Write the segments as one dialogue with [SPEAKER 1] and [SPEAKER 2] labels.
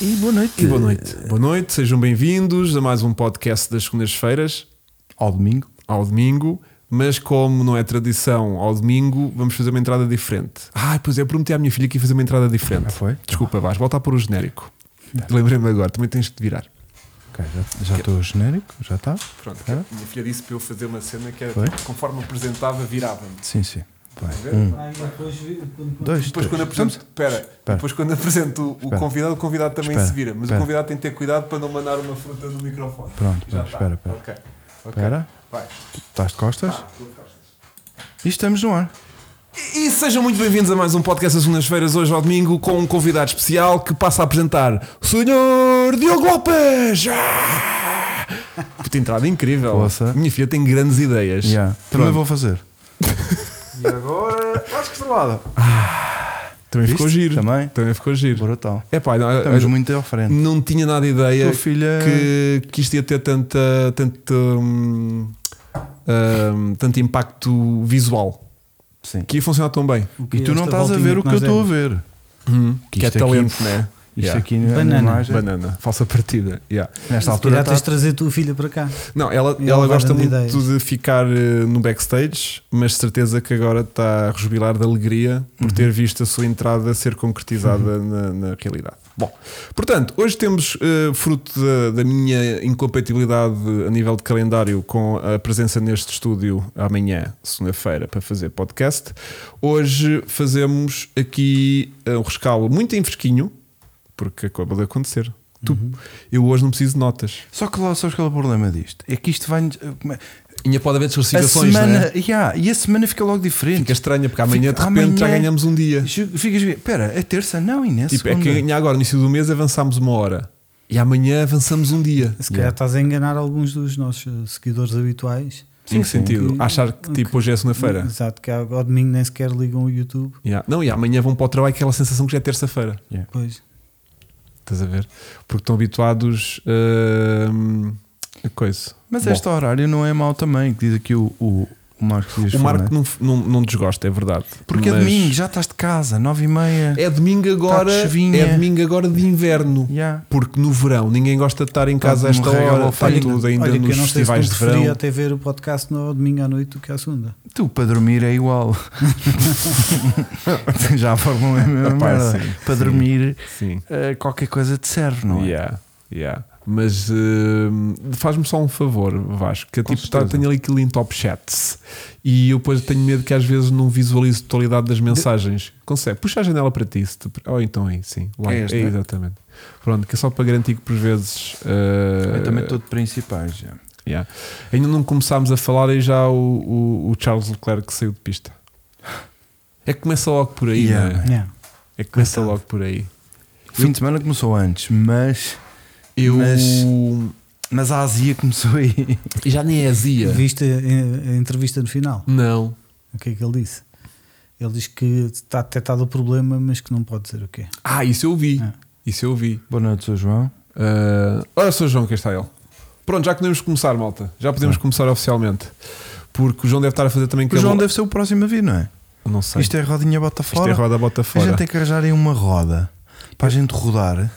[SPEAKER 1] E boa noite.
[SPEAKER 2] E boa noite. Boa noite, sejam bem-vindos a mais um podcast das segundas-feiras,
[SPEAKER 1] Ao domingo.
[SPEAKER 2] ao domingo. Mas como não é tradição ao domingo, vamos fazer uma entrada diferente. Ah, pois é, eu prometi à minha filha que ia fazer uma entrada diferente.
[SPEAKER 1] Ah, foi? Tá.
[SPEAKER 2] Desculpa, vais voltar por o genérico. Lembrei-me agora, também tens de te virar.
[SPEAKER 1] Ok, já- já estou genérico, já está?
[SPEAKER 2] Pronto,
[SPEAKER 1] Ah.
[SPEAKER 2] a minha filha disse para eu fazer uma cena que era
[SPEAKER 1] Foi?
[SPEAKER 2] tipo, conforme apresentava, virava-me.
[SPEAKER 1] Sim, sim. Vai.
[SPEAKER 2] Estás a ver?
[SPEAKER 3] Ai, depois vi- quando-
[SPEAKER 1] Dois,
[SPEAKER 2] Depois
[SPEAKER 1] três.
[SPEAKER 2] quando, apresento, espera, depois quando apresento o- o
[SPEAKER 1] Espera.
[SPEAKER 2] convidado, o convidado também
[SPEAKER 1] Espera.
[SPEAKER 2] se vira, mas
[SPEAKER 1] Espera.
[SPEAKER 2] o convidado tem de ter cuidado para não mandar uma fruta no microfone.
[SPEAKER 1] Pronto, pera,
[SPEAKER 2] Já está.
[SPEAKER 1] espera, espera.
[SPEAKER 2] Ok. ok.
[SPEAKER 1] Espera.
[SPEAKER 2] Vai.
[SPEAKER 1] Estás de costas? E estamos no ar.
[SPEAKER 2] E sejam muito bem-vindos a mais um podcast às segundas-feiras, hoje ao domingo, com um convidado especial que passa a apresentar o Senhor Diogo Lopes! Ah! Puta entrada incrível.
[SPEAKER 1] Poça.
[SPEAKER 2] Minha filha tem grandes ideias.
[SPEAKER 1] Yeah. Também
[SPEAKER 2] Pronto.
[SPEAKER 1] vou fazer. E agora. Acho que estrelada.
[SPEAKER 2] Também ficou
[SPEAKER 1] Viste?
[SPEAKER 2] giro.
[SPEAKER 1] Ah, Também.
[SPEAKER 2] Também ficou giro.
[SPEAKER 1] Brutal.
[SPEAKER 2] É pá, não,
[SPEAKER 1] Estamos
[SPEAKER 2] eu-
[SPEAKER 1] muito à frente.
[SPEAKER 2] não tinha nada de ideia
[SPEAKER 1] Tua filha.
[SPEAKER 2] que, que isto ia ter tanta, tanto, hum, hum, tanto impacto visual.
[SPEAKER 1] Sim.
[SPEAKER 2] Que ia funcionar tão bem.
[SPEAKER 3] o que
[SPEAKER 1] E
[SPEAKER 3] é
[SPEAKER 1] tu não
[SPEAKER 3] esta
[SPEAKER 1] estás a
[SPEAKER 3] voltinha
[SPEAKER 1] ver o que eu
[SPEAKER 3] nós
[SPEAKER 1] estou a
[SPEAKER 3] demos?
[SPEAKER 1] ver.
[SPEAKER 2] Que,
[SPEAKER 1] isto
[SPEAKER 2] é
[SPEAKER 1] aqui-
[SPEAKER 2] talento, né?
[SPEAKER 1] Isto
[SPEAKER 2] Yeah.
[SPEAKER 1] aqui é na na
[SPEAKER 3] Banana.
[SPEAKER 1] imagem.
[SPEAKER 2] Banana, falsa partida. Yeah.
[SPEAKER 1] Nesta
[SPEAKER 3] Se calhar
[SPEAKER 1] altura.
[SPEAKER 3] tens de
[SPEAKER 1] Tá...
[SPEAKER 3] trazer a tua filha para cá.
[SPEAKER 2] Não, ela,
[SPEAKER 3] Ela
[SPEAKER 2] ela
[SPEAKER 3] vai
[SPEAKER 2] gosta
[SPEAKER 3] dando
[SPEAKER 2] muito
[SPEAKER 3] ideias.
[SPEAKER 2] de ficar eh, no backstage, mas de certeza que agora está a rejubilar de alegria por ter visto a sua entrada ser concretizada na, na realidade. Bom, portanto, hoje temos, eh, fruto da, da minha incompatibilidade a nível de calendário com a presença neste estúdio amanhã, segunda-feira, para fazer podcast, hoje fazemos aqui eh, um rescaldo muito em fresquinho, porque acaba de acontecer. Tu- eu hoje não preciso de notas.
[SPEAKER 1] Só que lá, sabes qual é o problema disto? É que isto vai.
[SPEAKER 2] Ainda pode haver
[SPEAKER 1] A
[SPEAKER 2] desclassificações, não é?
[SPEAKER 1] semana. Yeah, e a semana fica logo diferente.
[SPEAKER 2] Fica estranha, porque amanhã
[SPEAKER 1] Fica-
[SPEAKER 2] de repente já
[SPEAKER 1] amanhã-
[SPEAKER 2] ganhamos um dia.
[SPEAKER 1] Ju- Ficas a Espera, é terça? Não, Inês.
[SPEAKER 2] Tipo, é que ainda agora, no início do mês, avançámos uma hora e amanhã avançamos um dia.
[SPEAKER 3] Se calhar estás a enganar alguns dos nossos eh, seguidores habituais.
[SPEAKER 2] Em que sentido?
[SPEAKER 3] Que-
[SPEAKER 2] Achar que tipo hoje é segunda-feira.
[SPEAKER 3] Exato, que ao ao domingo nem sequer ligam o YouTube.
[SPEAKER 2] Yeah. Não, e amanhã vão para o trabalho aquela sensação que já é terça-feira.
[SPEAKER 3] Pois.
[SPEAKER 2] Estás a ver? Porque estão habituados hum, a coisa.
[SPEAKER 1] Mas
[SPEAKER 2] Bom,
[SPEAKER 1] este horário não é mau também, que diz aqui o, o, o Marcos Dias
[SPEAKER 2] o Marco
[SPEAKER 1] Fernandes.
[SPEAKER 2] não, não, não desgosta, é verdade.
[SPEAKER 1] Porque é
[SPEAKER 2] Mas-
[SPEAKER 1] domingo, já estás de casa, nove e meia.
[SPEAKER 2] É domingo agora.
[SPEAKER 1] Tá de chuvinha.
[SPEAKER 2] é domingo agora de inverno.
[SPEAKER 1] Já.
[SPEAKER 2] Porque no verão ninguém gosta de estar em
[SPEAKER 1] Tá
[SPEAKER 2] casa a
[SPEAKER 1] de
[SPEAKER 2] esta
[SPEAKER 1] morrer ao
[SPEAKER 2] hora, está
[SPEAKER 1] alface.
[SPEAKER 2] tudo ainda
[SPEAKER 3] Olha, que
[SPEAKER 2] nos
[SPEAKER 3] eu não sei se
[SPEAKER 2] festivais
[SPEAKER 3] não
[SPEAKER 2] de verão.
[SPEAKER 3] preferia até ver o podcast no domingo à noite do que à segunda.
[SPEAKER 1] Tu para dormir é igual. já a fórmula é a mesma
[SPEAKER 2] Epá,
[SPEAKER 1] merda.
[SPEAKER 2] sim,
[SPEAKER 1] Para
[SPEAKER 2] sim.
[SPEAKER 1] dormir,
[SPEAKER 2] Sim.
[SPEAKER 1] eh, qualquer coisa te serve, não é?
[SPEAKER 2] Yeah, yeah. Mas hum, faz-me só um favor, Vasco, que eu,
[SPEAKER 1] Com
[SPEAKER 2] tipo, tá,
[SPEAKER 1] certeza.
[SPEAKER 2] tenho ali aquilo em top chats e eu depois tenho medo que às vezes não visualize a totalidade das mensagens. Consegue? Puxa a janela para ti, se te... ou então aí, sim. Lá.
[SPEAKER 1] É esta,
[SPEAKER 2] é,
[SPEAKER 1] né?
[SPEAKER 2] exatamente. Pronto, que é só para garantir que por vezes. uh,
[SPEAKER 1] Eu também estou de principais. Já.
[SPEAKER 2] yeah. Ainda não começámos a falar e já o, o- o Charles Leclerc saiu de pista. É que começa logo por aí,
[SPEAKER 1] Yeah,
[SPEAKER 2] não é?
[SPEAKER 3] Yeah.
[SPEAKER 2] É que começa logo por aí.
[SPEAKER 1] O Fim de semana começou antes, mas,
[SPEAKER 2] Eu.
[SPEAKER 1] Mas- mas a Ásia começou aí.
[SPEAKER 2] Já nem é azia.
[SPEAKER 3] Viste eh, a, a entrevista no final?
[SPEAKER 2] Não.
[SPEAKER 3] O que é que ele disse? Ele diz que está detectado o problema, mas que não pode dizer o quê.
[SPEAKER 2] Ah, isso eu vi.
[SPEAKER 3] Ah.
[SPEAKER 2] Isso eu vi.
[SPEAKER 1] Boa noite, Sr. João.
[SPEAKER 2] Ah, olha só, João, que está ele. Pronto, já podemos começar, malta. Já podemos começar oficialmente. Porque o João deve estar a fazer também
[SPEAKER 1] Ah. O João
[SPEAKER 2] cabelo-
[SPEAKER 1] deve ser o próximo a vir, não é?
[SPEAKER 2] Não sei. Isto
[SPEAKER 1] Isto é rodinha bota
[SPEAKER 2] é,
[SPEAKER 1] fora.
[SPEAKER 2] roda bota
[SPEAKER 1] A
[SPEAKER 2] fora.
[SPEAKER 1] gente tem que arranjar aí uma roda para a gente rodar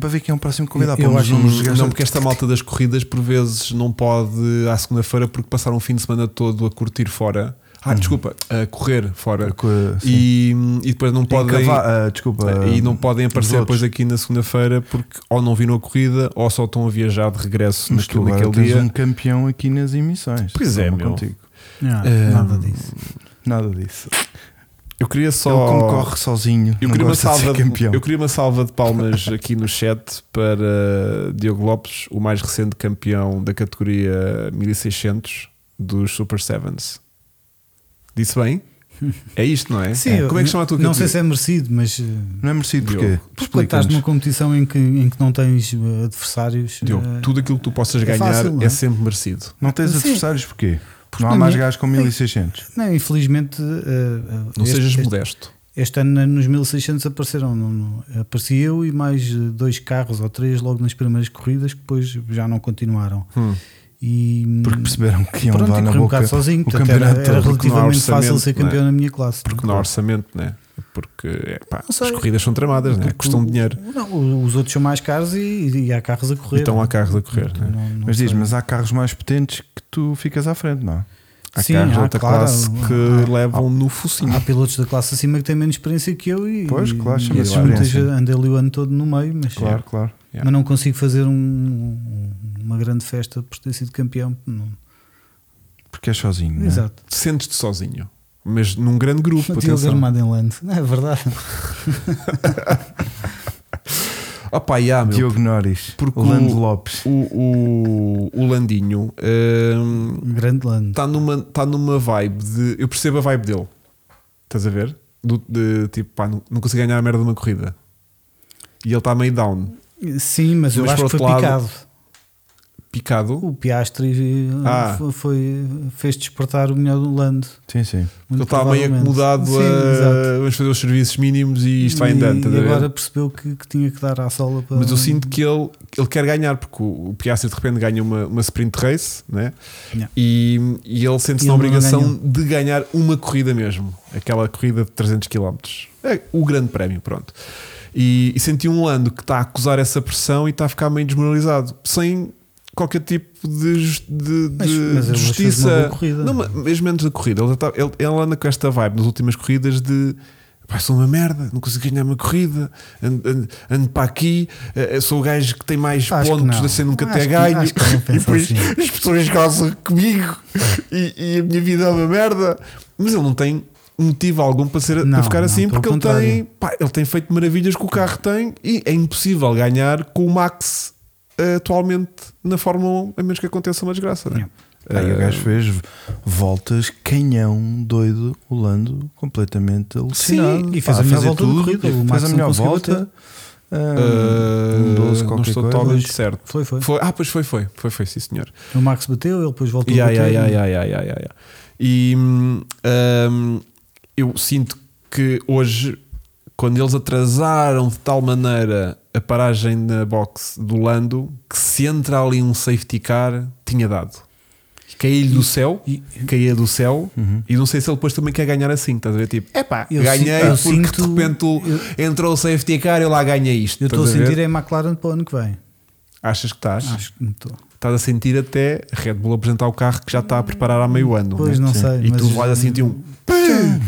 [SPEAKER 1] para ver quem é o próximo convidado.
[SPEAKER 3] Eu
[SPEAKER 1] Pá,
[SPEAKER 3] acho
[SPEAKER 1] vamos-
[SPEAKER 2] Não,
[SPEAKER 1] vamos-
[SPEAKER 2] não, porque esta malta das corridas por vezes não pode à segunda-feira porque passaram um fim de semana todo a curtir fora. Ah, desculpa, a correr fora.
[SPEAKER 1] Co- Uhum. sim.
[SPEAKER 2] E, e depois não podem. É, eh,
[SPEAKER 1] Encava- ah, desculpa.
[SPEAKER 2] e não podem aparecer
[SPEAKER 1] outros.
[SPEAKER 2] depois aqui na segunda-feira porque ou não viram a corrida ou só estão a viajar de regresso
[SPEAKER 1] Mas tu
[SPEAKER 2] naquele,
[SPEAKER 1] agora
[SPEAKER 2] naquele
[SPEAKER 1] tens
[SPEAKER 2] dia.
[SPEAKER 1] um campeão aqui nas emissões.
[SPEAKER 2] Pois é,
[SPEAKER 1] Toma
[SPEAKER 2] meu.
[SPEAKER 1] Contigo.
[SPEAKER 3] Não,
[SPEAKER 2] Eh,
[SPEAKER 3] nada disso.
[SPEAKER 1] Nada disso.
[SPEAKER 2] Eu queria só.
[SPEAKER 1] Ele como corre sozinho.
[SPEAKER 2] Eu
[SPEAKER 1] não
[SPEAKER 2] queria, uma
[SPEAKER 1] gosta de ser
[SPEAKER 2] salva de,
[SPEAKER 1] campeão.
[SPEAKER 2] eu queria uma salva de palmas aqui no chat para Diogo Lopes, o mais recente campeão da categoria 1600 dos Super Sevens. Disse bem? É isto, não é?
[SPEAKER 3] Sim,
[SPEAKER 2] É.
[SPEAKER 3] eu
[SPEAKER 2] Como é que chama a tua
[SPEAKER 3] Não sei
[SPEAKER 2] categoria?
[SPEAKER 3] se é merecido, mas. eh,
[SPEAKER 1] Não é merecido porquê?
[SPEAKER 2] Diogo.
[SPEAKER 3] Porque estás numa competição em que, em que não tens eh, adversários. eh,
[SPEAKER 2] Diogo, tudo aquilo que tu possas
[SPEAKER 3] é
[SPEAKER 2] ganhar
[SPEAKER 3] fácil, não
[SPEAKER 2] é?
[SPEAKER 3] é?
[SPEAKER 2] sempre merecido.
[SPEAKER 1] Não tens
[SPEAKER 3] Sim.
[SPEAKER 1] adversários porquê?
[SPEAKER 3] Porque
[SPEAKER 1] não
[SPEAKER 2] é
[SPEAKER 1] há
[SPEAKER 3] na
[SPEAKER 1] mais
[SPEAKER 3] minha-
[SPEAKER 1] gajos com 1600.
[SPEAKER 3] Não, infelizmente. eh, eh,
[SPEAKER 2] Não
[SPEAKER 3] este,
[SPEAKER 2] sejas
[SPEAKER 3] este-
[SPEAKER 2] modesto.
[SPEAKER 3] este ano nos 1600 apareceram. não- não- apareci eu e mais eh, dois carros ou três logo nas primeiras corridas que depois já não continuaram.
[SPEAKER 2] Hum.
[SPEAKER 3] E.
[SPEAKER 1] Porque perceberam que iam
[SPEAKER 3] Pronto,
[SPEAKER 1] levar
[SPEAKER 3] e
[SPEAKER 1] na
[SPEAKER 3] corri um
[SPEAKER 1] boca
[SPEAKER 3] bocado sozinho,
[SPEAKER 1] o
[SPEAKER 3] portanto era,
[SPEAKER 1] campeonato
[SPEAKER 3] era
[SPEAKER 1] todo.
[SPEAKER 2] porque não há
[SPEAKER 3] relativamente fácil ser
[SPEAKER 2] orçamento,
[SPEAKER 3] campeão na minha classe.
[SPEAKER 2] Porque não há orçamento, né? Porque é, pá,
[SPEAKER 3] Não sei.
[SPEAKER 2] as corridas são tramadas, né? custam dinheiro
[SPEAKER 3] Não, os outros são mais caros e, e há carros a
[SPEAKER 2] e
[SPEAKER 3] correr. é
[SPEAKER 2] estão lá Então carros a correr.
[SPEAKER 3] Não-
[SPEAKER 2] Né?
[SPEAKER 3] não
[SPEAKER 1] Mas diz,
[SPEAKER 3] sei.
[SPEAKER 1] mas há carros mais potentes que tu ficas à frente, não? é?
[SPEAKER 2] Há
[SPEAKER 3] Sim,
[SPEAKER 2] carros de
[SPEAKER 3] há,
[SPEAKER 2] alta
[SPEAKER 3] claro,
[SPEAKER 2] classe que levam no focinho.
[SPEAKER 3] Há pilotos da classe acima que têm menos experiência que eu e,
[SPEAKER 1] Pois, claro,
[SPEAKER 3] e
[SPEAKER 1] chama-se
[SPEAKER 3] esses muitas
[SPEAKER 1] experiência.
[SPEAKER 3] vezes andei ali o ano todo no meio, mas,
[SPEAKER 1] Claro, claro.
[SPEAKER 2] Yeah.
[SPEAKER 3] mas não consigo fazer um- uma grande festa por ter sido campeão. Não.
[SPEAKER 1] Porque é sozinho. não é?
[SPEAKER 3] Exato.
[SPEAKER 2] Sentes-te sozinho, mas num grande grupo.
[SPEAKER 3] Diogo
[SPEAKER 2] atenção.
[SPEAKER 3] Armado em Land, não é verdade?
[SPEAKER 2] Opa, yeah, meu,
[SPEAKER 1] Diogo Norris,
[SPEAKER 2] Porque o-
[SPEAKER 1] Lando Lopes.
[SPEAKER 2] o, o, o Landinho hum,
[SPEAKER 3] Um grande Land.
[SPEAKER 2] está numa, tá numa vibe de. Eu percebo a vibe dele. Estás a ver? Do, de tipo, pá, não, não consigo ganhar a merda de uma corrida. E ele está meio down,
[SPEAKER 3] Sim, mas eu
[SPEAKER 2] Mas
[SPEAKER 3] acho
[SPEAKER 2] por
[SPEAKER 3] que foi
[SPEAKER 2] outro lado-
[SPEAKER 3] picado.
[SPEAKER 2] picado.
[SPEAKER 3] O Piastri eh,
[SPEAKER 2] Ah.
[SPEAKER 3] fo- foi, fez despertar o melhor do Land.
[SPEAKER 1] Sim, sim.
[SPEAKER 2] Ele está meio acomodado
[SPEAKER 3] Sim,
[SPEAKER 2] a.
[SPEAKER 3] exato.
[SPEAKER 2] Vamos fazer os serviços mínimos e isto vai
[SPEAKER 3] E-
[SPEAKER 2] andando,
[SPEAKER 3] E,
[SPEAKER 2] estás a ver?
[SPEAKER 3] agora percebeu que, que tinha que dar à sola para.
[SPEAKER 2] Mas eu sinto que ele, ele quer ganhar, porque o, o Piastri de repente ganha uma, uma sprint race né?
[SPEAKER 3] Yeah.
[SPEAKER 2] e, e ele sente-se
[SPEAKER 3] E
[SPEAKER 2] na
[SPEAKER 3] ele não
[SPEAKER 2] obrigação
[SPEAKER 3] ganhou.
[SPEAKER 2] de ganhar uma corrida mesmo, aquela corrida de 300 km. É o grande prémio, pronto. E, e senti um Lando que está a acusar essa pressão e está a ficar meio desmoralizado, sem qualquer tipo de, jus- de-
[SPEAKER 3] Mas-
[SPEAKER 2] de-
[SPEAKER 3] mas
[SPEAKER 2] de
[SPEAKER 3] ele fez uma boa
[SPEAKER 2] justiça.
[SPEAKER 3] corrida.
[SPEAKER 2] Não, mas mesmo antes da corrida, ele, já tá- ele, ele anda com esta vibe nas últimas corridas de pá, sou uma merda, não consigo ganhar uma corrida, ando, ando- ando para aqui, eh, eh, sou o gajo que tem mais
[SPEAKER 3] Acho que
[SPEAKER 2] pontos
[SPEAKER 3] não.
[SPEAKER 2] de ser nunca
[SPEAKER 3] Acho
[SPEAKER 2] até
[SPEAKER 3] que-
[SPEAKER 2] ganho,
[SPEAKER 3] acho que ele não
[SPEAKER 2] e
[SPEAKER 3] pensa
[SPEAKER 2] depois
[SPEAKER 3] assim.
[SPEAKER 2] as pessoas gozam comigo e, e a minha vida é uma merda, mas ele não tem motivo algum para, ser, para
[SPEAKER 3] Não,
[SPEAKER 2] ficar
[SPEAKER 3] não,
[SPEAKER 2] assim,
[SPEAKER 3] pelo
[SPEAKER 2] porque ele tem,
[SPEAKER 3] contrário.
[SPEAKER 2] pá, ele tem feito maravilhas que o carro tem e é impossível ganhar com o Max eh, atualmente na Fórmula 1, a menos que aconteça uma desgraça. Né?
[SPEAKER 3] Yeah.
[SPEAKER 1] É. Aí o gajo fez voltas canhão doido, o Lando completamente alucinado.
[SPEAKER 3] e fez
[SPEAKER 1] Pá,
[SPEAKER 3] a melhor
[SPEAKER 1] fazer
[SPEAKER 3] volta da corrida, o
[SPEAKER 1] fez
[SPEAKER 3] Max
[SPEAKER 1] a
[SPEAKER 3] não
[SPEAKER 1] melhor
[SPEAKER 3] conseguiu
[SPEAKER 1] volta.
[SPEAKER 2] Eh,
[SPEAKER 1] um 12
[SPEAKER 2] não
[SPEAKER 1] qualquer
[SPEAKER 2] estou
[SPEAKER 1] coisa.
[SPEAKER 2] totalmente
[SPEAKER 3] Pois.
[SPEAKER 2] certo.
[SPEAKER 3] Foi, foi.
[SPEAKER 2] Foi- ah, pois foi, foi, foi, foi, sim, senhor.
[SPEAKER 3] O Max bateu, ele depois voltou
[SPEAKER 2] Ya,
[SPEAKER 3] a
[SPEAKER 2] ya,
[SPEAKER 3] bater.
[SPEAKER 2] ya, ya, ya, ya, ya, ya. E hum, hum, eu sinto que hoje, quando eles atrasaram de tal maneira a paragem na box do Lando, que se entra ali um safety car, tinha dado. Caía-lhe do céu,
[SPEAKER 3] E-
[SPEAKER 2] caía do céu,
[SPEAKER 1] Uhum.
[SPEAKER 2] e não sei se ele depois também quer ganhar assim, estás a ver? Tipo, epá,
[SPEAKER 3] Eu
[SPEAKER 2] ganhei
[SPEAKER 3] sinto- eu
[SPEAKER 2] porque
[SPEAKER 3] sinto-
[SPEAKER 2] de repente entrou o safety car e eu lá ganhei isto.
[SPEAKER 3] Eu estou assim Ah, a
[SPEAKER 2] estás a ver?
[SPEAKER 3] sentir a McLaren para o ano que vem.
[SPEAKER 2] Achas que estás?
[SPEAKER 3] Acho que não estou.
[SPEAKER 2] Estás a sentir até Red Bull apresentar o carro que já está a preparar há meio ano.
[SPEAKER 3] Pois,
[SPEAKER 2] né?
[SPEAKER 3] não sei,
[SPEAKER 2] E
[SPEAKER 3] mas-
[SPEAKER 2] tu vais a sentir um. pum!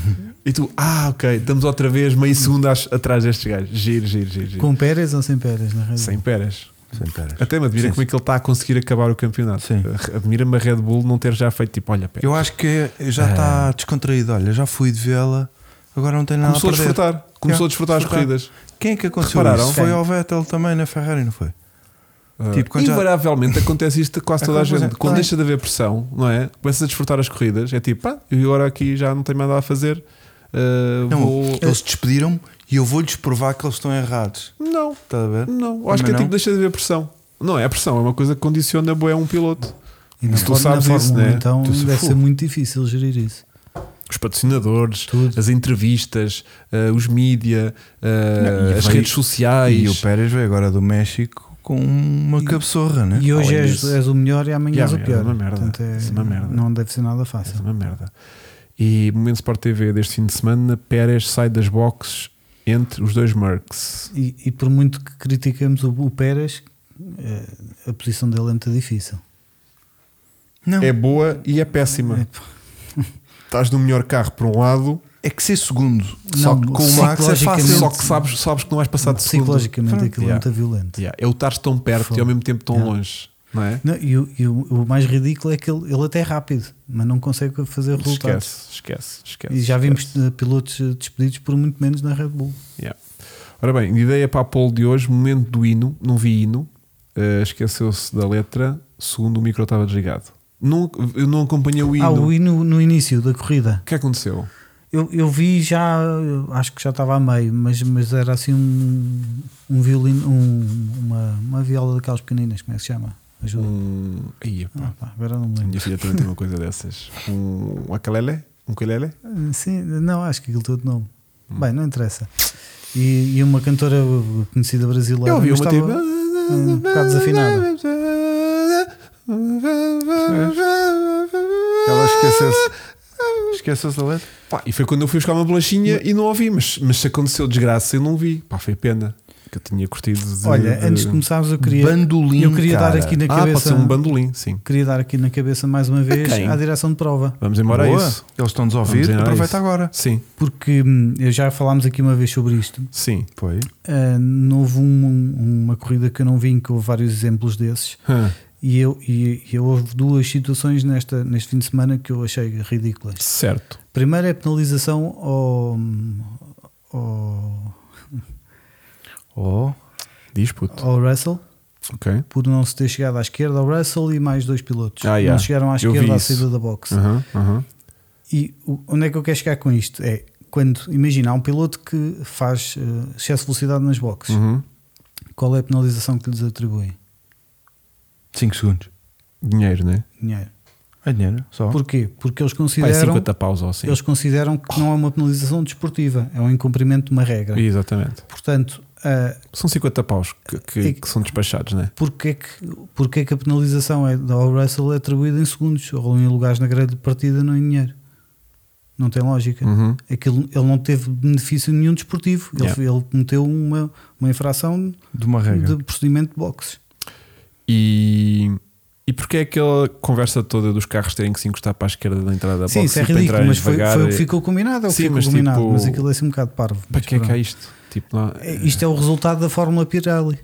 [SPEAKER 2] E tu, ah, ok, estamos outra vez meio segundo às- atrás destes gajos. Giro, giro, giro, giro.
[SPEAKER 3] Com Pérez ou sem Pérez, na razão?
[SPEAKER 2] Sem peras.
[SPEAKER 1] Sim, pera.
[SPEAKER 2] Até me admira
[SPEAKER 1] Sim.
[SPEAKER 2] como é que ele está a conseguir acabar o campeonato. Eh,
[SPEAKER 1] Sim.
[SPEAKER 2] Admira-me a Red Bull não ter já feito tipo, olha, pera.
[SPEAKER 1] Eu acho que já está descontraído. Olha, já fui de vê-la, agora não tem nada
[SPEAKER 2] Começou a
[SPEAKER 1] a perder.
[SPEAKER 2] desfrutar. Começou a desfrutar as
[SPEAKER 1] desfrutar.
[SPEAKER 2] corridas.
[SPEAKER 1] Quem é que aconteceu
[SPEAKER 2] Repararam?
[SPEAKER 1] isso? Foi
[SPEAKER 3] Quem?
[SPEAKER 1] ao Vettel também na Ferrari, não foi? Tipo,
[SPEAKER 2] Tipo,
[SPEAKER 1] quando já-
[SPEAKER 2] Invariavelmente acontece isto a quase toda a
[SPEAKER 1] Acontece,
[SPEAKER 2] gente. Quando
[SPEAKER 1] tá
[SPEAKER 2] deixa de haver pressão, não é? Começas a desfrutar as corridas. É tipo, pá, eu agora aqui já não tenho mais nada a fazer. ah,
[SPEAKER 1] Não,
[SPEAKER 2] vou...
[SPEAKER 3] É.
[SPEAKER 1] eles despediram-me e eu vou-lhes provar que eles estão errados.
[SPEAKER 2] Não,
[SPEAKER 1] Estás a ver?
[SPEAKER 2] Não, acho que
[SPEAKER 1] Também
[SPEAKER 2] é tipo
[SPEAKER 1] não?
[SPEAKER 2] deixa de haver pressão. Não é a pressão, é uma coisa que condiciona bué um piloto.
[SPEAKER 3] E na
[SPEAKER 2] Se tu
[SPEAKER 3] Fórmula- na
[SPEAKER 2] sabes isso,
[SPEAKER 3] Fórmula um,
[SPEAKER 2] né?
[SPEAKER 3] Então
[SPEAKER 1] Tu se
[SPEAKER 3] deve
[SPEAKER 1] for.
[SPEAKER 3] ser muito difícil gerir isso.
[SPEAKER 2] Os patrocinadores,
[SPEAKER 3] Tudo.
[SPEAKER 2] as entrevistas, eh, os mídia, eh,
[SPEAKER 1] Não, e
[SPEAKER 2] as
[SPEAKER 1] vai-
[SPEAKER 2] redes sociais.
[SPEAKER 1] E o Pérez veio agora do México com uma
[SPEAKER 3] E-
[SPEAKER 1] cabeçorra, né?
[SPEAKER 3] E hoje
[SPEAKER 2] Além
[SPEAKER 3] és,
[SPEAKER 2] disso-
[SPEAKER 3] és o melhor e amanhã
[SPEAKER 2] Yeah,
[SPEAKER 3] és o
[SPEAKER 2] é
[SPEAKER 3] pior.
[SPEAKER 2] uma merda,
[SPEAKER 3] Portanto,
[SPEAKER 2] é uma merda.
[SPEAKER 3] Não deve ser nada
[SPEAKER 2] Essa
[SPEAKER 3] fácil.
[SPEAKER 2] é uma merda. E momento Sport TV deste fim de semana, Pérez sai das boxes entre os dois Mercs.
[SPEAKER 3] E, e por muito que critiquemos o, o Pérez, eh, a posição dele é muito difícil.
[SPEAKER 1] Não,
[SPEAKER 2] É
[SPEAKER 1] é...
[SPEAKER 2] boa e é péssima.
[SPEAKER 3] É, pá,
[SPEAKER 2] Estás no melhor carro por um lado,
[SPEAKER 1] é que ser segundo, só
[SPEAKER 3] Não,
[SPEAKER 1] que com o
[SPEAKER 3] só
[SPEAKER 1] Max é fácil.
[SPEAKER 3] psicologicamente-
[SPEAKER 2] só que sabes, sabes que não vais passar de segundo.
[SPEAKER 3] psicologicamente aquilo
[SPEAKER 2] Yeah.
[SPEAKER 3] é muito violento.
[SPEAKER 2] Yeah, É o estar tão perto e ao mesmo tempo tão
[SPEAKER 3] Yeah.
[SPEAKER 2] longe, não é?
[SPEAKER 3] Não, e o, e o- o mais ridículo é que ele, ele até é rápido, mas não consegue fazer resultados.
[SPEAKER 2] Esquece, esquece, esquece.
[SPEAKER 3] E já
[SPEAKER 2] esquece.
[SPEAKER 3] vimos eh, pilotos eh, despedidos por muito menos na Red Bull.
[SPEAKER 2] Yeah. Ora bem, ideia para a pole de hoje, momento do hino, não vi hino, eh, esqueceu-se da letra, segundo o micro estava desligado. Não, eu não acompanhei o hino.
[SPEAKER 3] Ah, o
[SPEAKER 2] O
[SPEAKER 3] hino no início da corrida.
[SPEAKER 2] que é que aconteceu?
[SPEAKER 3] Eu, eu vi já, eu acho que já estava a meio, mas, mas era assim um, um violino, um- uma, uma viola daquelas pequeninas, como é que se chama? Ajuda.
[SPEAKER 2] Um. Aí,
[SPEAKER 3] Ah, pá, agora não me
[SPEAKER 2] a
[SPEAKER 3] lembro.
[SPEAKER 2] minha filha também tem uma coisa dessas. Um aquelele? Um aquelele?
[SPEAKER 3] Ah, Sim, não, acho que aquilo todo não.
[SPEAKER 2] Hum.
[SPEAKER 3] Bem, não interessa. E, e uma cantora conhecida brasileira.
[SPEAKER 2] Eu ouvi
[SPEAKER 3] mas
[SPEAKER 2] uma
[SPEAKER 3] estava-
[SPEAKER 2] tipo.
[SPEAKER 3] um bocado desafinada.
[SPEAKER 1] Ela esqueceu-se esqueças da letra.
[SPEAKER 2] Pá, e foi quando eu fui buscar uma bolachinha e não ouvi, mas, mas se aconteceu desgraça eu não vi. Pá, foi pena. Que eu tinha curtido. de-
[SPEAKER 3] Olha,
[SPEAKER 2] de-
[SPEAKER 3] antes de começarmos, eu queria,
[SPEAKER 1] Bandolim,
[SPEAKER 3] eu queria dar
[SPEAKER 1] cara.
[SPEAKER 3] aqui na
[SPEAKER 2] Ah, pode
[SPEAKER 3] cabeça.
[SPEAKER 2] ser um bandolim, sim.
[SPEAKER 3] Queria dar aqui na cabeça mais uma vez
[SPEAKER 2] quem?
[SPEAKER 3] à direção de prova.
[SPEAKER 2] Vamos embora a
[SPEAKER 1] Boa.
[SPEAKER 2] isso.
[SPEAKER 1] Eles estão-nos a
[SPEAKER 2] Vamos
[SPEAKER 1] ouvir,
[SPEAKER 2] embora a
[SPEAKER 1] aproveita
[SPEAKER 2] isso.
[SPEAKER 1] agora.
[SPEAKER 2] Sim,
[SPEAKER 3] Porque hum, eu já falámos aqui uma vez sobre isto.
[SPEAKER 2] sim.
[SPEAKER 1] Foi.
[SPEAKER 3] Ah, não houve um- uma corrida que eu não vi em que houve vários exemplos desses.
[SPEAKER 2] Hã,
[SPEAKER 3] E eu, e, e eu houve duas situações nesta, neste fim de semana que eu achei ridículas.
[SPEAKER 2] Certo.
[SPEAKER 3] Primeiro é a penalização ao. ao,
[SPEAKER 1] Oh,
[SPEAKER 2] Diz puto.
[SPEAKER 3] ao Russell
[SPEAKER 2] Ok.
[SPEAKER 3] por não se ter chegado à esquerda ao Russell e mais dois pilotos.
[SPEAKER 2] Ah, yeah.
[SPEAKER 3] Não chegaram à
[SPEAKER 2] Eu vi
[SPEAKER 3] esquerda à
[SPEAKER 2] isso. Uhum.
[SPEAKER 3] saída da boxe.
[SPEAKER 2] Aham, aham.
[SPEAKER 3] E o- onde é que eu quero chegar com isto? É quando, imagina, há um piloto que faz eh, excesso de velocidade nas boxes,
[SPEAKER 2] Uhum.
[SPEAKER 3] qual é a penalização que lhes atribuem?
[SPEAKER 1] 5 segundos.
[SPEAKER 2] Dinheiro, né?
[SPEAKER 3] Dinheiro.
[SPEAKER 1] É dinheiro, só.
[SPEAKER 3] Porquê? Porque eles
[SPEAKER 2] Pai,
[SPEAKER 3] consideram,
[SPEAKER 2] 50 paus ou assim.
[SPEAKER 3] eles consideram que não é uma penalização desportiva, é um incumprimento de uma regra.
[SPEAKER 2] Exatamente.
[SPEAKER 3] Portanto, ah,
[SPEAKER 2] São 50 paus que, que-
[SPEAKER 3] E-
[SPEAKER 2] que são despachados, né?
[SPEAKER 3] porquê, que, porquê que a penalização é, ao Russell é atribuída em segundos ou em lugares na grelha de partida, não em dinheiro? Não tem lógica.
[SPEAKER 2] Uhum.
[SPEAKER 3] Aquilo, ele não teve benefício nenhum desportivo. Ele,
[SPEAKER 2] Yeah.
[SPEAKER 3] ele cometeu uma, uma infração
[SPEAKER 1] De uma regra.
[SPEAKER 3] de procedimento de boxes.
[SPEAKER 2] E, e porquê é aquela conversa toda dos carros terem que se encostar para a esquerda da entrada da
[SPEAKER 3] Sim,
[SPEAKER 2] boxe
[SPEAKER 3] isso é
[SPEAKER 2] e para
[SPEAKER 3] ridículo,
[SPEAKER 2] entrarem
[SPEAKER 3] mas foi,
[SPEAKER 2] devagar
[SPEAKER 3] foi o
[SPEAKER 2] e-
[SPEAKER 3] que ficou combinado. É o que
[SPEAKER 2] Sim,
[SPEAKER 3] ficou
[SPEAKER 2] mas
[SPEAKER 3] combinado,
[SPEAKER 2] tipo-
[SPEAKER 3] mas aquilo é assim um bocado parvo.
[SPEAKER 2] Para
[SPEAKER 3] mas
[SPEAKER 2] que é que
[SPEAKER 3] pronto.
[SPEAKER 2] há isto? Tipo, não- eh,
[SPEAKER 3] É, Isto é o resultado da Fórmula Pirelli.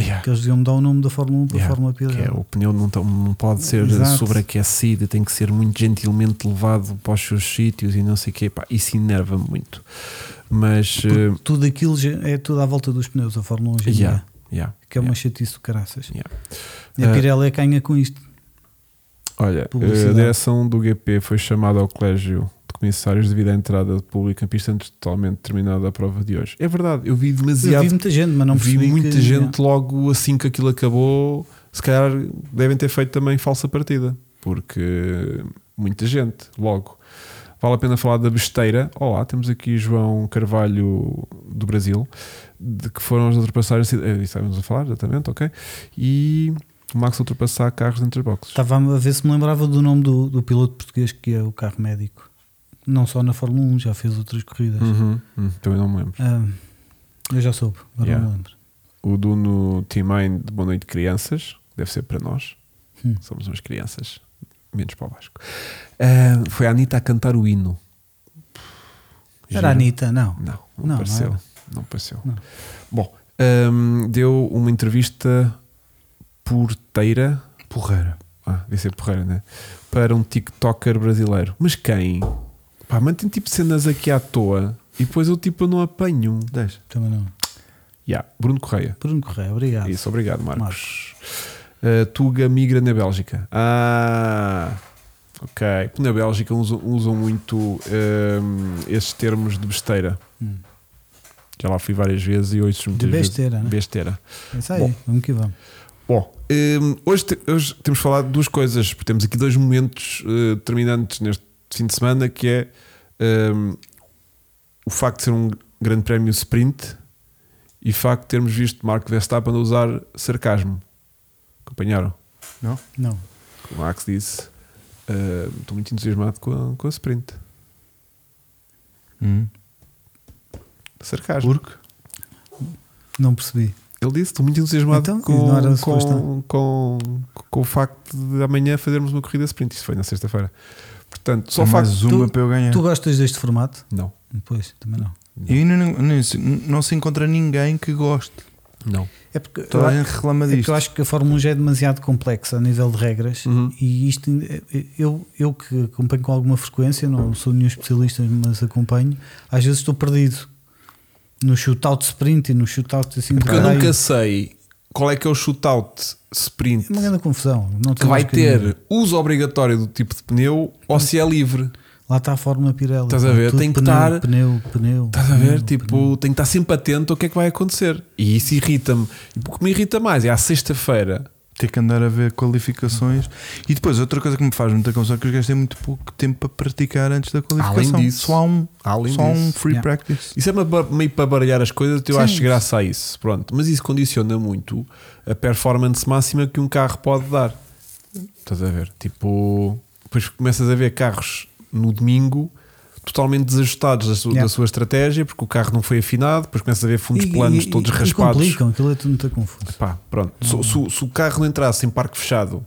[SPEAKER 2] Yeah.
[SPEAKER 3] Que eles deviam mudar o nome da Fórmula 1 para
[SPEAKER 2] Yeah,
[SPEAKER 3] Fórmula
[SPEAKER 2] Que
[SPEAKER 3] Pirelli.
[SPEAKER 2] é, o pneu não, tão- não pode ser
[SPEAKER 3] Exato.
[SPEAKER 2] sobreaquecido, tem que ser muito gentilmente levado para os seus sítios e não sei o quê. Pá, isso enerva-me muito. Mas. eh,
[SPEAKER 3] Tudo aquilo já- é tudo à volta dos pneus, a Fórmula 1 hoje em
[SPEAKER 2] yeah,
[SPEAKER 3] dia,
[SPEAKER 2] yeah,
[SPEAKER 3] Que é uma
[SPEAKER 2] yeah.
[SPEAKER 3] chatice do caraças.
[SPEAKER 2] Yeah.
[SPEAKER 3] E a
[SPEAKER 2] Ah.
[SPEAKER 3] Pirelli é canha com isto.
[SPEAKER 2] Olha, eh, a
[SPEAKER 3] Publicidade.
[SPEAKER 2] direção do GP foi chamada ao colégio de comissários devido à entrada do público em pista antes de totalmente terminada a prova de hoje. É verdade, eu vi
[SPEAKER 3] Eu
[SPEAKER 2] demasiado.
[SPEAKER 3] vi muita gente, mas não
[SPEAKER 2] vi
[SPEAKER 3] percebi.
[SPEAKER 2] muita
[SPEAKER 3] que-
[SPEAKER 2] gente logo assim que aquilo acabou. Se calhar devem ter feito também falsa partida, porque muita gente logo. Vale a pena falar da besteira. Olá, temos aqui João Carvalho do Brasil, de que foram as ultrapassar. a cidade- eh, Estávamos a falar, exatamente, ok. E o Max ultrapassar carros entre boxes.
[SPEAKER 3] Estava a ver se me lembrava do nome do, do piloto português que é o carro médico. Não só na Fórmula 1, já fez outras corridas.
[SPEAKER 2] Uhum, uhum, também não me lembro.
[SPEAKER 3] Ah, eu já soube, agora
[SPEAKER 2] Yeah.
[SPEAKER 3] não me lembro.
[SPEAKER 2] O Duno Timine de Boa Noite Crianças, deve ser para nós.
[SPEAKER 3] Hum.
[SPEAKER 2] Somos umas crianças, menos para o Vasco. Ah, foi a Anitta a cantar o hino.
[SPEAKER 3] Era
[SPEAKER 2] Giro.
[SPEAKER 3] a Anitta, não.
[SPEAKER 2] Não, não,
[SPEAKER 3] Não, não
[SPEAKER 2] pareceu. Não,
[SPEAKER 3] era.
[SPEAKER 2] pareceu.
[SPEAKER 3] Não.
[SPEAKER 2] Bom, ahm, deu uma entrevista porteira.
[SPEAKER 1] Porreira.
[SPEAKER 2] Ah, devia ser porreira, né? Para um TikToker brasileiro. Mas quem? Pá, mantém tipo cenas aqui à toa e depois eu tipo eu não apanho.
[SPEAKER 1] 10.
[SPEAKER 3] Também não.
[SPEAKER 2] Yeah, Bruno Correia.
[SPEAKER 3] Bruno Correia, obrigado.
[SPEAKER 2] Isso, obrigado, Marcos.
[SPEAKER 3] Marcos.
[SPEAKER 2] Uh, Tuga migra na Bélgica. Ah, ok. Na Bélgica usam, usam muito um, estes termos de besteira.
[SPEAKER 3] Hum.
[SPEAKER 2] Já lá fui várias vezes e ouço
[SPEAKER 3] De
[SPEAKER 2] muitas vezes.
[SPEAKER 3] besteira, né?
[SPEAKER 2] Besteira.
[SPEAKER 3] É isso aí,
[SPEAKER 2] Bom.
[SPEAKER 3] vamos que vamos.
[SPEAKER 2] Bom, hum, hoje, te- hoje temos falado de duas coisas, porque temos aqui dois momentos eh, determinantes neste fim de semana, que é hum, o facto de ser um grande prémio sprint e o facto de termos visto Marco Verstappen a usar sarcasmo. Acompanharam?
[SPEAKER 1] Não?
[SPEAKER 3] Não.
[SPEAKER 2] O Max disse, eh, estou muito entusiasmado com a, com a sprint.
[SPEAKER 1] Hum.
[SPEAKER 2] Sarcasmo.
[SPEAKER 1] Porque?
[SPEAKER 3] Não percebi.
[SPEAKER 2] Ele disse, estou muito entusiasmado
[SPEAKER 3] Então,
[SPEAKER 2] com,
[SPEAKER 3] não era
[SPEAKER 2] com,
[SPEAKER 3] suposto.
[SPEAKER 2] com, com o facto de amanhã fazermos uma corrida sprint. Isso foi na sexta-feira. Portanto, só
[SPEAKER 1] Só
[SPEAKER 2] o facto
[SPEAKER 1] É mais uma
[SPEAKER 3] tu-
[SPEAKER 1] para eu
[SPEAKER 2] É.
[SPEAKER 1] ganhar.
[SPEAKER 3] Tu gostas deste formato?
[SPEAKER 2] Não,
[SPEAKER 3] Pois, também não.
[SPEAKER 1] E ainda não, não, se- não se encontra ninguém que goste.
[SPEAKER 2] não.
[SPEAKER 3] É porque, eu,
[SPEAKER 1] Toda a
[SPEAKER 3] acho-
[SPEAKER 1] gente reclama
[SPEAKER 3] é porque
[SPEAKER 1] disto.
[SPEAKER 3] eu acho que a Fórmula 1 já é demasiado complexa a nível de regras
[SPEAKER 2] Uhum.
[SPEAKER 3] e isto eu, eu que acompanho com alguma frequência, não sou nenhum especialista, mas acompanho, às vezes estou perdido no shootout sprint e no shootout assim de
[SPEAKER 2] Porque eu
[SPEAKER 3] caralho.
[SPEAKER 2] nunca sei qual é que é o shootout sprint
[SPEAKER 3] é uma grande confusão. Não
[SPEAKER 2] que
[SPEAKER 3] tem
[SPEAKER 2] vai
[SPEAKER 3] mais caminho.
[SPEAKER 2] ter uso obrigatório do tipo de pneu ou se é livre.
[SPEAKER 3] Lá está a Fórmula Pirelli.
[SPEAKER 2] Estás a
[SPEAKER 3] pá,
[SPEAKER 2] ver?
[SPEAKER 3] tudo
[SPEAKER 2] Tem que
[SPEAKER 3] pneu,
[SPEAKER 2] estar-
[SPEAKER 3] Pneu, pneu.
[SPEAKER 2] Estás a ver?
[SPEAKER 3] pneu, pneu.
[SPEAKER 2] Tipo, tem que estar sempre atento ao que é que vai acontecer. E isso irrita-me. E O que me irrita mais é à sexta-feira.
[SPEAKER 1] Ter que andar a ver qualificações. E depois, outra coisa que me faz muita confusão é que os gajos têm muito pouco tempo para praticar antes da qualificação.
[SPEAKER 2] disso-
[SPEAKER 1] Só há um,
[SPEAKER 2] Além
[SPEAKER 1] só há um
[SPEAKER 2] disso-
[SPEAKER 1] free
[SPEAKER 3] Yeah.
[SPEAKER 1] practice.
[SPEAKER 2] Isso é uma ba- meio para baralhar as coisas, eu
[SPEAKER 1] Sim.
[SPEAKER 2] acho graça a isso. Pronto, mas isso condiciona muito a performance máxima que um carro pode dar. Estás a ver? Tipo, depois começas a ver carros no domingo totalmente desajustados da, su-
[SPEAKER 3] Yeah.
[SPEAKER 2] da sua estratégia, porque o carro não foi afinado, depois começa a ver fundos
[SPEAKER 3] E-
[SPEAKER 2] planos
[SPEAKER 3] e-
[SPEAKER 2] todos
[SPEAKER 3] e
[SPEAKER 2] raspados.
[SPEAKER 3] complicam, aquilo é tudo muito confuso.
[SPEAKER 2] Pá, pronto. Se- Se, se o carro não entrasse em parque fechado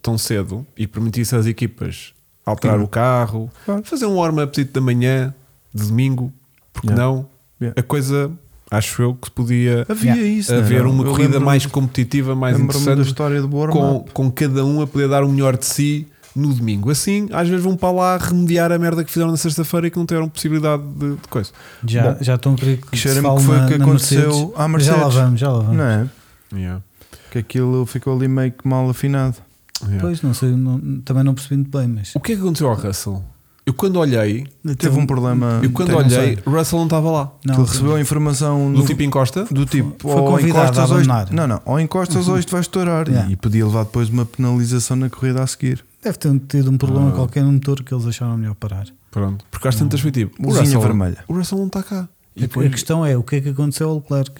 [SPEAKER 2] tão cedo e permitisse às equipas alterar
[SPEAKER 1] Sim.
[SPEAKER 2] o carro,
[SPEAKER 1] Claro.
[SPEAKER 2] fazer um warm-up da manhã, de domingo, porque
[SPEAKER 1] Yeah.
[SPEAKER 2] não,
[SPEAKER 1] Yeah.
[SPEAKER 2] a coisa, acho eu, que se podia
[SPEAKER 1] Havia isso. não
[SPEAKER 2] haver
[SPEAKER 1] era?
[SPEAKER 2] uma
[SPEAKER 1] Eu
[SPEAKER 2] corrida
[SPEAKER 1] lembro-me-
[SPEAKER 2] mais competitiva, mais
[SPEAKER 1] lembro-me da
[SPEAKER 2] interessante,
[SPEAKER 1] história do Borma.
[SPEAKER 2] com, com cada um a poder dar o melhor de si no domingo. Assim, às vezes vão para lá remediar a merda que fizeram na sexta-feira e que não tiveram possibilidade de, de coisa.
[SPEAKER 3] Já,
[SPEAKER 2] Bom,
[SPEAKER 3] já estão a querer que, se
[SPEAKER 1] cheira-me
[SPEAKER 3] fale
[SPEAKER 1] que foi
[SPEAKER 3] na-
[SPEAKER 1] o que
[SPEAKER 3] na
[SPEAKER 1] aconteceu à Mercedes.
[SPEAKER 3] Já lá vamos, já lá vamos.
[SPEAKER 1] Não é?
[SPEAKER 2] Yeah.
[SPEAKER 1] Que aquilo ficou ali meio que mal afinado.
[SPEAKER 2] Yeah.
[SPEAKER 3] Pois, não sei, não- também não percebi muito bem, mas.
[SPEAKER 2] O que é que aconteceu ao Russell? Eu quando olhei,
[SPEAKER 1] Teve um problema.
[SPEAKER 2] eu quando
[SPEAKER 1] tem-
[SPEAKER 2] olhei, Russell não estava lá.
[SPEAKER 1] que
[SPEAKER 3] Então, Não,
[SPEAKER 1] ele recebeu a informação
[SPEAKER 2] Do
[SPEAKER 1] no-
[SPEAKER 2] tipo encosta?
[SPEAKER 1] do tipo
[SPEAKER 3] Foi
[SPEAKER 1] ou
[SPEAKER 3] convidado
[SPEAKER 1] encostas
[SPEAKER 3] a
[SPEAKER 1] ou isto-
[SPEAKER 3] abandonar. Uhum.
[SPEAKER 1] não, não, ou encostas ou isto vai estourar
[SPEAKER 3] Yeah.
[SPEAKER 1] e podia levar depois uma penalização na corrida a seguir.
[SPEAKER 3] Deve ter tido um problema
[SPEAKER 2] Ah.
[SPEAKER 3] qualquer no motor que eles acharam melhor parar.
[SPEAKER 2] Pronto. tipo- Porque às tantas foi tipo. O
[SPEAKER 1] Luzinha
[SPEAKER 2] Russell,
[SPEAKER 1] vermelha.
[SPEAKER 2] o Russell não está cá. E
[SPEAKER 3] é A- a
[SPEAKER 2] depois,
[SPEAKER 3] questão é o que é que aconteceu ao Leclerc?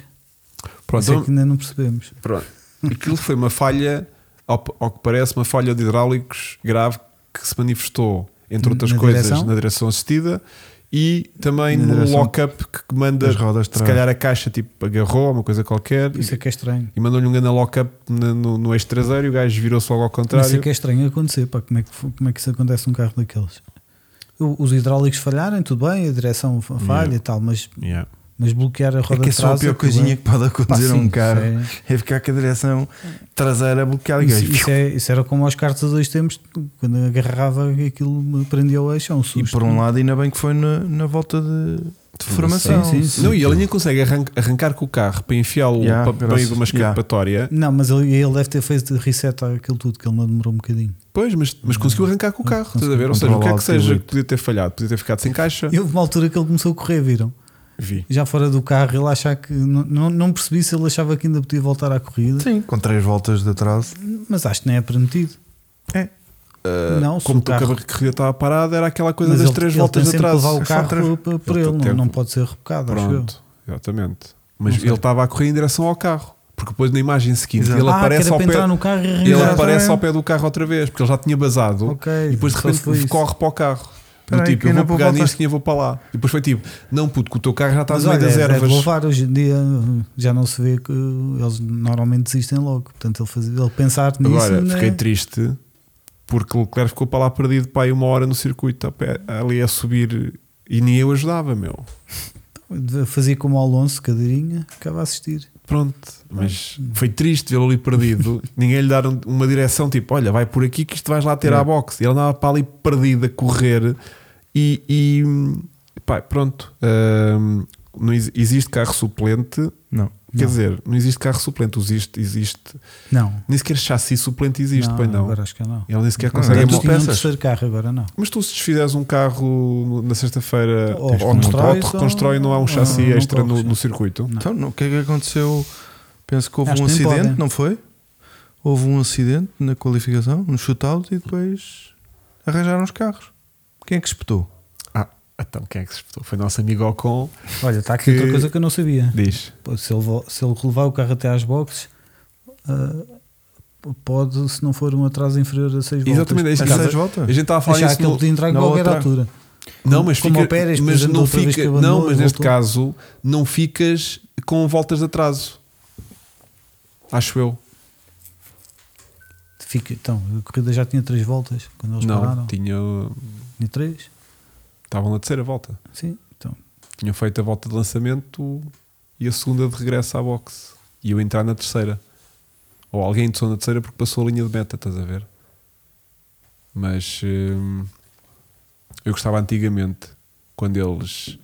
[SPEAKER 2] pronto,
[SPEAKER 1] então-
[SPEAKER 3] Isso é que ainda não percebemos.
[SPEAKER 2] pronto. Aquilo foi uma falha, ao, ao que parece, uma falha de hidráulicos grave que se manifestou, entre outras
[SPEAKER 3] Na
[SPEAKER 2] coisas,
[SPEAKER 3] direção?
[SPEAKER 2] na direção assistida e também
[SPEAKER 1] Na
[SPEAKER 2] no
[SPEAKER 1] direção
[SPEAKER 2] lock-up que manda,
[SPEAKER 1] das rodas de
[SPEAKER 2] se
[SPEAKER 1] trás.
[SPEAKER 2] calhar a caixa tipo agarrou, uma coisa qualquer.
[SPEAKER 3] Isso é que é estranho.
[SPEAKER 2] E mandou-lhe um grande lock-up na- no, no eixo traseiro e o gajo virou-se logo ao
[SPEAKER 3] Isso é
[SPEAKER 2] contrário.
[SPEAKER 3] que é estranho acontecer. Pá, como, é que, fo- como é que isso acontece num carro daqueles? O- Os hidráulicos falharem, tudo bem, a direção fa- falha
[SPEAKER 2] Yeah.
[SPEAKER 3] e tal, mas,
[SPEAKER 2] Yeah.
[SPEAKER 3] mas bloquear a
[SPEAKER 1] Hum. É
[SPEAKER 3] roda
[SPEAKER 1] que é
[SPEAKER 3] de
[SPEAKER 1] só a
[SPEAKER 3] trás
[SPEAKER 1] pior
[SPEAKER 3] tudo bem.
[SPEAKER 1] coisinha que pode acontecer
[SPEAKER 3] Pá,
[SPEAKER 1] a
[SPEAKER 3] sim,
[SPEAKER 1] um carro
[SPEAKER 3] isso
[SPEAKER 1] é ficar com a direção traseira bloqueada.
[SPEAKER 3] é-
[SPEAKER 1] E
[SPEAKER 3] Isso,
[SPEAKER 1] gajo,
[SPEAKER 3] isso é- isso era como aos cartos a dois tempos, quando agarrava aquilo, me prendia ao eixo, é um
[SPEAKER 1] E
[SPEAKER 3] susto.
[SPEAKER 1] por um lado, ainda bem que foi na, na volta de, de formação.
[SPEAKER 3] Sim, sim, sim.
[SPEAKER 2] Não, e ele nem consegue arran- arrancar com o carro para enfiá-lo
[SPEAKER 1] Yeah,
[SPEAKER 2] para para
[SPEAKER 1] graças-
[SPEAKER 2] meio de uma
[SPEAKER 1] yeah.
[SPEAKER 2] escapatória.
[SPEAKER 3] Não, mas ele, ele deve ter feito reset àquilo tudo, que ele não demorou um bocadinho.
[SPEAKER 2] Pois, mas, mas conseguiu arrancar com o carro, estás a ver? Ou seja,
[SPEAKER 1] Conseguiu
[SPEAKER 2] o que é que
[SPEAKER 1] controlar o
[SPEAKER 2] seja que
[SPEAKER 1] piloto.
[SPEAKER 2] podia ter falhado? Podia ter ficado sem caixa?
[SPEAKER 3] E houve uma altura que ele começou a correr, viram?
[SPEAKER 2] Vi.
[SPEAKER 3] Já fora do carro, ele achava que. Não, não, não percebi se ele achava que ainda podia voltar à corrida,
[SPEAKER 1] Sim, com três voltas de atraso.
[SPEAKER 3] mas acho que nem é permitido.
[SPEAKER 1] É.
[SPEAKER 3] não, se
[SPEAKER 2] Ah, Como
[SPEAKER 3] o
[SPEAKER 2] o
[SPEAKER 3] carro-
[SPEAKER 2] carro que estava parado, era aquela coisa
[SPEAKER 3] Mas
[SPEAKER 2] das
[SPEAKER 3] ele-
[SPEAKER 2] três
[SPEAKER 3] ele
[SPEAKER 2] voltas
[SPEAKER 3] tem
[SPEAKER 2] de
[SPEAKER 3] sempre que
[SPEAKER 2] atraso.
[SPEAKER 3] levar o
[SPEAKER 1] Só
[SPEAKER 3] carro
[SPEAKER 1] três-
[SPEAKER 3] para, para
[SPEAKER 2] Ele
[SPEAKER 3] ele, não,
[SPEAKER 2] tem-
[SPEAKER 3] não pode ser rebocado, acho eu.
[SPEAKER 2] Pronto, exatamente. Mas
[SPEAKER 3] Não sei.
[SPEAKER 2] ele estava a correr em direção ao carro, porque depois na imagem seguinte
[SPEAKER 1] Exato.
[SPEAKER 2] ele
[SPEAKER 3] ah, que
[SPEAKER 2] aparece
[SPEAKER 3] era
[SPEAKER 2] ao
[SPEAKER 3] para
[SPEAKER 2] pé.
[SPEAKER 3] entrar no carro e
[SPEAKER 2] Ele
[SPEAKER 3] arranjar.
[SPEAKER 1] Exatamente.
[SPEAKER 2] aparece ao pé do carro outra vez, porque ele já tinha basado
[SPEAKER 3] Ok,
[SPEAKER 2] e depois de
[SPEAKER 3] só se foi
[SPEAKER 2] repente
[SPEAKER 3] isso.
[SPEAKER 2] corre para o carro. Do
[SPEAKER 1] Peraí,
[SPEAKER 2] tipo,
[SPEAKER 1] que
[SPEAKER 2] eu
[SPEAKER 1] ainda
[SPEAKER 2] vou
[SPEAKER 1] vou
[SPEAKER 2] pegar
[SPEAKER 1] voltar.
[SPEAKER 2] nisto e eu vou para lá. E depois foi tipo, não puto, que o teu carro já está
[SPEAKER 3] Mas
[SPEAKER 2] no meio
[SPEAKER 3] olha,
[SPEAKER 2] das
[SPEAKER 3] é de
[SPEAKER 2] ervas.
[SPEAKER 3] louvar hoje em dia já não se vê que eles normalmente desistem logo. Portanto, ele, faz, ele pensar nisso.
[SPEAKER 2] Agora,
[SPEAKER 3] né?
[SPEAKER 2] fiquei triste porque o Leclerc ficou para lá perdido para aí uma hora no circuito a pé, ali a subir e nem eu ajudava, meu.
[SPEAKER 3] Fazia como o Alonso, cadeirinha, ficava a assistir.
[SPEAKER 2] Pronto, mas
[SPEAKER 3] Hum.
[SPEAKER 2] foi triste vê-lo ali perdido. Ninguém lhe dar um- uma direção tipo: olha, vai por aqui que isto vais lá ter
[SPEAKER 3] É.
[SPEAKER 2] à boxe. E ele andava para ali perdido a correr. E, e, pá, pronto, Ahm, não ex- existe carro suplente.
[SPEAKER 1] Não.
[SPEAKER 2] Quer
[SPEAKER 3] Não.
[SPEAKER 2] dizer, não existe carro suplente, existe, existe.
[SPEAKER 3] Não.
[SPEAKER 2] Nem sequer chassi suplente existe, pois não.
[SPEAKER 3] Agora acho que não.
[SPEAKER 2] Ele nem sequer
[SPEAKER 1] Não,
[SPEAKER 2] consegue
[SPEAKER 1] é
[SPEAKER 3] Antes
[SPEAKER 1] bom.
[SPEAKER 3] tinha um
[SPEAKER 1] Peças.
[SPEAKER 3] terceiro carro, agora não.
[SPEAKER 2] Mas tu se desfizeres um carro na sexta-feira ou,
[SPEAKER 3] Ou
[SPEAKER 2] ou,
[SPEAKER 3] reconstrói,
[SPEAKER 2] te reconstrói não há um
[SPEAKER 3] ou-
[SPEAKER 2] chassi
[SPEAKER 3] ou não
[SPEAKER 2] extra
[SPEAKER 3] corres,
[SPEAKER 2] no,
[SPEAKER 3] sim.
[SPEAKER 2] no circuito?
[SPEAKER 3] Não.
[SPEAKER 1] Então, o que é que aconteceu? Penso que houve
[SPEAKER 3] Acho
[SPEAKER 1] um
[SPEAKER 3] que nem
[SPEAKER 1] acidente,
[SPEAKER 3] podem.
[SPEAKER 1] não foi? Houve um acidente na qualificação, um shootout, e depois arranjaram os carros. Quem é que espetou?
[SPEAKER 2] Ah, então quem é que se espetou? Foi nosso amigo Ocon,
[SPEAKER 3] Olha, está aqui
[SPEAKER 2] Que-
[SPEAKER 3] outra coisa que eu não sabia.
[SPEAKER 2] diz.
[SPEAKER 3] Pô, Se ele, vo- se ele levar o carro até às boxes, ah, pode, se não for um atraso inferior a 6 voltas,
[SPEAKER 2] Exatamente, é isso
[SPEAKER 1] As
[SPEAKER 2] que eu
[SPEAKER 3] achar-
[SPEAKER 2] estava
[SPEAKER 1] seis voltas?
[SPEAKER 2] A gente estava a falar
[SPEAKER 3] achar
[SPEAKER 2] isso
[SPEAKER 3] que ele
[SPEAKER 2] no...
[SPEAKER 3] podia entrar em
[SPEAKER 1] na
[SPEAKER 3] qualquer
[SPEAKER 1] outra.
[SPEAKER 3] altura.
[SPEAKER 2] Não, mas
[SPEAKER 3] Como
[SPEAKER 2] fica,
[SPEAKER 3] o Pérez, por
[SPEAKER 2] mas
[SPEAKER 3] exemplo,
[SPEAKER 2] não
[SPEAKER 3] outra vez
[SPEAKER 2] fica,
[SPEAKER 3] que abandonou
[SPEAKER 2] não, mas
[SPEAKER 3] e
[SPEAKER 2] neste
[SPEAKER 3] voltou.
[SPEAKER 2] caso não ficas com voltas de atraso. Acho eu.
[SPEAKER 3] Fica, então, a corrida já tinha 3 voltas quando eles
[SPEAKER 2] não,
[SPEAKER 3] pararam.
[SPEAKER 2] tinha
[SPEAKER 3] Tinha 3?
[SPEAKER 2] estavam na terceira volta.
[SPEAKER 3] Sim, então.
[SPEAKER 2] Tinha feito a volta de lançamento e a segunda de regresso à boxe. E eu entrar na terceira. Ou alguém entrou na terceira porque passou a linha de meta, estás a ver? Mas hum, eu gostava antigamente quando eles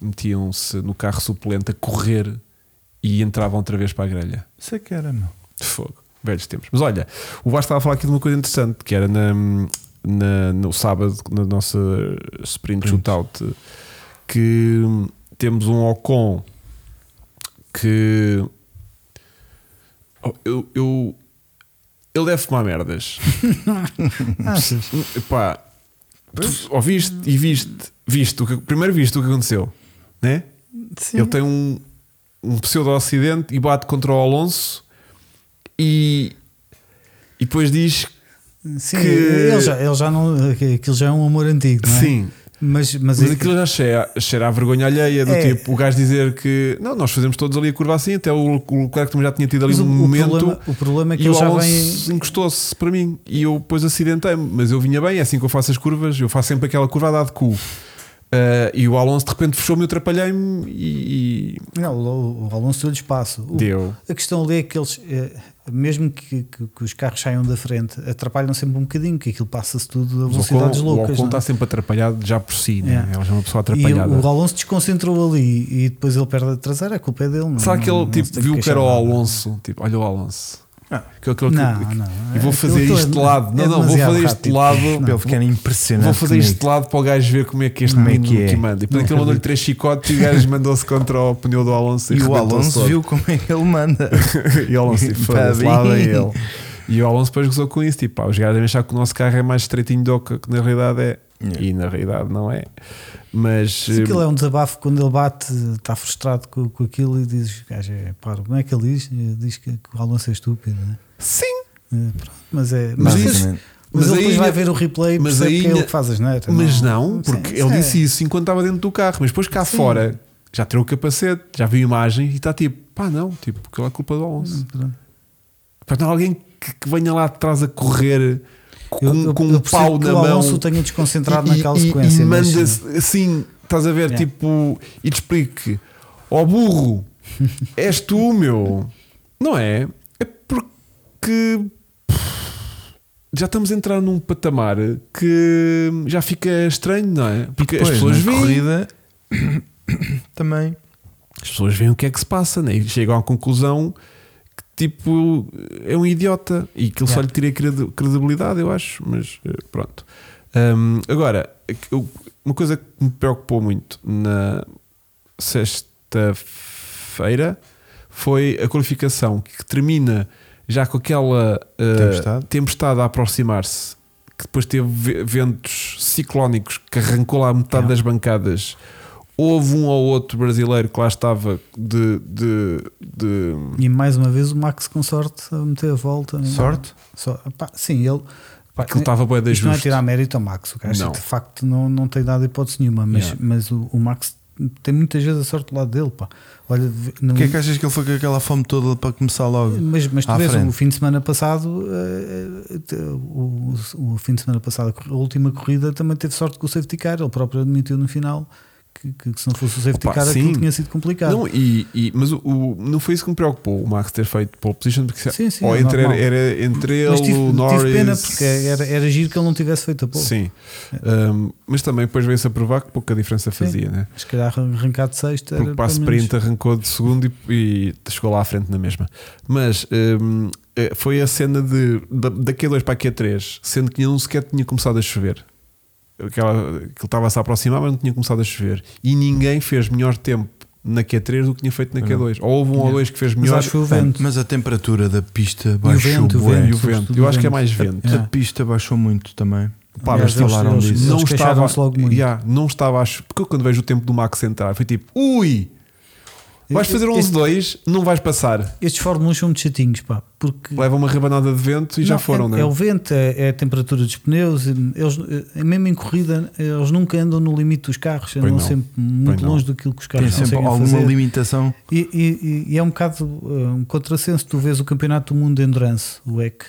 [SPEAKER 2] metiam-se no carro suplente a correr e entravam outra vez para a grelha.
[SPEAKER 1] Isso é que era, meu.
[SPEAKER 2] Fogo. Velhos tempos. Mas olha, o Vasco estava a falar aqui de uma coisa interessante, que era na, na- no sábado, na nossa sprint
[SPEAKER 1] Sprint.
[SPEAKER 2] shootout, que temos um Ocon que. Oh, Eu, eu- ele deve fumar merdas.
[SPEAKER 3] Achas?
[SPEAKER 2] Pá, tu ouviste e viste, viste o que, primeiro viste o que aconteceu, né? Ele tem um, um pseudo-acidente e bate contra o Alonso e, e depois diz
[SPEAKER 3] Sim,
[SPEAKER 2] que-
[SPEAKER 3] ele, já, ele já não. Aquilo já é um amor antigo, não é?
[SPEAKER 2] Sim,
[SPEAKER 3] Mas, mas,
[SPEAKER 2] mas
[SPEAKER 3] é-
[SPEAKER 2] aquilo já cheira, cheira a vergonha alheia do
[SPEAKER 3] É.
[SPEAKER 2] tipo o gajo dizer que não, nós fazemos todos ali a curva assim, até o, o Leclerc também já tinha tido ali
[SPEAKER 3] mas
[SPEAKER 2] um
[SPEAKER 3] o, o
[SPEAKER 2] momento.
[SPEAKER 3] problema, o problema é que
[SPEAKER 2] e
[SPEAKER 3] ele
[SPEAKER 2] o
[SPEAKER 3] já
[SPEAKER 2] Alonso
[SPEAKER 3] vem.
[SPEAKER 2] encostou-se para mim e eu depois acidentei-me, mas eu vinha bem, é assim que eu faço as curvas, eu faço sempre aquela curva a dar de cu. Ah, e o Alonso de repente fechou-me, eu atrapalhei-me e, e
[SPEAKER 3] Não, o, o Alonso deu-lhe espaço. O-
[SPEAKER 2] deu.
[SPEAKER 3] a questão ali é que eles, eh, mesmo que, que- que os carros saiam da frente, atrapalham sempre um bocadinho, que aquilo passa-se tudo a
[SPEAKER 2] Mas o
[SPEAKER 3] velocidades
[SPEAKER 2] Ocon-
[SPEAKER 3] loucas.
[SPEAKER 2] O Ocon
[SPEAKER 3] não é?
[SPEAKER 2] está sempre atrapalhado já por si, né?
[SPEAKER 3] É.
[SPEAKER 2] Ele já é uma pessoa
[SPEAKER 3] E
[SPEAKER 2] atrapalhada.
[SPEAKER 3] o Alonso desconcentrou ali e depois ele perde a traseira, a culpa é dele. Não,
[SPEAKER 2] Será que ele
[SPEAKER 3] não- não se
[SPEAKER 2] tipo,
[SPEAKER 3] tem
[SPEAKER 2] viu que
[SPEAKER 3] queixar
[SPEAKER 2] era o
[SPEAKER 3] nada.
[SPEAKER 2] Alonso? Tipo, olha o Alonso. Que, aquele-
[SPEAKER 3] Não, não.
[SPEAKER 2] E vou
[SPEAKER 3] Aquilo
[SPEAKER 2] fazer
[SPEAKER 3] aquilo é-
[SPEAKER 2] isto de lado. Não,
[SPEAKER 3] é
[SPEAKER 2] não, vou
[SPEAKER 3] demasiado
[SPEAKER 2] fazer isto de
[SPEAKER 3] rápido. é
[SPEAKER 2] lado.
[SPEAKER 1] Para ele ficar impressionado.
[SPEAKER 2] é Vou fazer
[SPEAKER 1] comigo.
[SPEAKER 2] isto de lado para o gajo ver como é que este
[SPEAKER 1] Como é
[SPEAKER 2] menino
[SPEAKER 1] que é.
[SPEAKER 2] que manda. E depois aquele mandou-lhe três chicotes e o gajo mandou-se contra o pneu do Alonso.
[SPEAKER 1] E o
[SPEAKER 2] arrebentou-se
[SPEAKER 1] Alonso
[SPEAKER 2] todo.
[SPEAKER 1] viu como é que ele manda.
[SPEAKER 2] e o Alonso, tipo, foda-se,
[SPEAKER 1] Tá
[SPEAKER 2] lá vem
[SPEAKER 1] bem.
[SPEAKER 2] ele. E o Alonso depois gozou com isso. Tipo, pá, os gajos devem achar que o nosso carro é mais estreitinho do que que na realidade é.
[SPEAKER 1] Yeah.
[SPEAKER 2] E na realidade não é. Mas. eh,
[SPEAKER 3] Se aquilo é um desabafo, quando ele bate, está frustrado com, com aquilo e diz: gajo, é paro. Como é que ele diz? Eh, Diz que, que o Alonso é estúpido, né?
[SPEAKER 2] Sim,
[SPEAKER 3] Eh, pronto, mas é.
[SPEAKER 2] Mas
[SPEAKER 3] Mas, depois-
[SPEAKER 2] isso-
[SPEAKER 1] Basicamente.
[SPEAKER 3] mas
[SPEAKER 2] mas aí
[SPEAKER 3] ele depois vai
[SPEAKER 2] ainda-
[SPEAKER 3] ver o replay e
[SPEAKER 2] mas
[SPEAKER 3] percebe
[SPEAKER 2] aí
[SPEAKER 3] que é ele
[SPEAKER 2] ainda-
[SPEAKER 3] que faz as neiras.
[SPEAKER 2] Mas não, porque
[SPEAKER 3] Sim,
[SPEAKER 2] ele
[SPEAKER 3] sim.
[SPEAKER 2] disse isso enquanto estava dentro do carro, mas depois cá fora já tirou o capacete, já viu a imagem e está tipo, pá, não, tipo, aquilo é culpa do Alonso.
[SPEAKER 3] Pronto.
[SPEAKER 2] Pá, não há alguém que, que venha lá de trás a correr com,
[SPEAKER 3] Eu- eu-
[SPEAKER 2] com
[SPEAKER 3] eu
[SPEAKER 2] um
[SPEAKER 3] percebo
[SPEAKER 2] pau
[SPEAKER 3] que
[SPEAKER 2] na
[SPEAKER 3] o
[SPEAKER 2] mão
[SPEAKER 3] Alonso o tenha desconcentrado
[SPEAKER 2] e-
[SPEAKER 3] naquela
[SPEAKER 2] e-
[SPEAKER 3] sequência.
[SPEAKER 2] e
[SPEAKER 3] mas-
[SPEAKER 2] manda-se assim, estás a ver,
[SPEAKER 3] Yeah.
[SPEAKER 2] tipo, e te explique, ó burro, és tu, meu, não é? É porque já estamos a entrar num patamar que já fica estranho, não é? Porque
[SPEAKER 1] Pois,
[SPEAKER 2] as pessoas
[SPEAKER 1] na
[SPEAKER 2] veem.
[SPEAKER 1] corrida também.
[SPEAKER 2] As pessoas veem o que é que se passa, né? E chegam à conclusão que tipo é um idiota e que ele só
[SPEAKER 3] Yeah.
[SPEAKER 2] lhe tira credi- credibilidade, eu acho, mas eh, pronto. Hum, agora, eu- uma coisa que me preocupou muito na sexta-feira foi a qualificação que termina já com aquela eh,
[SPEAKER 1] Tempestade.
[SPEAKER 2] tempestade a aproximar-se, que depois teve ve- ventos ciclónicos que arrancou lá metade
[SPEAKER 3] Yeah.
[SPEAKER 2] das bancadas. Houve um ou outro brasileiro que lá estava de. de, de-
[SPEAKER 3] E mais uma vez o Max com sorte a meter a volta. é?
[SPEAKER 1] Sorte?
[SPEAKER 3] Só- pá, sim, ele. pá,
[SPEAKER 2] Aquilo estava bem da
[SPEAKER 3] isto não é
[SPEAKER 2] justa.
[SPEAKER 3] tirar mérito ao Max. O gajo
[SPEAKER 2] Não.
[SPEAKER 3] de facto não, não tem dado hipótese nenhuma, mas,
[SPEAKER 2] Yeah.
[SPEAKER 3] mas o, o Max tem muitas vezes a sorte do lado dele. Pá. Olha, vê- não-
[SPEAKER 1] O que é que achas que ele foi com aquela fome toda para começar logo?
[SPEAKER 3] mas, mas tu
[SPEAKER 1] à
[SPEAKER 3] vês
[SPEAKER 1] frente?
[SPEAKER 3] o fim de semana passado, eh, eh, te- o, o fim de semana passado, a cor- a última corrida também teve sorte com o safety car. Ele próprio admitiu no final que, que- que se não fosse o safety
[SPEAKER 2] Opa,
[SPEAKER 3] car
[SPEAKER 2] sim.
[SPEAKER 3] aquilo tinha sido complicado.
[SPEAKER 2] Não, e, e- mas o, o- não foi isso que me preocupou, o Max ter feito pole position, porque se-
[SPEAKER 3] Sim, sim,
[SPEAKER 2] ou
[SPEAKER 3] é
[SPEAKER 2] entre,
[SPEAKER 3] normal.
[SPEAKER 2] era entre ele,
[SPEAKER 3] mas tive,
[SPEAKER 2] o
[SPEAKER 3] tive
[SPEAKER 2] Norris.
[SPEAKER 3] pena porque era, era giro que ele não tivesse feito a pole.
[SPEAKER 2] Sim, Um, mas também depois veio-se a provar que pouca diferença
[SPEAKER 3] Sim.
[SPEAKER 2] fazia, né?
[SPEAKER 3] Se calhar arrancar de sexta
[SPEAKER 2] Porque
[SPEAKER 3] era
[SPEAKER 2] para a
[SPEAKER 3] pelo menos-
[SPEAKER 2] sprint arrancou de segundo e, e chegou lá à frente na mesma. Mas hum, eh, foi a cena de, da, da Q2 para a Q3, sendo que nenhum sequer tinha começado a chover. Aquela, que estava-se a aproximar, mas não tinha começado a chover. E ninguém fez melhor tempo na Q3 do que tinha feito na Q2. Ou houve um ou
[SPEAKER 3] Yeah.
[SPEAKER 2] dois que fez
[SPEAKER 3] Mas
[SPEAKER 2] melhor.
[SPEAKER 3] acho que foi o vento.
[SPEAKER 1] Mas a temperatura da pista baixou
[SPEAKER 3] vento, o
[SPEAKER 1] bué.
[SPEAKER 2] E o
[SPEAKER 3] Sobretudo
[SPEAKER 2] vento.
[SPEAKER 3] o
[SPEAKER 2] Eu acho que é
[SPEAKER 3] vento.
[SPEAKER 2] mais vento.
[SPEAKER 1] A pista baixou muito também.
[SPEAKER 2] Pá,
[SPEAKER 3] Aliás,
[SPEAKER 2] mas
[SPEAKER 3] eles-
[SPEAKER 1] falaram
[SPEAKER 3] eles-
[SPEAKER 1] disso.
[SPEAKER 3] eles
[SPEAKER 2] não estava,
[SPEAKER 3] queixaram-se logo muito.
[SPEAKER 2] Yeah, não estava a chover. Porque eu, quando vejo o tempo do Max entrar, foi tipo, ui, vais fazer
[SPEAKER 3] Este-
[SPEAKER 2] 11-2, não vais passar.
[SPEAKER 3] Estes Fórmulas são muito chatinhos, pá, porque
[SPEAKER 2] Leva uma rabanada de vento e já
[SPEAKER 3] Não,
[SPEAKER 2] foram,
[SPEAKER 3] é,
[SPEAKER 2] né?
[SPEAKER 3] é o vento, é, é a temperatura dos pneus, eles, eh, mesmo em corrida, eles nunca andam no limite dos carros, andam
[SPEAKER 2] não.
[SPEAKER 3] sempre muito
[SPEAKER 2] não.
[SPEAKER 3] longe daquilo que os
[SPEAKER 1] Tem
[SPEAKER 3] carros
[SPEAKER 1] sempre
[SPEAKER 3] conseguem
[SPEAKER 1] alguma
[SPEAKER 3] fazer.
[SPEAKER 1] limitação.
[SPEAKER 3] E, e- e é um bocado eh, um contrassenso. Tu vês o Campeonato do Mundo de Endurance, o EC,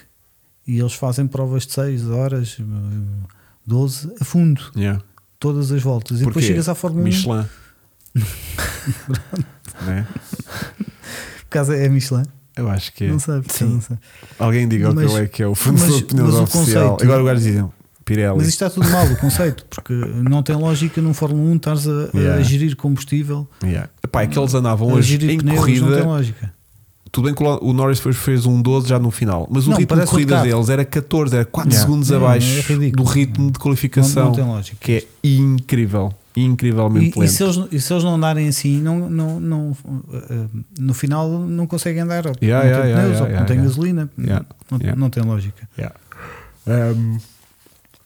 [SPEAKER 3] e eles fazem provas de 6 horas, eh, 12, a fundo,
[SPEAKER 2] Yeah.
[SPEAKER 3] todas as voltas. E depois
[SPEAKER 2] Porquê?
[SPEAKER 3] chegas à Fórmula 1,
[SPEAKER 2] Michelin. Né?
[SPEAKER 3] por causa é Michelin,
[SPEAKER 2] Eu acho que é.
[SPEAKER 3] não sei,
[SPEAKER 1] Sim.
[SPEAKER 3] não sei.
[SPEAKER 2] Alguém diga
[SPEAKER 3] Mas-
[SPEAKER 2] o que é que é o fornecedor
[SPEAKER 3] mas-
[SPEAKER 2] de pneus
[SPEAKER 3] mas o
[SPEAKER 2] oficial.
[SPEAKER 3] conceito-
[SPEAKER 2] Agora o gajo dizem Pirelli.
[SPEAKER 3] Mas isto está tudo mal, o conceito, porque não tem lógica num Fórmula 1 estares a, a
[SPEAKER 2] Yeah.
[SPEAKER 3] gerir combustível,
[SPEAKER 2] Yeah. Epá, é que eles andavam
[SPEAKER 3] a
[SPEAKER 2] hoje
[SPEAKER 3] gerir
[SPEAKER 2] em
[SPEAKER 3] pneus, não tem
[SPEAKER 2] corrida.
[SPEAKER 3] lógica.
[SPEAKER 2] Tudo bem que o o Norris fez, fez um 12 já no final, mas o
[SPEAKER 3] Não,
[SPEAKER 2] ritmo de
[SPEAKER 3] parece
[SPEAKER 2] corrida
[SPEAKER 3] outro carro.
[SPEAKER 2] deles era 14, era 4
[SPEAKER 1] Yeah.
[SPEAKER 2] segundos
[SPEAKER 3] É, é
[SPEAKER 2] abaixo
[SPEAKER 3] ridículo.
[SPEAKER 2] do ritmo de qualificação,
[SPEAKER 3] Não, não tem lógica.
[SPEAKER 2] que é incrível,
[SPEAKER 3] E,
[SPEAKER 2] incrivelmente
[SPEAKER 3] e
[SPEAKER 2] lento.
[SPEAKER 3] se eles, e se eles não andarem assim, não, não, não, eh, eh, no final não conseguem andar, ou porque
[SPEAKER 2] Yeah,
[SPEAKER 3] não
[SPEAKER 2] yeah,
[SPEAKER 3] tem
[SPEAKER 2] yeah,
[SPEAKER 3] pneus,
[SPEAKER 2] yeah,
[SPEAKER 3] ou porque
[SPEAKER 2] yeah,
[SPEAKER 3] não tem
[SPEAKER 2] yeah.
[SPEAKER 3] gasolina,
[SPEAKER 2] Yeah,
[SPEAKER 3] não,
[SPEAKER 2] yeah.
[SPEAKER 3] não tem lógica.
[SPEAKER 2] Yeah. Um,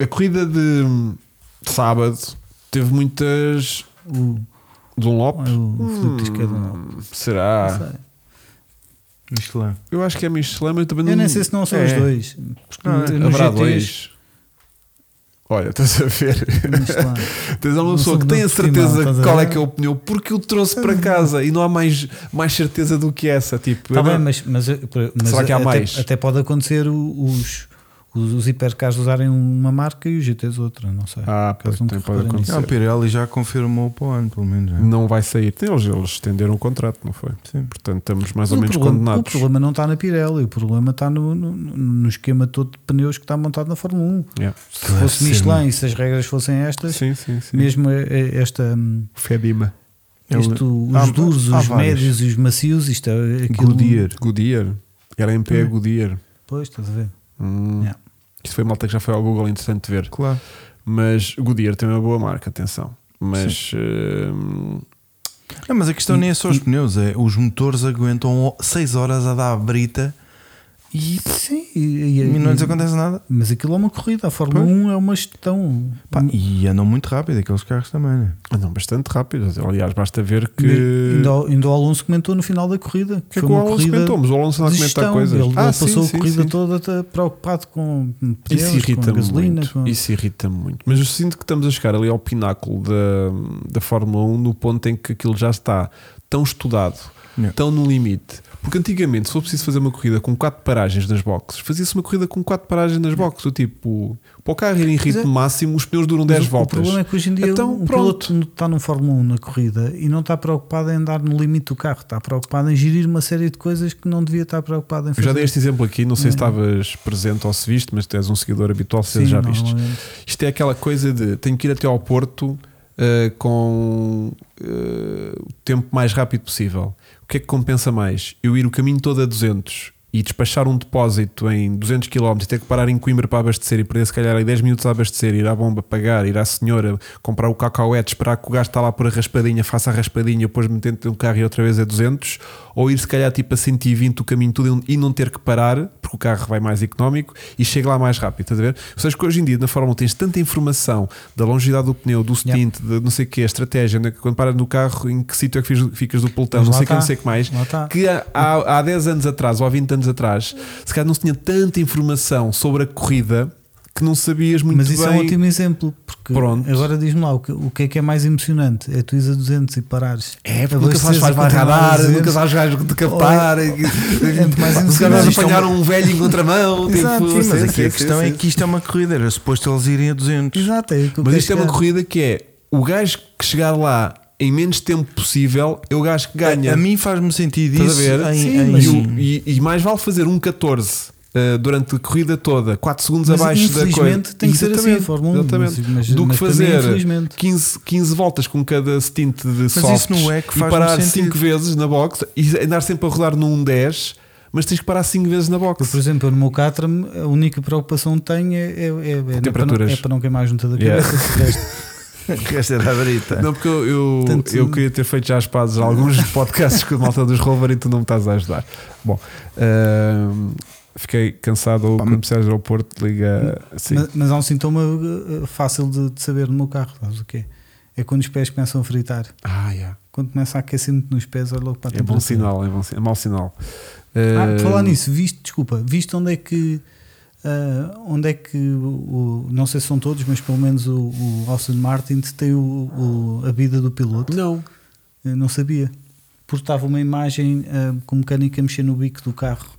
[SPEAKER 2] a corrida de sábado teve muitas um
[SPEAKER 3] O,
[SPEAKER 2] Dunlop.
[SPEAKER 3] o Filipe diz que é do-
[SPEAKER 2] Hum, Ah. Será?
[SPEAKER 3] não sei.
[SPEAKER 1] Michelin.
[SPEAKER 2] Eu acho que é Michelin, mas eu também
[SPEAKER 3] Eu
[SPEAKER 2] não.
[SPEAKER 3] nem sei se não são
[SPEAKER 1] É.
[SPEAKER 3] os dois.
[SPEAKER 1] Não, é.
[SPEAKER 3] No
[SPEAKER 2] Haverá Ah,
[SPEAKER 3] GTs,
[SPEAKER 2] dois. Olha, estás a ver?
[SPEAKER 3] Michelin.
[SPEAKER 2] Tens uma
[SPEAKER 3] Não
[SPEAKER 2] pessoa
[SPEAKER 3] sou
[SPEAKER 2] que tem a
[SPEAKER 3] muito profissional,
[SPEAKER 2] certeza
[SPEAKER 3] estás a
[SPEAKER 2] qual é
[SPEAKER 3] ver?
[SPEAKER 2] que é o pneu, porque o trouxe para casa e não há mais, mais certeza do que essa. Tipo,
[SPEAKER 3] Tá
[SPEAKER 2] eu
[SPEAKER 3] bem,
[SPEAKER 2] não-
[SPEAKER 3] mas, mas, mas
[SPEAKER 2] Será que há
[SPEAKER 3] até,
[SPEAKER 2] mais?
[SPEAKER 3] até pode acontecer o- os, os, os hipercars usarem uma marca e os GTs outra, não sei.
[SPEAKER 2] Ah,
[SPEAKER 3] Caso
[SPEAKER 2] pois,
[SPEAKER 3] nunca
[SPEAKER 2] tem- pode
[SPEAKER 3] reparem
[SPEAKER 2] acontecer.
[SPEAKER 3] nisso.
[SPEAKER 1] Ah, a Pirelli já confirmou para o ano, pelo menos. é.
[SPEAKER 2] Não vai sair. Eles, eles estenderam o contrato, não foi?
[SPEAKER 1] Sim.
[SPEAKER 2] Portanto, estamos mais ou
[SPEAKER 3] O
[SPEAKER 2] menos
[SPEAKER 3] problema- O
[SPEAKER 2] condenados.
[SPEAKER 3] problema não está na Pirelli, o problema está no, no, no esquema todo de pneus que está montado na Fórmula 1.
[SPEAKER 2] Yeah.
[SPEAKER 3] Se fosse
[SPEAKER 1] Sim.
[SPEAKER 3] Michelin e se as regras fossem estas,
[SPEAKER 2] Sim, sim, sim.
[SPEAKER 3] mesmo eh, eh, esta. hum,
[SPEAKER 2] Fedima.
[SPEAKER 1] Ele-
[SPEAKER 3] Isto, os
[SPEAKER 1] há-
[SPEAKER 3] duros,
[SPEAKER 1] há
[SPEAKER 3] os
[SPEAKER 1] vários.
[SPEAKER 3] médios e os macios, isto é aquilo.
[SPEAKER 1] Goodyear.
[SPEAKER 2] Goodyear. Era em pé Goodyear.
[SPEAKER 3] Pois, estás a ver?
[SPEAKER 2] Hum.
[SPEAKER 3] Yeah.
[SPEAKER 2] Isso foi malta que já foi ao Google, interessante ver.
[SPEAKER 1] Claro.
[SPEAKER 2] Mas Goodyear tem uma boa marca, atenção. Mas hum,
[SPEAKER 1] Não, mas a questão nem é só os pneus, é os motores aguentam 6 horas a dar a brita
[SPEAKER 3] E, sim, e, e-
[SPEAKER 1] e não lhes
[SPEAKER 3] e-
[SPEAKER 1] acontece nada.
[SPEAKER 3] mas aquilo é uma corrida, a Fórmula
[SPEAKER 1] Pois.
[SPEAKER 3] 1 é uma gestão.
[SPEAKER 1] Pá, e andam muito rápido aqueles carros também, né?
[SPEAKER 2] andam bastante rápido. Aliás, basta ver que.
[SPEAKER 3] Que... Ainda, o- ainda o Alonso comentou no final da corrida
[SPEAKER 2] que é que
[SPEAKER 3] que, foi
[SPEAKER 2] o
[SPEAKER 3] uma
[SPEAKER 2] Alonso
[SPEAKER 3] corrida
[SPEAKER 2] comentou? Mas o Alonso não
[SPEAKER 3] de
[SPEAKER 2] comenta
[SPEAKER 3] gestão.
[SPEAKER 2] coisas. Ah,
[SPEAKER 3] Ele, ele
[SPEAKER 2] sim,
[SPEAKER 3] passou
[SPEAKER 2] sim,
[SPEAKER 3] a corrida
[SPEAKER 2] sim.
[SPEAKER 3] toda tá preocupado com pneus,
[SPEAKER 2] Isso
[SPEAKER 3] com
[SPEAKER 2] irrita-me
[SPEAKER 3] gasolina.
[SPEAKER 2] muito.
[SPEAKER 3] com-
[SPEAKER 2] Isso irrita-me muito. Mas eu sinto que estamos a chegar ali ao pináculo da, da Fórmula 1 no ponto em que aquilo já está tão estudado,
[SPEAKER 3] É.
[SPEAKER 1] Yeah.
[SPEAKER 2] tão no limite. Porque antigamente, se for preciso fazer uma corrida com quatro paragens nas boxes, fazia-se uma corrida com quatro paragens nas boxes. O tipo, para o carro ir em ritmo
[SPEAKER 3] é.
[SPEAKER 2] máximo, os pneus duram
[SPEAKER 3] Mas
[SPEAKER 2] 10
[SPEAKER 3] o-
[SPEAKER 2] voltas.
[SPEAKER 3] O problema é que hoje em dia
[SPEAKER 2] Então,
[SPEAKER 3] um
[SPEAKER 2] pronto.
[SPEAKER 3] piloto está num Fórmula 1 na corrida e não está preocupado em andar no limite do carro, está preocupado em gerir uma série de coisas que não devia estar preocupado em
[SPEAKER 2] Eu
[SPEAKER 3] fazer.
[SPEAKER 2] já dei este exemplo aqui, não sei se estavas presente ou se viste, mas tu és um seguidor habitual, se
[SPEAKER 3] Sim,
[SPEAKER 2] já viste.
[SPEAKER 3] normalmente.
[SPEAKER 2] Isto é aquela coisa de tenho que ir até ao Porto ah, com ah, o tempo mais rápido possível. O que é que compensa mais? Eu ir o caminho todo a 200 e despachar um depósito em 200 km e ter que parar em Coimbra para abastecer e perder se calhar aí 10 minutos a abastecer, ir à bomba pagar, ir à senhora, comprar o cacauete, esperar que o gajo está lá por a raspadinha, faça a raspadinha, depois me dentro de um carro e outra vez a 200, ou ir se calhar tipo a 120 o caminho todo e não ter que parar, porque o carro vai mais económico e chega lá mais rápido, estás a ver? Ou seja, que hoje em dia na Fórmula 1 tens tanta informação da longevidade do pneu, do stint, de não sei o que, a estratégia, né, que quando paras no carro, em que sítio é que fiz- ficas do pelotão,
[SPEAKER 3] Mas
[SPEAKER 2] não
[SPEAKER 3] lá
[SPEAKER 2] sei o que, não
[SPEAKER 3] está.
[SPEAKER 2] sei o que mais,
[SPEAKER 3] Lá tá. está.
[SPEAKER 2] que há, há há 10 anos atrás ou há 20 anos atrás, se calhar não se tinha tanta informação sobre a corrida que não sabias muito
[SPEAKER 3] Mas
[SPEAKER 2] bem.
[SPEAKER 3] isso é um ótimo exemplo, porque
[SPEAKER 2] Pronto.
[SPEAKER 3] agora diz-me lá o que, o que é que é mais emocionante: é tu ires a 200 e parares.
[SPEAKER 2] É, porque
[SPEAKER 3] A
[SPEAKER 2] nunca se faz
[SPEAKER 3] abasteceres e
[SPEAKER 2] vai
[SPEAKER 3] continuar a
[SPEAKER 2] radar,
[SPEAKER 3] 200.
[SPEAKER 2] nunca se faz gajo de captar.
[SPEAKER 3] um É muito mais
[SPEAKER 2] Os caras
[SPEAKER 3] emocionante.
[SPEAKER 2] apanharam um velho em contramão. tipo,
[SPEAKER 1] é Exato, sim, mas
[SPEAKER 2] sim,
[SPEAKER 1] aqui
[SPEAKER 2] sim,
[SPEAKER 1] a questão
[SPEAKER 2] sim,
[SPEAKER 1] é
[SPEAKER 2] sim.
[SPEAKER 1] que isto é uma corrida, era suposto eles irem a 200.
[SPEAKER 3] Exato, é o que eu
[SPEAKER 2] Mas
[SPEAKER 3] quero
[SPEAKER 2] isto é uma
[SPEAKER 3] chegar.
[SPEAKER 2] corrida que é o gajo que chegar lá em menos tempo possível é o gajo que ganha.
[SPEAKER 1] A mim faz-me sentido
[SPEAKER 2] Estás
[SPEAKER 1] isso.
[SPEAKER 2] a ver?
[SPEAKER 1] em-
[SPEAKER 3] Sim,
[SPEAKER 1] em- um.
[SPEAKER 2] E,
[SPEAKER 3] mas-
[SPEAKER 2] o- e- e mais vale fazer um 14 eh, durante a corrida toda, 4 segundos
[SPEAKER 3] Mas
[SPEAKER 2] abaixo da coisa.
[SPEAKER 3] infelizmente tem que ser assim,
[SPEAKER 2] Exatamente,
[SPEAKER 3] a Fórmula 1,
[SPEAKER 2] exatamente.
[SPEAKER 3] mas- mas-
[SPEAKER 2] Do que
[SPEAKER 3] mas para mim,
[SPEAKER 2] fazer
[SPEAKER 3] infelizmente.
[SPEAKER 2] 15, 15 voltas com cada stint de
[SPEAKER 1] isso
[SPEAKER 2] softs
[SPEAKER 1] não é que
[SPEAKER 2] e
[SPEAKER 1] faz
[SPEAKER 2] parar
[SPEAKER 1] muito
[SPEAKER 2] 5
[SPEAKER 1] sentido.
[SPEAKER 2] vezes na box e andar sempre a rodar num 10, mas tens que parar 5 vezes na
[SPEAKER 3] Eu, por
[SPEAKER 2] box.
[SPEAKER 3] exemplo, eu no meu Caterham, a única preocupação que tenho é, é, é- é- para, não,
[SPEAKER 2] Temperaturas.
[SPEAKER 3] é para não queimar a junta da
[SPEAKER 2] Yeah.
[SPEAKER 3] cabeça. de resto.
[SPEAKER 1] Que Esta era a brita.
[SPEAKER 2] Não, porque eu, eu,
[SPEAKER 3] Portanto,
[SPEAKER 2] eu queria ter feito já as pazes a alguns podcasts com a malta dos Rover e tu não me estás a ajudar. Bom, ahm, fiquei cansado. Ou quando precisares do aeroporto, liga. Sim.
[SPEAKER 3] Mas, mas há um sintoma uh, fácil de, de saber no meu carro, sabes o quê? É quando os pés começam a fritar.
[SPEAKER 2] Ah, yeah.
[SPEAKER 3] Quando começa a aquecer muito nos pés, olha logo para a
[SPEAKER 2] É bom
[SPEAKER 3] temperatura.
[SPEAKER 2] sinal, é, bom, si- é mau sinal.
[SPEAKER 3] Ah,
[SPEAKER 2] Eh,
[SPEAKER 3] por falar nisso, viste, desculpa, viste onde é que ah, onde é que o, o- não sei se são todos, mas pelo menos o, o Austin Martin tem o, o- a vida do piloto?
[SPEAKER 2] Não.
[SPEAKER 3] Eu não sabia. Porque estava uma imagem ah, com o mecânico a mexer no bico do carro.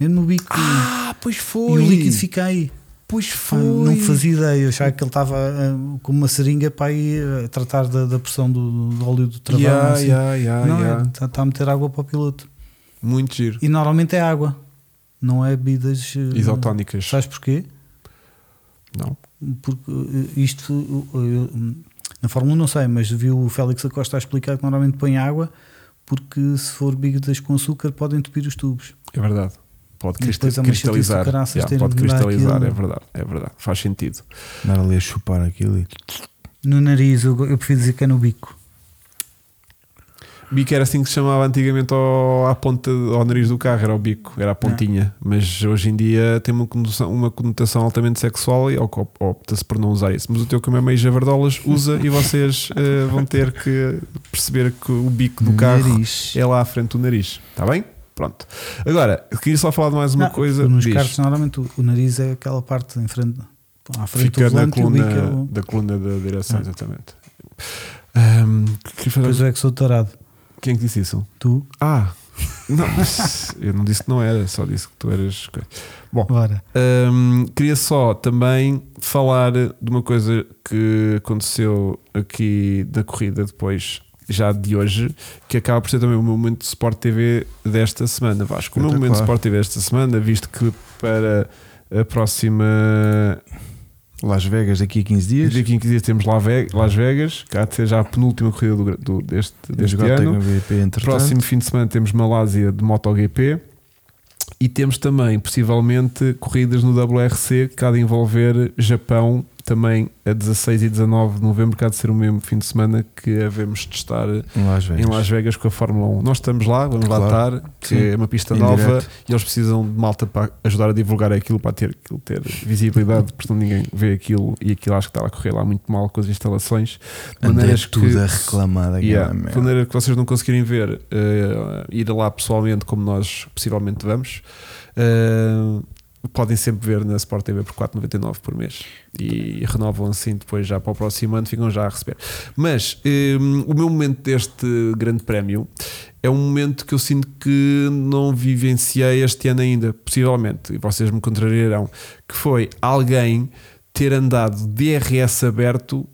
[SPEAKER 3] Mesmo no bico.
[SPEAKER 2] Ah, pois
[SPEAKER 3] e
[SPEAKER 2] foi.
[SPEAKER 3] o líquido fica aí.
[SPEAKER 2] Pois
[SPEAKER 3] Pá,
[SPEAKER 2] foi.
[SPEAKER 3] Não fazia ideia. Eu achava que ele estava ah, com uma seringa para ir ah, tratar da, da pressão do, do óleo do travão.
[SPEAKER 2] Yeah,
[SPEAKER 3] assim.
[SPEAKER 2] yeah, yeah,
[SPEAKER 3] não,
[SPEAKER 2] yeah.
[SPEAKER 3] está a meter água para o piloto.
[SPEAKER 2] Muito giro.
[SPEAKER 3] E normalmente é água, não é bebidas eh,
[SPEAKER 2] Isotónicas.
[SPEAKER 3] Sabes porquê?
[SPEAKER 2] Não.
[SPEAKER 3] Porque eh, isto eh, eu, hum, na Fórmula 1 não sei, mas vi o Félix Acosta a explicar que normalmente põe água porque se for bebidas com açúcar podem entupir os tubos.
[SPEAKER 2] É verdade. Pode
[SPEAKER 3] E depois
[SPEAKER 2] crista-
[SPEAKER 3] há uma chatice do
[SPEAKER 2] cristalizar.
[SPEAKER 3] caraças
[SPEAKER 2] Yeah,
[SPEAKER 3] terem
[SPEAKER 2] pode
[SPEAKER 3] de mudar
[SPEAKER 2] cristalizar,
[SPEAKER 3] aquilo.
[SPEAKER 2] é verdade. É verdade. Faz sentido.
[SPEAKER 1] Andar ali a chupar aquilo e.
[SPEAKER 3] No nariz, eu, eu prefiro dizer que é no bico.
[SPEAKER 2] Bico era assim que se chamava antigamente ao, à ponta, ao nariz do carro, era o bico,
[SPEAKER 3] Ah.
[SPEAKER 2] era a pontinha. Mas hoje em dia tem uma conotação, uma conotação altamente sexual e op- opta-se por não usar isso. Mas o teu como é meio javardolas, usa e vocês eh, vão ter que perceber que o bico do carro
[SPEAKER 1] Nariz.
[SPEAKER 2] é lá à frente do nariz. Está bem? Pronto. Agora, eu queria só falar de mais uma
[SPEAKER 3] Não,
[SPEAKER 2] coisa.
[SPEAKER 3] Nos
[SPEAKER 2] Diz.
[SPEAKER 3] carros, normalmente, o, o nariz é aquela parte em frente, à frente
[SPEAKER 2] Fica
[SPEAKER 3] do
[SPEAKER 2] na
[SPEAKER 3] volante e o bico
[SPEAKER 2] coluna,
[SPEAKER 3] é o...
[SPEAKER 2] da coluna da direção,
[SPEAKER 3] Ah.
[SPEAKER 2] exatamente. Ahm, queria fazer-
[SPEAKER 3] Pois é que sou tarado.
[SPEAKER 2] Quem é que disse isso?
[SPEAKER 3] Tu,
[SPEAKER 2] Ah, não, eu não disse que não era, só disse que tu eras. coisa. Bom,
[SPEAKER 3] bora.
[SPEAKER 2] Hum, queria só também falar de uma coisa que aconteceu aqui da corrida depois, já de hoje, que acaba por ser também o meu momento de Sport TV desta semana, Vasco. O meu momento de
[SPEAKER 1] Espetacular.
[SPEAKER 2] Sport TV desta semana, visto que para a próxima.
[SPEAKER 1] Las Vegas daqui a 15 dias.
[SPEAKER 2] Daqui em 15 dias temos Las Ve- Las Vegas, que há de ser já a penúltima corrida do, do- deste, deste
[SPEAKER 1] Esgota
[SPEAKER 2] ano.
[SPEAKER 1] MVP, entretanto.
[SPEAKER 2] Próximo fim de semana temos Malásia de MotoGP e temos também, possivelmente, corridas no WRC que há de envolver Japão também a 16 e 19 de novembro, que há de ser o mesmo fim de semana que havemos de estar
[SPEAKER 1] Em Las
[SPEAKER 2] em
[SPEAKER 1] Vegas.
[SPEAKER 2] Las Vegas com a Fórmula 1. Nós estamos lá, vamos lá
[SPEAKER 1] Claro.
[SPEAKER 2] estar, que
[SPEAKER 1] Sim.
[SPEAKER 2] é uma pista
[SPEAKER 1] Em
[SPEAKER 2] nova
[SPEAKER 1] direto.
[SPEAKER 2] e eles precisam de malta para ajudar a divulgar aquilo, para ter, aquilo ter visibilidade, porque senão ninguém vê aquilo e aquilo acho que está a correr lá muito mal com as instalações. De
[SPEAKER 1] Andei
[SPEAKER 2] maneiras
[SPEAKER 1] tudo
[SPEAKER 2] que-
[SPEAKER 1] a reclamar daquela
[SPEAKER 2] Yeah, de
[SPEAKER 1] merda.
[SPEAKER 2] maneira que vocês não conseguirem ver, eh, ir lá pessoalmente, como nós possivelmente vamos, eh, podem sempre ver na Sport TV por 4,99 por mês e renovam assim depois já para o próximo ano, ficam já a receber. Mas eh, o meu momento deste grande prémio é um momento que eu sinto que não vivenciei este ano ainda, possivelmente, e vocês me contrariarão, que foi alguém ter andado DRS aberto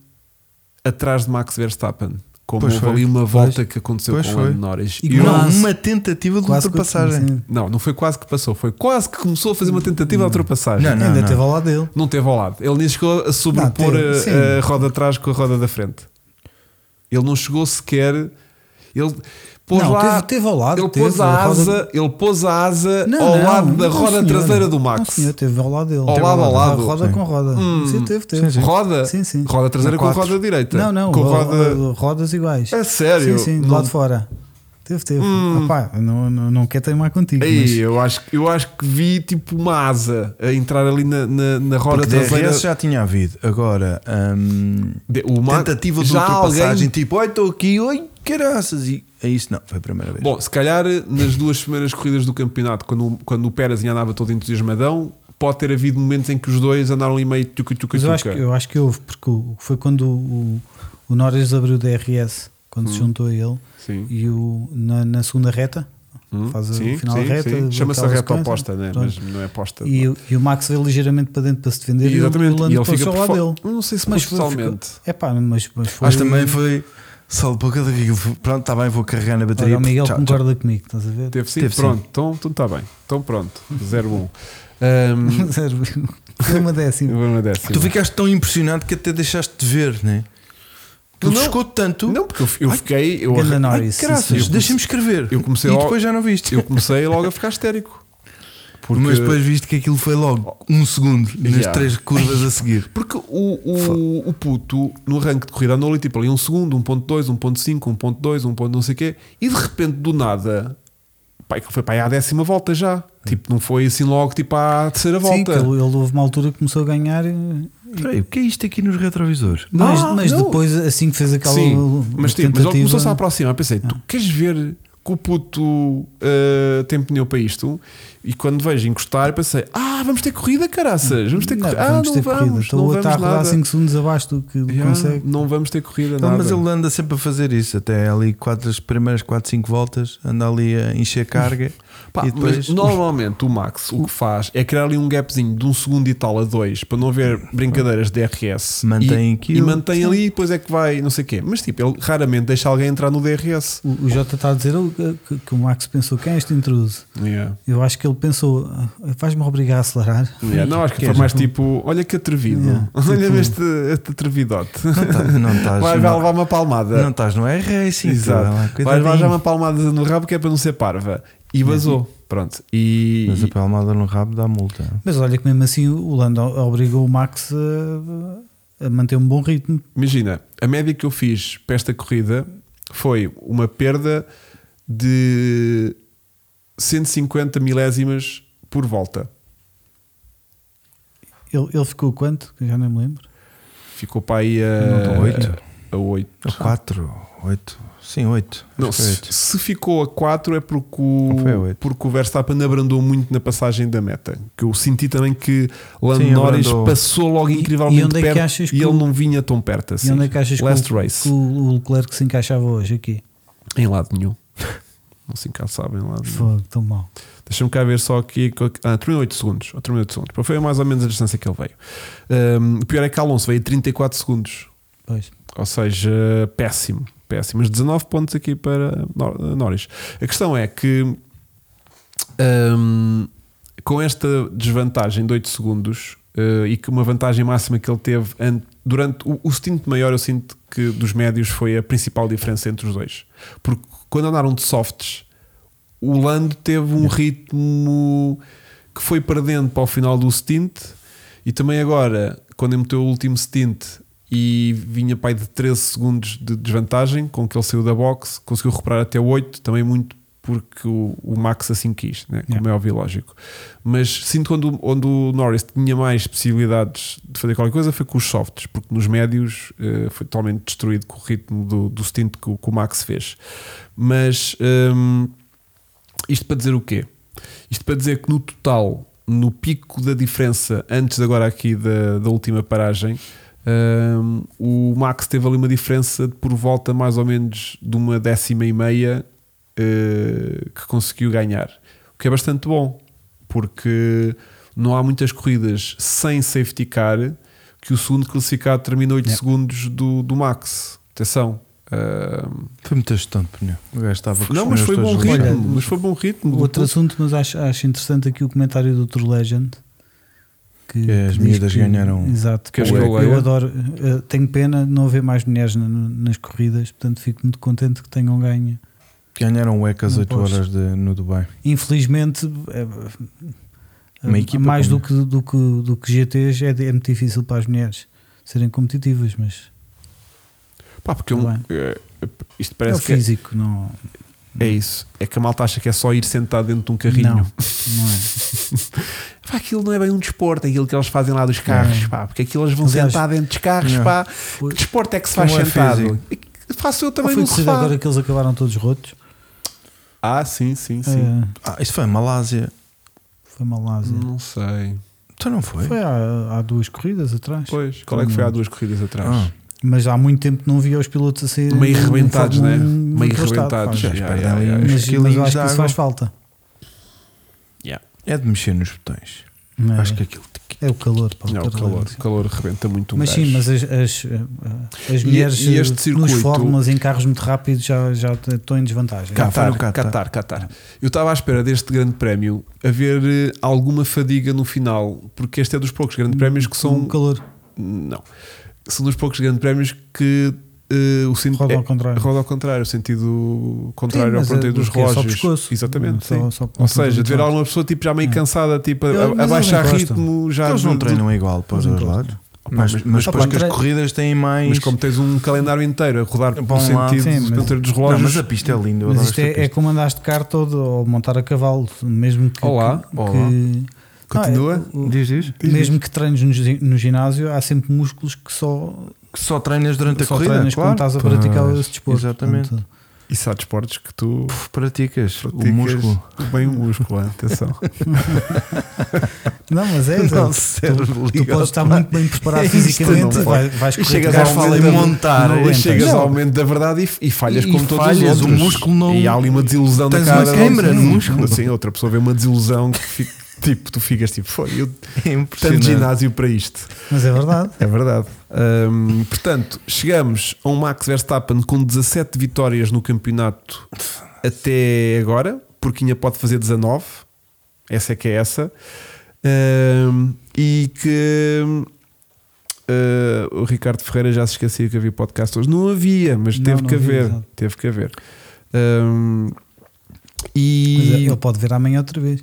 [SPEAKER 2] atrás de Max Verstappen. Como
[SPEAKER 1] Pois
[SPEAKER 2] houve
[SPEAKER 1] foi.
[SPEAKER 2] ali uma volta que aconteceu
[SPEAKER 1] Pois
[SPEAKER 2] com o
[SPEAKER 1] foi.
[SPEAKER 2] Lando Norris.
[SPEAKER 3] E
[SPEAKER 2] E eu-
[SPEAKER 3] quase-
[SPEAKER 1] Não, uma tentativa de
[SPEAKER 3] Quase que eu-
[SPEAKER 1] ultrapassagem.
[SPEAKER 3] sim.
[SPEAKER 2] não, não foi quase que passou, foi quase que começou a fazer uma tentativa de ultrapassagem.
[SPEAKER 1] Não, não.
[SPEAKER 3] Ainda teve ao lado dele.
[SPEAKER 2] Não teve ao lado. Ele nem chegou a sobrepor
[SPEAKER 3] Não, teve,
[SPEAKER 2] a-
[SPEAKER 3] sim.
[SPEAKER 2] a, roda atrás com a roda da frente. Ele não chegou sequer. Ele pôs
[SPEAKER 3] não,
[SPEAKER 2] lá.
[SPEAKER 3] teve, teve ao lado.
[SPEAKER 2] ele
[SPEAKER 3] teve,
[SPEAKER 2] pôs a
[SPEAKER 3] roda-
[SPEAKER 2] asa, ele pôs a asa
[SPEAKER 3] Não,
[SPEAKER 2] ao
[SPEAKER 3] não,
[SPEAKER 2] lado da
[SPEAKER 3] não,
[SPEAKER 2] roda
[SPEAKER 3] senhor.
[SPEAKER 2] traseira do Max.
[SPEAKER 3] Não, senhor, teve ao lado dele.
[SPEAKER 2] Ao lado, ao lado.
[SPEAKER 3] Roda com roda.
[SPEAKER 2] Hum.
[SPEAKER 3] Sim, teve,
[SPEAKER 1] Sim,
[SPEAKER 3] teve.
[SPEAKER 1] sim.
[SPEAKER 2] Roda?
[SPEAKER 3] Sim, sim.
[SPEAKER 2] Roda traseira
[SPEAKER 3] Na
[SPEAKER 2] com a
[SPEAKER 3] quatro.
[SPEAKER 2] roda direita.
[SPEAKER 3] Não, não,
[SPEAKER 2] Com a
[SPEAKER 3] ro-
[SPEAKER 2] roda.
[SPEAKER 3] ro- rodas iguais.
[SPEAKER 2] É sério?
[SPEAKER 3] Sim, sim, do
[SPEAKER 2] Não-
[SPEAKER 3] lado de fora. Teve, teve.
[SPEAKER 2] Hum.
[SPEAKER 3] Opá, não, não, não quer teimar contigo.
[SPEAKER 2] Ei,
[SPEAKER 3] mas-
[SPEAKER 2] eu, acho, eu acho que vi tipo uma asa a entrar ali na, na, na roda
[SPEAKER 1] Porque
[SPEAKER 2] traseira.
[SPEAKER 1] DRS já tinha havido. Agora, hum,
[SPEAKER 2] De- o Ma-
[SPEAKER 1] tentativa de
[SPEAKER 2] já
[SPEAKER 1] ultrapassagem,
[SPEAKER 2] alguém-
[SPEAKER 1] tipo, oi, estou aqui, oi, caraças. E é isso, não, foi a primeira vez.
[SPEAKER 2] Bom, se calhar nas duas primeiras corridas do campeonato, quando, o- quando o Pérez ainda andava todo entusiasmadão, pode ter havido momentos em que os dois andaram ali meio tucu tucu
[SPEAKER 3] Mas eu acho, que,
[SPEAKER 2] tuca.
[SPEAKER 3] eu acho que houve, porque o- foi quando o, o Norris abriu o DRS, quando se juntou a ele,
[SPEAKER 2] Hum. Sim.
[SPEAKER 3] e o, na, na segunda reta,
[SPEAKER 2] Hum,
[SPEAKER 3] faz a
[SPEAKER 2] sim,
[SPEAKER 3] final
[SPEAKER 2] sim,
[SPEAKER 3] reta.
[SPEAKER 2] sim. Chama-se a
[SPEAKER 3] aquela
[SPEAKER 2] reta
[SPEAKER 3] sequência,
[SPEAKER 2] oposta, né?
[SPEAKER 3] pronto.
[SPEAKER 2] mas não é aposta.
[SPEAKER 3] E, o- e o Max veio ligeiramente para dentro para se defender e, o
[SPEAKER 2] Exatamente.
[SPEAKER 3] Lando
[SPEAKER 2] E ele fica
[SPEAKER 3] passou ao
[SPEAKER 2] por
[SPEAKER 3] lado
[SPEAKER 2] fora.
[SPEAKER 3] dele.
[SPEAKER 2] Eu Não sei se
[SPEAKER 3] Mas
[SPEAKER 2] mas
[SPEAKER 3] foi-
[SPEAKER 2] totalmente.
[SPEAKER 3] É pá, mas, mas foi.
[SPEAKER 1] Mas também foi, só de boca daquilo, pronto, está bem, vou carregar na bateria.
[SPEAKER 3] Olha, o Miguel
[SPEAKER 1] tchau, tchau.
[SPEAKER 3] concorda comigo, estás a ver?
[SPEAKER 2] Teve sim?
[SPEAKER 1] Teve sim.
[SPEAKER 2] pronto, então então está bem. Então pronto, 0-1. Um,
[SPEAKER 3] Zero. Foi uma décima.
[SPEAKER 1] Tu ficaste tão impressionado que até deixaste de ver, né? Ele
[SPEAKER 2] Não.
[SPEAKER 1] chocou tanto.
[SPEAKER 2] Não, porque eu, fi- eu
[SPEAKER 1] Ai,
[SPEAKER 2] fiquei. Eu,
[SPEAKER 3] Ganda
[SPEAKER 2] arre-
[SPEAKER 1] Ai,
[SPEAKER 3] Norris. sim,
[SPEAKER 1] caraças,
[SPEAKER 3] senhor.
[SPEAKER 1] deixa-me escrever.
[SPEAKER 2] Eu comecei
[SPEAKER 1] e
[SPEAKER 2] logo-
[SPEAKER 1] depois já não viste.
[SPEAKER 2] eu comecei logo a ficar histérico. Porque,
[SPEAKER 1] Mas depois viste que aquilo foi logo um segundo nas
[SPEAKER 2] Yeah.
[SPEAKER 1] três curvas a seguir.
[SPEAKER 2] porque o, o, o puto no arranque de corrida andou ali tipo ali um segundo, 1.2, 1.5, 1.2, 1. não sei o quê, e de repente do nada, pá, que foi para aí à décima volta já. Tipo, não foi assim logo tipo à terceira
[SPEAKER 3] Sim,
[SPEAKER 2] volta.
[SPEAKER 3] que ele, ele houve uma altura que começou a ganhar. e-
[SPEAKER 1] Peraí, o que é isto aqui nos retrovisores?
[SPEAKER 3] Mas,
[SPEAKER 2] Ah,
[SPEAKER 3] mas
[SPEAKER 2] não.
[SPEAKER 3] depois, assim que fez aquela
[SPEAKER 2] Sim, mas, tipo, mas ele
[SPEAKER 3] tentativa- Ah.
[SPEAKER 2] começou-se a aproximar. Eu Pensei, tu queres ver que o puto uh, tem pneu para isto? E quando vejo encostar, pensei, ah, vamos ter corrida, caraças. Vamos ter
[SPEAKER 3] Não,
[SPEAKER 2] corrida.
[SPEAKER 3] vamos
[SPEAKER 2] ah,
[SPEAKER 3] ter
[SPEAKER 2] não
[SPEAKER 3] corrida.
[SPEAKER 2] vamos,
[SPEAKER 3] Então
[SPEAKER 2] não
[SPEAKER 3] o outro
[SPEAKER 2] vamos
[SPEAKER 3] está a rodar
[SPEAKER 2] nada.
[SPEAKER 3] 5 segundos abaixo do que
[SPEAKER 2] Yeah,
[SPEAKER 3] consegue.
[SPEAKER 2] Não vamos ter corrida,
[SPEAKER 1] Então,
[SPEAKER 2] nada.
[SPEAKER 1] mas ele anda sempre a fazer isso, até ali quatro, as primeiras 4, 5 voltas, anda ali a encher carga
[SPEAKER 2] Pá,
[SPEAKER 1] e depois
[SPEAKER 2] mas normalmente o Max o que faz é criar ali um gapzinho de um segundo e tal a dois para não haver brincadeiras de DRS.
[SPEAKER 1] Mantém
[SPEAKER 2] e,
[SPEAKER 1] aquilo.
[SPEAKER 2] E mantém ali e depois é que vai, não sei o quê. Mas tipo, ele raramente deixa alguém entrar no DRS.
[SPEAKER 3] O, o Jota está a dizer oh, que, que o Max pensou: quem é este intruso?
[SPEAKER 2] Yeah.
[SPEAKER 3] Eu acho que ele pensou: "Ah, vais-me obrigar a acelerar.
[SPEAKER 2] Yeah, Não, acho que
[SPEAKER 1] é
[SPEAKER 2] foi mais tipo, olha que atrevido.
[SPEAKER 3] Yeah,
[SPEAKER 1] Tipo,
[SPEAKER 2] Olha-me este, este atrevidote.
[SPEAKER 1] não tá- não estás
[SPEAKER 2] Vai, vai levar uma palmada.
[SPEAKER 1] não é tá estás no R-Racing.
[SPEAKER 2] Exato. Vai levar já uma palmada no rabo que é para não ser parva.
[SPEAKER 1] Uhum.
[SPEAKER 2] E vazou. Pronto. E,
[SPEAKER 1] Mas a palmada no rabo dá multa.
[SPEAKER 3] Mas olha que mesmo assim o Lando obrigou o Max a, a manter um bom ritmo.
[SPEAKER 2] Imagina, a média que eu fiz para esta corrida foi uma perda de 150 milésimas por volta.
[SPEAKER 3] Ele, ele ficou quanto? Que Eu já nem me lembro.
[SPEAKER 2] Ficou para aí
[SPEAKER 1] Não,
[SPEAKER 3] tá
[SPEAKER 2] a.
[SPEAKER 1] oito.
[SPEAKER 2] a 8.
[SPEAKER 1] Ou 4, 8. Sim, 8.
[SPEAKER 2] Não, se, se ficou a 4 é porque o,
[SPEAKER 1] Não foi a oito.
[SPEAKER 2] porque o Verstappen abrandou muito na passagem da meta. Que eu senti também que Lando
[SPEAKER 1] Sim,
[SPEAKER 2] Norris
[SPEAKER 1] abrandou.
[SPEAKER 2] passou logo
[SPEAKER 3] E-
[SPEAKER 2] incrivelmente
[SPEAKER 3] e onde é que
[SPEAKER 2] perto
[SPEAKER 3] achas que
[SPEAKER 2] e ele
[SPEAKER 3] o-
[SPEAKER 2] não vinha tão perto assim.
[SPEAKER 3] E onde é que achas que
[SPEAKER 2] Last
[SPEAKER 3] o,
[SPEAKER 2] race.
[SPEAKER 3] que o- o Leclerc se encaixava hoje aqui?
[SPEAKER 2] Em lado nenhum. Não se encaixava em lado nenhum.
[SPEAKER 3] Fogo, tão mal.
[SPEAKER 2] Deixa-me cá ver só aqui. co- Ah, 38 segundos. Ou 38 segundos. Pô, Foi mais ou menos a distância que ele veio. Ahm, o pior é que Alonso veio a 34 segundos.
[SPEAKER 3] Pois.
[SPEAKER 2] Ou seja, péssimo, péssimo. Mas 19 pontos aqui para Nor- Norris. A questão é que hum, com esta desvantagem de 8 segundos eh, e que uma vantagem máxima que ele teve an- durante o, o stint maior, eu sinto que dos médios foi a principal diferença entre os dois. Porque quando andaram de softs, o Lando teve um ritmo que foi perdendo para o final do stint e também agora, quando ele meteu o último stint e vinha pai de 13 segundos de desvantagem, com que ele saiu da box, conseguiu recuperar até 8, também muito porque o, o Max assim quis, né? como
[SPEAKER 3] Yeah.
[SPEAKER 2] é óbvio e lógico. Mas sinto que onde, o- onde o Norris tinha mais possibilidades de fazer qualquer coisa foi com os softs, porque nos médios eh, foi totalmente destruído com o ritmo do, do stint que, o- que o Max fez. Mas hum, isto para dizer o quê? Isto para dizer que no total, no pico da diferença, antes de agora aqui da, da última paragem, hum, o Max teve ali uma diferença de por volta mais ou menos de uma décima e meia eh, que conseguiu ganhar. O que é bastante bom, porque não há muitas corridas sem safety car que o segundo classificado termina 8
[SPEAKER 3] Yeah.
[SPEAKER 2] segundos do, do Max. Atenção. hum,
[SPEAKER 1] Foi muita gestão de pneu. O gajo estava com
[SPEAKER 2] não,
[SPEAKER 1] os
[SPEAKER 2] mas
[SPEAKER 1] pneus
[SPEAKER 2] foi bom
[SPEAKER 1] todos
[SPEAKER 2] ritmo.
[SPEAKER 1] molhados.
[SPEAKER 3] Olha,
[SPEAKER 2] mas foi bom ritmo. do
[SPEAKER 3] Outro
[SPEAKER 2] Pulse.
[SPEAKER 3] assunto, mas acho, acho interessante aqui o comentário do True Legend.
[SPEAKER 1] Que as
[SPEAKER 3] diz
[SPEAKER 1] miúdas ganharam
[SPEAKER 3] Exato,
[SPEAKER 2] Queres
[SPEAKER 3] pá,
[SPEAKER 2] que eu
[SPEAKER 3] eu,
[SPEAKER 2] leia?
[SPEAKER 3] adoro. eh, tenho pena de não haver mais mulheres na- nas corridas, portanto fico muito contente que tenham ganho.
[SPEAKER 1] Ganharam o ECA às
[SPEAKER 3] Não
[SPEAKER 1] 8
[SPEAKER 3] posso.
[SPEAKER 1] horas de- no Dubai.
[SPEAKER 3] Infelizmente, eh, eh,
[SPEAKER 1] Uma equipa
[SPEAKER 3] mais
[SPEAKER 1] como-
[SPEAKER 3] do que, do, que, do que GTs, é, de- é muito difícil para as mulheres serem competitivas, mas
[SPEAKER 2] Pá, porque
[SPEAKER 3] Tá
[SPEAKER 2] um-
[SPEAKER 3] bem.
[SPEAKER 2] eh, isto
[SPEAKER 3] é o
[SPEAKER 2] parece que
[SPEAKER 3] físico, não,
[SPEAKER 2] é, é isso. É que a malta acha que é só ir sentado dentro de um carrinho.
[SPEAKER 3] Não, não é.
[SPEAKER 2] Pá, aquilo não é bem um desporto, aquilo que eles fazem lá dos carros, pá, porque aquilo eles vão
[SPEAKER 3] Aliás,
[SPEAKER 2] sentar dentro dos carros,
[SPEAKER 1] não.
[SPEAKER 2] pá.
[SPEAKER 3] Foi,
[SPEAKER 2] Que desporto é que se
[SPEAKER 1] Como
[SPEAKER 2] faz
[SPEAKER 1] é
[SPEAKER 2] sentado?
[SPEAKER 1] físico.
[SPEAKER 2] Faço eu
[SPEAKER 3] ou
[SPEAKER 2] também
[SPEAKER 3] foi
[SPEAKER 2] no
[SPEAKER 3] corrida
[SPEAKER 2] sofá.
[SPEAKER 3] agora que eles acabaram todos rotos.
[SPEAKER 2] Ah, sim, sim, sim.
[SPEAKER 3] Eh,
[SPEAKER 1] Ah, isso foi em Malásia.
[SPEAKER 3] foi Malásia.
[SPEAKER 2] Não sei.
[SPEAKER 1] Então não foi?
[SPEAKER 3] Foi há, há duas corridas atrás.
[SPEAKER 2] Pois, qual é que foi há duas corridas atrás?
[SPEAKER 1] Ah,
[SPEAKER 3] Mas há muito tempo que não via os pilotos a saírem.
[SPEAKER 2] Meio
[SPEAKER 3] de um
[SPEAKER 2] rebentados,
[SPEAKER 3] Fórmula
[SPEAKER 2] né?
[SPEAKER 3] 1
[SPEAKER 2] Meio
[SPEAKER 3] do estado,
[SPEAKER 2] rebentados.
[SPEAKER 3] pá.
[SPEAKER 1] já
[SPEAKER 2] Yeah,
[SPEAKER 1] espera
[SPEAKER 2] yeah,
[SPEAKER 1] ali
[SPEAKER 2] yeah,
[SPEAKER 1] uns
[SPEAKER 3] Mas, mas
[SPEAKER 1] quilinhos
[SPEAKER 3] eu acho
[SPEAKER 1] de
[SPEAKER 3] que isso
[SPEAKER 1] água.
[SPEAKER 3] faz falta.
[SPEAKER 1] É de mexer nos botões.
[SPEAKER 3] Não é?
[SPEAKER 1] Acho que aquilo. tic,
[SPEAKER 3] É o calor, pá,
[SPEAKER 2] Não, o
[SPEAKER 3] caralho.
[SPEAKER 2] calor, o calor rebenta muito um
[SPEAKER 3] Mas
[SPEAKER 2] gajo.
[SPEAKER 3] sim, mas as, as, eh, eh, as
[SPEAKER 2] E-
[SPEAKER 3] mulheres
[SPEAKER 2] e este
[SPEAKER 3] eh,
[SPEAKER 2] circuito-
[SPEAKER 3] nos fórmulas em carros muito rápidos já, já t- estão em desvantagem.
[SPEAKER 1] Cá.
[SPEAKER 2] Qatar,
[SPEAKER 1] Qatar,
[SPEAKER 2] Qatar,
[SPEAKER 1] Qatar.
[SPEAKER 2] Qatar, Eu estava à espera deste grande prémio haver eh, alguma fadiga no final, porque este é dos poucos grandes prémios que
[SPEAKER 3] Com
[SPEAKER 2] são
[SPEAKER 3] o calor,
[SPEAKER 2] Não. São dos poucos grandes prémios que eh, o sentido
[SPEAKER 3] roda
[SPEAKER 2] é,
[SPEAKER 3] ao contrário.
[SPEAKER 2] roda ao contrário, o sentido contrário
[SPEAKER 3] Sim,
[SPEAKER 2] ao
[SPEAKER 3] mas é-
[SPEAKER 2] ponteiro dos
[SPEAKER 3] porque é só
[SPEAKER 2] relógios.
[SPEAKER 3] pescoço.
[SPEAKER 2] Exatamente.
[SPEAKER 3] Só-
[SPEAKER 2] sim.
[SPEAKER 3] só então.
[SPEAKER 2] Ou seja, de ver
[SPEAKER 3] ponteiro
[SPEAKER 2] alguma pessoa tipo, já meio
[SPEAKER 3] É.
[SPEAKER 2] cansada, tipo, a,
[SPEAKER 3] Eu- mas
[SPEAKER 2] a
[SPEAKER 3] eles
[SPEAKER 2] baixar
[SPEAKER 3] não gostam.
[SPEAKER 2] ritmo já.
[SPEAKER 1] Eles não
[SPEAKER 2] de- de-
[SPEAKER 1] treinam igual para os
[SPEAKER 3] Mas
[SPEAKER 1] dois
[SPEAKER 3] não
[SPEAKER 1] lados.
[SPEAKER 2] Opa,
[SPEAKER 1] Mas,
[SPEAKER 2] mas-
[SPEAKER 1] mas
[SPEAKER 3] opa,
[SPEAKER 1] depois que as
[SPEAKER 3] tre-
[SPEAKER 1] corridas têm mais.
[SPEAKER 2] Mas como tens um calendário inteiro a rodar
[SPEAKER 1] Bom
[SPEAKER 2] no
[SPEAKER 1] lado,
[SPEAKER 2] sentido
[SPEAKER 3] É sim,
[SPEAKER 2] do
[SPEAKER 3] mas-
[SPEAKER 2] ponteiro dos
[SPEAKER 1] não, mas
[SPEAKER 2] relógios.
[SPEAKER 1] a pista é linda. eu
[SPEAKER 3] Mas
[SPEAKER 1] adoro
[SPEAKER 3] isto
[SPEAKER 1] esta
[SPEAKER 3] é, é
[SPEAKER 1] pista.
[SPEAKER 3] como andares de carro todo ou montar a cavalo, mesmo que.
[SPEAKER 2] Olá,
[SPEAKER 3] que- é
[SPEAKER 2] olá.
[SPEAKER 3] que-
[SPEAKER 2] Continua?
[SPEAKER 3] Não, é-
[SPEAKER 1] Diz, diz.
[SPEAKER 3] mesmo que treines no, gi- no ginásio, há sempre músculos que só,
[SPEAKER 1] Que só treinas durante a
[SPEAKER 3] só
[SPEAKER 1] corrida.
[SPEAKER 3] treinas
[SPEAKER 1] claro.
[SPEAKER 3] quando estás a praticar
[SPEAKER 1] Pois,
[SPEAKER 3] esse desporto.
[SPEAKER 1] Exatamente.
[SPEAKER 3] Portanto,
[SPEAKER 2] Isso há desportos que tu
[SPEAKER 1] Puf, praticas,
[SPEAKER 2] praticas
[SPEAKER 1] o músculo.
[SPEAKER 2] bem o músculo, atenção.
[SPEAKER 3] não, mas é.
[SPEAKER 1] Não,
[SPEAKER 3] exato.
[SPEAKER 1] cérebro
[SPEAKER 3] Tu
[SPEAKER 1] liga
[SPEAKER 3] podes estar muito bem
[SPEAKER 2] É
[SPEAKER 3] preparado
[SPEAKER 1] Isto não
[SPEAKER 3] fisicamente,
[SPEAKER 1] pode.
[SPEAKER 3] vai, vais
[SPEAKER 1] E
[SPEAKER 3] correr
[SPEAKER 1] chegas
[SPEAKER 3] de
[SPEAKER 1] ao
[SPEAKER 3] carro,
[SPEAKER 1] fala em
[SPEAKER 3] não-
[SPEAKER 1] montar, É
[SPEAKER 3] não
[SPEAKER 1] e
[SPEAKER 3] aguentas.
[SPEAKER 2] Chegas
[SPEAKER 1] Não.
[SPEAKER 2] ao momento da verdade e, e falhas
[SPEAKER 1] E
[SPEAKER 2] como todos
[SPEAKER 1] falhas,
[SPEAKER 2] os outros.
[SPEAKER 1] o músculo não-
[SPEAKER 2] E há ali uma desilusão
[SPEAKER 1] Tens
[SPEAKER 2] da
[SPEAKER 1] uma é?
[SPEAKER 2] cara.
[SPEAKER 1] queimbra no
[SPEAKER 2] Sim,
[SPEAKER 1] músculo.
[SPEAKER 2] Sim, outra pessoa vê uma desilusão que fica, tipo, tu ficas tipo, foi,
[SPEAKER 1] É
[SPEAKER 2] eu tanto de
[SPEAKER 1] impressionante.
[SPEAKER 2] ginásio para isto.
[SPEAKER 3] Mas é verdade.
[SPEAKER 2] É verdade. Hum, portanto, chegamos a um Max Verstappen com 17 vitórias no campeonato até agora, porque ainda pode fazer 19. Essa é que é essa. Hum, e que hum, uh, o Ricardo Ferreira já se esquecia que havia podcast hoje. Não havia, mas
[SPEAKER 3] Não,
[SPEAKER 2] teve
[SPEAKER 3] não
[SPEAKER 2] que
[SPEAKER 3] havia,
[SPEAKER 2] haver.
[SPEAKER 3] exato.
[SPEAKER 2] Teve que haver. Hum,
[SPEAKER 3] Mas é,
[SPEAKER 2] e
[SPEAKER 3] ele pode ver amanhã outra vez.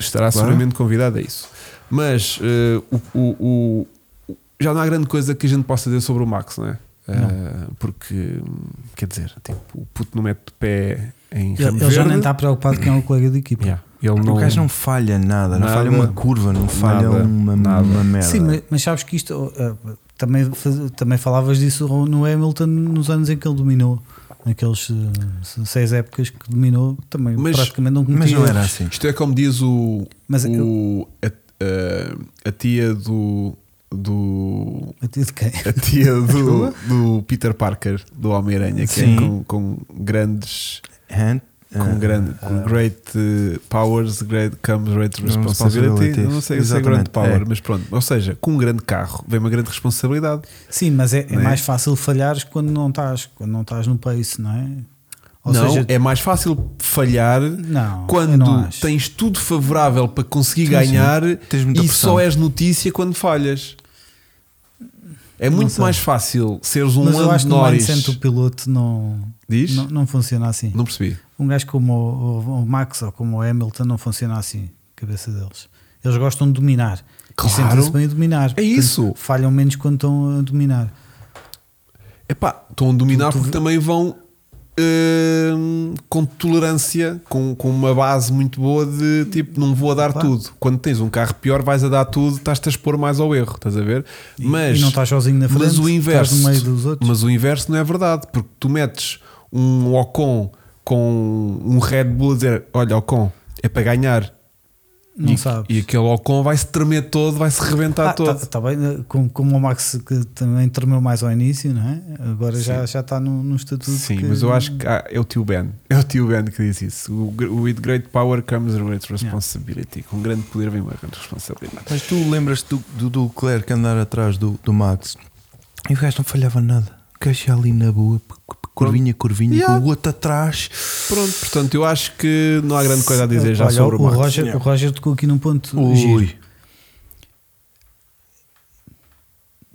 [SPEAKER 2] Estará
[SPEAKER 1] Claro.
[SPEAKER 2] seguramente convidado a isso. Mas eh, o, o- o- já não há grande coisa que a gente possa dizer sobre o Max, não é? Eh, porque, hum, quer dizer, tipo, o puto não mete de pé em
[SPEAKER 3] Ele,
[SPEAKER 2] ramo
[SPEAKER 3] ele já
[SPEAKER 2] verde.
[SPEAKER 3] nem está preocupado quem é o colega de equipa.
[SPEAKER 2] Yeah. Ele
[SPEAKER 1] O
[SPEAKER 2] não,
[SPEAKER 1] gajo não falha nada, não
[SPEAKER 2] Nada.
[SPEAKER 1] falha uma curva, não falha
[SPEAKER 2] Nada.
[SPEAKER 1] uma,
[SPEAKER 2] Nada.
[SPEAKER 1] uma merda.
[SPEAKER 3] Sim, mas, mas sabes que isto, oh, ah, Também, faz- também falavas disso no Hamilton nos anos em que ele dominou. Naqueles eh, se- seis épocas que dominou, também
[SPEAKER 2] Mas-
[SPEAKER 3] praticamente não
[SPEAKER 1] Mas
[SPEAKER 3] cometia.
[SPEAKER 1] não era
[SPEAKER 3] erros.
[SPEAKER 1] assim.
[SPEAKER 2] Isto é como diz o,
[SPEAKER 3] Mas
[SPEAKER 2] o- a, a- a tia do, do
[SPEAKER 3] A ti de quem?
[SPEAKER 2] a tia do, do Peter Parker do Homem-Aranha que é
[SPEAKER 1] Sim.
[SPEAKER 2] com, com grandes
[SPEAKER 1] And,
[SPEAKER 2] com
[SPEAKER 3] É.
[SPEAKER 1] ah,
[SPEAKER 2] grande com great eh, powers great comes great responsibility
[SPEAKER 1] Responsibilities.
[SPEAKER 2] não sei se é
[SPEAKER 1] Exatamente,
[SPEAKER 2] grande power
[SPEAKER 1] é.
[SPEAKER 2] mas pronto ou seja com um grande carro vem uma grande responsabilidade
[SPEAKER 3] Sim, mas é, é
[SPEAKER 2] Né?
[SPEAKER 3] mais fácil falhares quando não estás, quando não estás no pace, não é? Ou
[SPEAKER 2] não
[SPEAKER 3] seja,
[SPEAKER 2] é mais fácil falhar
[SPEAKER 3] não, eu
[SPEAKER 2] quando
[SPEAKER 3] não acho.
[SPEAKER 2] tens tudo favorável para conseguir
[SPEAKER 1] Sim, sim.
[SPEAKER 2] ganhar
[SPEAKER 1] Tens muita
[SPEAKER 2] e
[SPEAKER 1] pressão.
[SPEAKER 2] só és notícia quando falhas. É
[SPEAKER 3] Não
[SPEAKER 2] muito
[SPEAKER 3] sei.
[SPEAKER 2] mais fácil seres um
[SPEAKER 3] mas eu
[SPEAKER 2] Lando
[SPEAKER 3] acho que no
[SPEAKER 2] Norris.
[SPEAKER 3] mindset do piloto não,
[SPEAKER 2] Diz?
[SPEAKER 3] não,
[SPEAKER 2] Não,
[SPEAKER 3] não funciona assim.
[SPEAKER 2] percebi.
[SPEAKER 3] Um gajo como o, o- o Max ou como o Hamilton não funciona assim, a cabeça deles. Eles gostam de dominar.
[SPEAKER 2] Claro. É
[SPEAKER 3] E sentem-se bem a dominar. Portanto,
[SPEAKER 2] isso.
[SPEAKER 3] Falham menos quando estão a dominar.
[SPEAKER 2] Epá, estão a dominar porque também vão hum, com tolerância, com, com uma base muito boa de tipo, não vou a dar
[SPEAKER 3] Claro.
[SPEAKER 2] tudo. Quando tens um carro pior, vais a dar tudo, estás-te a expor mais ao erro, estás a ver? Mas
[SPEAKER 3] e não estás sozinho na frente,
[SPEAKER 2] Mas o inverso,
[SPEAKER 3] estás no meio dos outros.
[SPEAKER 2] mas o inverso não é verdade, porque tu metes um Ocon com um Red Bull a dizer: Olha, Ocon, é para ganhar.
[SPEAKER 3] não
[SPEAKER 2] e,
[SPEAKER 3] sabes.
[SPEAKER 2] e aquele Ocon vai se tremer todo, vai se rebentar
[SPEAKER 3] Ah,
[SPEAKER 2] todo.
[SPEAKER 3] tá- tá bem, né? como, como o Max que também tremeu mais ao início, não é? Agora já, já está no, no estatuto.
[SPEAKER 2] Sim,
[SPEAKER 3] que-
[SPEAKER 2] mas eu acho que ah, é o tio Ben. É o tio Ben que diz isso. O, gr- with great power comes great responsibility. Com grande poder vem uma grande responsabilidade.
[SPEAKER 1] Mas tu lembras-te do, do, do Leclerc andar atrás do, do Max e o gajo não falhava nada. O gajo ia ali na boa, p- p- curvinha, curvinha,
[SPEAKER 2] Yeah.
[SPEAKER 1] com o outro atrás.
[SPEAKER 2] Pronto, portanto, eu acho que não há grande coisa a dizer já
[SPEAKER 3] Olha,
[SPEAKER 2] sobre o, Max.
[SPEAKER 3] Roger,
[SPEAKER 1] Yeah.
[SPEAKER 3] o Roger tocou aqui num ponto giro.
[SPEAKER 1] Ui.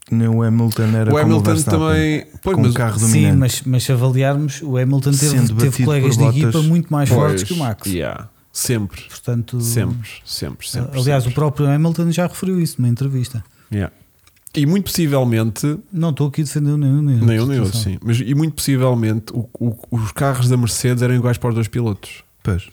[SPEAKER 1] Nem o Hamilton era
[SPEAKER 2] o
[SPEAKER 1] como
[SPEAKER 2] Hamilton
[SPEAKER 1] Verstappen,
[SPEAKER 2] também. Pois,
[SPEAKER 1] com
[SPEAKER 2] mas
[SPEAKER 1] o carro dominante.
[SPEAKER 3] Sim, mas, mas se avaliarmos, o Hamilton
[SPEAKER 1] Sendo
[SPEAKER 3] teve,
[SPEAKER 1] batido
[SPEAKER 3] teve colegas de
[SPEAKER 1] por Bottas,
[SPEAKER 3] equipa muito mais
[SPEAKER 2] pois,
[SPEAKER 3] fortes que o Max.
[SPEAKER 2] yeah, sempre.
[SPEAKER 3] Portanto,
[SPEAKER 2] Sempre, sempre, sempre.
[SPEAKER 3] aliás,
[SPEAKER 2] sempre.
[SPEAKER 3] o próprio Hamilton já referiu isso numa entrevista.
[SPEAKER 2] Yeah. E muito possivelmente,
[SPEAKER 3] Não estou aqui defendendo nenhum, nenhum.
[SPEAKER 2] nem eu nem eu,
[SPEAKER 3] Atenção.
[SPEAKER 2] sim, mas e muito possivelmente o- o- os carros da Mercedes eram iguais para os dois pilotos.
[SPEAKER 1] Pois.